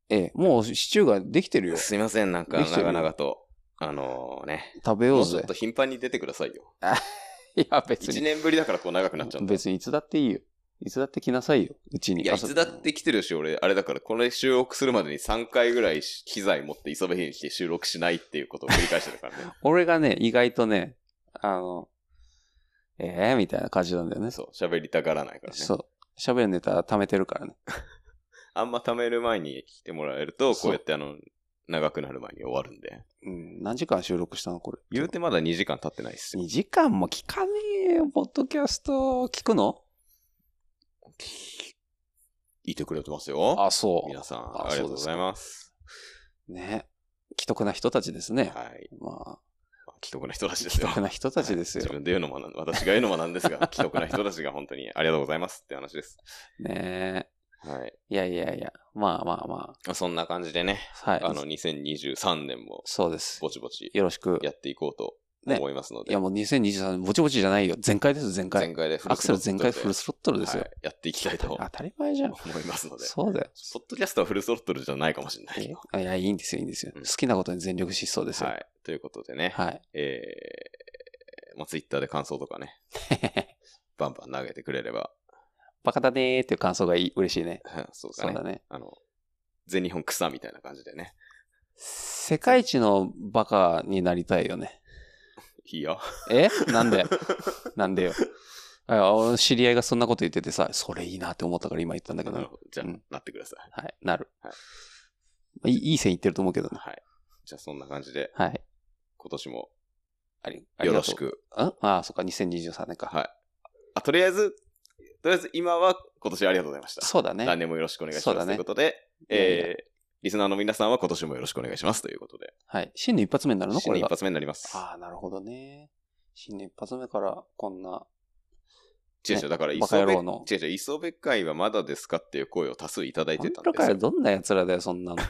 [SPEAKER 2] ええ、もうシチューができ
[SPEAKER 1] (laughs)
[SPEAKER 2] てるよ。
[SPEAKER 1] すいません、なんか
[SPEAKER 2] できてるよ
[SPEAKER 1] 長々と。あのね、
[SPEAKER 2] 食べよ
[SPEAKER 1] も
[SPEAKER 2] う
[SPEAKER 1] うちょっ
[SPEAKER 2] ぜ
[SPEAKER 1] と。頻繁に出てくださいよ。
[SPEAKER 2] いや、別
[SPEAKER 1] 1
[SPEAKER 2] に。
[SPEAKER 1] 年ぶりだからこう長くなっちゃうんだ
[SPEAKER 2] 別にいつだっていいよ。いつだって来なさいよ。うちに。
[SPEAKER 1] いや、
[SPEAKER 2] あ
[SPEAKER 1] いつだっ。て来てるし、俺、あれだから、これ収録するまでに3回ぐらい機材持って磯部編に来て収録しないっていうことを繰り返してるから
[SPEAKER 2] (laughs)
[SPEAKER 1] ね。
[SPEAKER 2] 俺がね、意外とね、あの、ええみたいな感じなんだよね。
[SPEAKER 1] そう、喋りたがらないからね。
[SPEAKER 2] そう。喋るネタ貯めてるからね。
[SPEAKER 1] あんま貯める前に来てもらえると、
[SPEAKER 2] そ
[SPEAKER 1] こ
[SPEAKER 2] う
[SPEAKER 1] うやってあの、長くなる前に終わるんで。
[SPEAKER 2] うん。何時間収録したのこれ。
[SPEAKER 1] 言うてまだ2時間経ってないっすよ。
[SPEAKER 2] 2時間も聞かねえよ、ポッドキャスト。聞くの
[SPEAKER 1] いてくれてますよ。
[SPEAKER 2] あ、そ
[SPEAKER 1] 皆さん、
[SPEAKER 2] あ
[SPEAKER 1] ありがとうございます。
[SPEAKER 2] う。ね。既得な人たちですね。
[SPEAKER 1] はい。
[SPEAKER 2] まあ、
[SPEAKER 1] まあ既得な人たちです
[SPEAKER 2] 既
[SPEAKER 1] よ。
[SPEAKER 2] 得な人たちですよ
[SPEAKER 1] 自。分で言うのもなん、私が言うのもなんですが、
[SPEAKER 2] (laughs)
[SPEAKER 1] 既得な人たちが本当にありがとうございますって話です。
[SPEAKER 2] ね
[SPEAKER 1] はい。
[SPEAKER 2] え。いやいやいや。まあまあま
[SPEAKER 1] まあそんな感じでね、
[SPEAKER 2] あ。はい。
[SPEAKER 1] あの、2023年も
[SPEAKER 2] そうです。
[SPEAKER 1] ぼちぼち
[SPEAKER 2] よろしく。
[SPEAKER 1] やっていこうと
[SPEAKER 2] ね
[SPEAKER 1] 思いますの
[SPEAKER 2] い
[SPEAKER 1] で、
[SPEAKER 2] やもう2023年、ぼちぼちじゃないよ。全開です、全開。
[SPEAKER 1] 全開で
[SPEAKER 2] アクセル全開フル
[SPEAKER 1] ス
[SPEAKER 2] スロット
[SPEAKER 1] ロ
[SPEAKER 2] ル
[SPEAKER 1] ッ
[SPEAKER 2] で
[SPEAKER 1] ト
[SPEAKER 2] す
[SPEAKER 1] ル
[SPEAKER 2] よ
[SPEAKER 1] で、。はいやっていきたいと
[SPEAKER 2] (laughs)
[SPEAKER 1] 思
[SPEAKER 2] 当たり前じゃん。
[SPEAKER 1] いますので、
[SPEAKER 2] そうだよ。
[SPEAKER 1] ポッドキャストはフルスロットルじゃないかもしれないけど。
[SPEAKER 2] えいや、いいんですよ、いいんですよ。
[SPEAKER 1] うん
[SPEAKER 2] 好きなことに全力疾走ですよ。
[SPEAKER 1] はい。ということでね、
[SPEAKER 2] はい。
[SPEAKER 1] えまあ、ツイッターで感想とかね、バンバン投げてくれれば、
[SPEAKER 2] (laughs)
[SPEAKER 1] (laughs)
[SPEAKER 2] バカだねーっていう感想がいい嬉しいね。
[SPEAKER 1] そうか
[SPEAKER 2] そう
[SPEAKER 1] ね
[SPEAKER 2] だね。
[SPEAKER 1] あの、全日本草みたいな感じでね。
[SPEAKER 2] 世界一のバカになりたいよね。
[SPEAKER 1] いいよ。
[SPEAKER 2] えなんでなんでよ。あいや俺の知り合いがそんなこと言っててさ、それいいなって思ったから今言ったんだけど、
[SPEAKER 1] なる
[SPEAKER 2] は
[SPEAKER 1] ほどじゃあ、
[SPEAKER 2] うん
[SPEAKER 1] なってください。
[SPEAKER 2] い、なる。
[SPEAKER 1] はい
[SPEAKER 2] いい、いい線いってると思うけどね。
[SPEAKER 1] はい。じゃあ、そんな感じで、
[SPEAKER 2] はい。
[SPEAKER 1] 今年も
[SPEAKER 2] あり
[SPEAKER 1] よろし。く。
[SPEAKER 2] ありがとうああ、そっか、2023年か。
[SPEAKER 1] はい。あ、とりあえず、とりあえず今は今年ありがとうございました。
[SPEAKER 2] そうだね。
[SPEAKER 1] 来年もよろしくお願いします、
[SPEAKER 2] そうだ
[SPEAKER 1] とい
[SPEAKER 2] ね
[SPEAKER 1] うことで、
[SPEAKER 2] いやい
[SPEAKER 1] えー、リスナーの皆さんは今年もよろしくお願いしますということで、
[SPEAKER 2] はい。新年一発目になるのこ
[SPEAKER 1] 新
[SPEAKER 2] れ
[SPEAKER 1] 年一
[SPEAKER 2] が。
[SPEAKER 1] 発目になります。
[SPEAKER 2] ああ、なるほどね。新年一発目からこんな。
[SPEAKER 1] 違う違う、だから、
[SPEAKER 2] バカ野郎の
[SPEAKER 1] 磯部違う違う、磯部会はまだですかっていう声を多数いただいて
[SPEAKER 2] 本
[SPEAKER 1] たん
[SPEAKER 2] 当
[SPEAKER 1] です
[SPEAKER 2] かよ、
[SPEAKER 1] よ。
[SPEAKER 2] どんな奴らだよ、そんなの。
[SPEAKER 1] (laughs)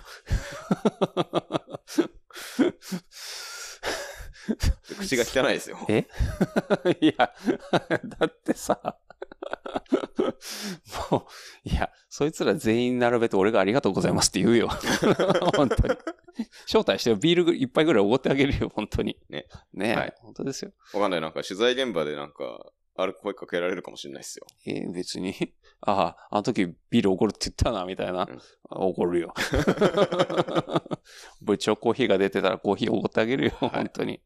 [SPEAKER 1] 口が汚いですよ。
[SPEAKER 2] えいや、だってさ、もう、いや、そいつら全員並べて俺がありがとうございますって言うよ。本当に。招待してよ、ビール一杯ぐらいおごってあげるよ、本当に。
[SPEAKER 1] ね。
[SPEAKER 2] ね、
[SPEAKER 1] はい
[SPEAKER 2] 本当ですよ。
[SPEAKER 1] わかんない、なんか取材現場でなんか、あれ声かけられるかもしれないですよ。
[SPEAKER 2] えー別に、ああ、あの時ビールおごるって言ったな、みたいな
[SPEAKER 1] うん。
[SPEAKER 2] おご、るよ。 (laughs) 部長コーヒーが出てたらコーヒーおごってあげるよ、
[SPEAKER 1] はい
[SPEAKER 2] 本当に。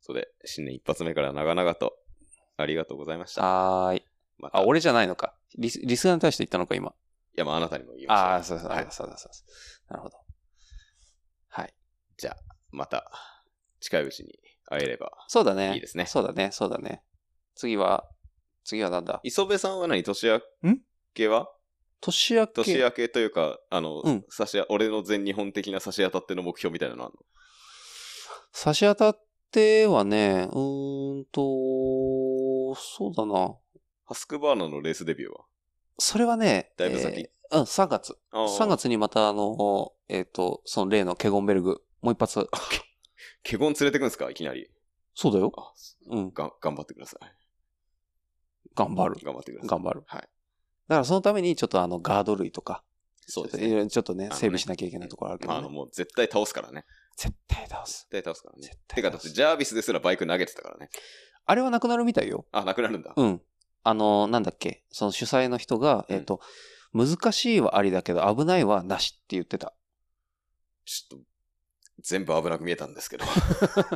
[SPEAKER 1] それで、新年一発目から長々と、ありがとうございました。
[SPEAKER 2] はーい。
[SPEAKER 1] また
[SPEAKER 2] あ、俺じゃないのか。リスリスナーに対して言ったのか、今。
[SPEAKER 1] いや、まあ、あなたにも言いました。
[SPEAKER 2] ああ、そうそう、
[SPEAKER 1] はい
[SPEAKER 2] あそうそうそうそう。なるほど。はい。
[SPEAKER 1] また、近いうちに会えれば。
[SPEAKER 2] そうだね。
[SPEAKER 1] いいですね
[SPEAKER 2] そうだね、そうだね。次は、次はなんだ
[SPEAKER 1] 磯部さんは何年明けは
[SPEAKER 2] 年明け。
[SPEAKER 1] 年明けというか、あの、
[SPEAKER 2] うん
[SPEAKER 1] 差しあ俺の全日本的な差し当たっての目標みたいなのあるの
[SPEAKER 2] 差し当たってはね、うーんと、そうだな。
[SPEAKER 1] ハスクバーナのレースデビューは
[SPEAKER 2] それはね、
[SPEAKER 1] だいぶ先
[SPEAKER 2] えーうん、3月。
[SPEAKER 1] あー
[SPEAKER 2] 3月にまた、あの、えっ、と、その例のケゴンベルグ、もう一発。
[SPEAKER 1] ケゴン連れてくんですかいきなり。
[SPEAKER 2] そうだよ。
[SPEAKER 1] あ、
[SPEAKER 2] うん、
[SPEAKER 1] が頑張ってください。
[SPEAKER 2] 頑張る。
[SPEAKER 1] 頑張ってください。
[SPEAKER 2] 頑張る。
[SPEAKER 1] はい
[SPEAKER 2] だからそのために、ちょっとあの、ガード類とか、
[SPEAKER 1] そうです
[SPEAKER 2] ちょっといろ
[SPEAKER 1] ね。
[SPEAKER 2] いろちょっとね
[SPEAKER 1] あ、のね
[SPEAKER 2] 整備しなきゃいけないところあるけ
[SPEAKER 1] まあ、
[SPEAKER 2] ど、
[SPEAKER 1] あ
[SPEAKER 2] ね
[SPEAKER 1] の、もう絶対倒すからね。
[SPEAKER 2] 絶対倒す。
[SPEAKER 1] 絶対倒すからね。
[SPEAKER 2] 絶
[SPEAKER 1] て
[SPEAKER 2] 対
[SPEAKER 1] か、だ
[SPEAKER 2] 倒
[SPEAKER 1] って
[SPEAKER 2] す。
[SPEAKER 1] ジャービスですらバイク投げてたからね。
[SPEAKER 2] あれはなくなるみたいよ。
[SPEAKER 1] あ、なくなるんだ。
[SPEAKER 2] うん。あの、なんだっけ。その主催の人が、
[SPEAKER 1] うん
[SPEAKER 2] えっ、と、難しいはありだけど、危ないはなしって言ってた。
[SPEAKER 1] ちょっと、全部危なく見えたんですけど。
[SPEAKER 2] (laughs)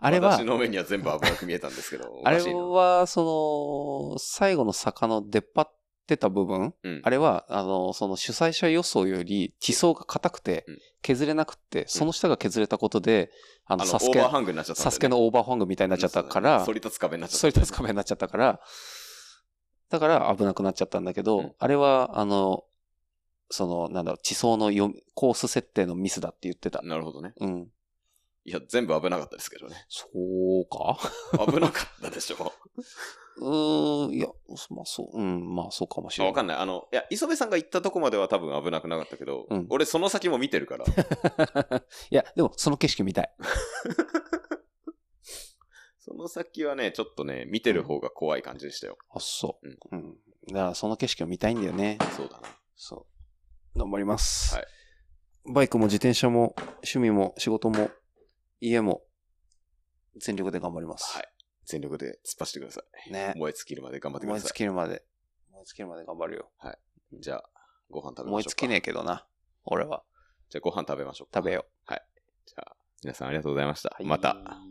[SPEAKER 2] あれは
[SPEAKER 1] 私、の目には全部危なく見えたんですけど。お
[SPEAKER 2] (laughs) あ
[SPEAKER 1] か
[SPEAKER 2] れ
[SPEAKER 1] しいな
[SPEAKER 2] は、その、最後の坂の出っ張ってた部分、
[SPEAKER 1] うん
[SPEAKER 2] あれは、あの、その主催者予想より地層が硬くて
[SPEAKER 1] うん、
[SPEAKER 2] 削れなくて、その下が削れたことで、あ
[SPEAKER 1] あ
[SPEAKER 2] の、
[SPEAKER 1] の、
[SPEAKER 2] サス
[SPEAKER 1] オー
[SPEAKER 2] ケ
[SPEAKER 1] バー、ハングになっちゃったんだよ
[SPEAKER 2] サ
[SPEAKER 1] ね
[SPEAKER 2] スケのオーバーホングみたいになっちゃったから、
[SPEAKER 1] 反り立つ壁になっちゃった。
[SPEAKER 2] それ立つ壁になっちゃったから、だから危なくなっちゃったんだけど、
[SPEAKER 1] うん
[SPEAKER 2] あれは、あの、その、なんだろう、地層のよコース設定のミスだって言ってた。
[SPEAKER 1] なるほどね。
[SPEAKER 2] うん。
[SPEAKER 1] いや、全部危なかったですけど
[SPEAKER 2] (laughs)
[SPEAKER 1] ね。
[SPEAKER 2] そうか (laughs)
[SPEAKER 1] 危なかったでしょ。
[SPEAKER 2] うーん、いや、まあそう、うん、まあそうかもし
[SPEAKER 1] あ
[SPEAKER 2] れ
[SPEAKER 1] わ
[SPEAKER 2] な
[SPEAKER 1] か
[SPEAKER 2] い。
[SPEAKER 1] んない。あの、いや、磯部さんが行ったとこまでは多分危なくなかったけど、
[SPEAKER 2] うん
[SPEAKER 1] 俺その先も見てる
[SPEAKER 2] (laughs)
[SPEAKER 1] から、
[SPEAKER 2] いや、でもその景色見たい。
[SPEAKER 1] その先はね、ちょっとね、見てる方が怖い感じでしたよ。
[SPEAKER 2] あ、そう。うん。だからその景色を見たいんだよね。
[SPEAKER 1] そう
[SPEAKER 2] (laughs)
[SPEAKER 1] だな。
[SPEAKER 2] そう。頑張ります。
[SPEAKER 1] はい
[SPEAKER 2] バイクも自転車も、趣味も、仕事も、家も、全力で頑張ります。
[SPEAKER 1] はい全力で突っ走ってください。
[SPEAKER 2] ね
[SPEAKER 1] 燃え尽きるまで頑張ってく
[SPEAKER 2] 燃
[SPEAKER 1] ださ
[SPEAKER 2] え尽
[SPEAKER 1] い。
[SPEAKER 2] きるまで。燃え尽きるまで頑張るよ。
[SPEAKER 1] じゃあ、ご飯食べま
[SPEAKER 2] 燃え
[SPEAKER 1] しょう
[SPEAKER 2] 尽
[SPEAKER 1] か。
[SPEAKER 2] きねえけどな。俺は
[SPEAKER 1] じゃあ、ご飯食べましょうか。
[SPEAKER 2] 食べよ
[SPEAKER 1] じゃあ、皆さんありがとうございました。
[SPEAKER 2] う。
[SPEAKER 1] また。
[SPEAKER 2] はい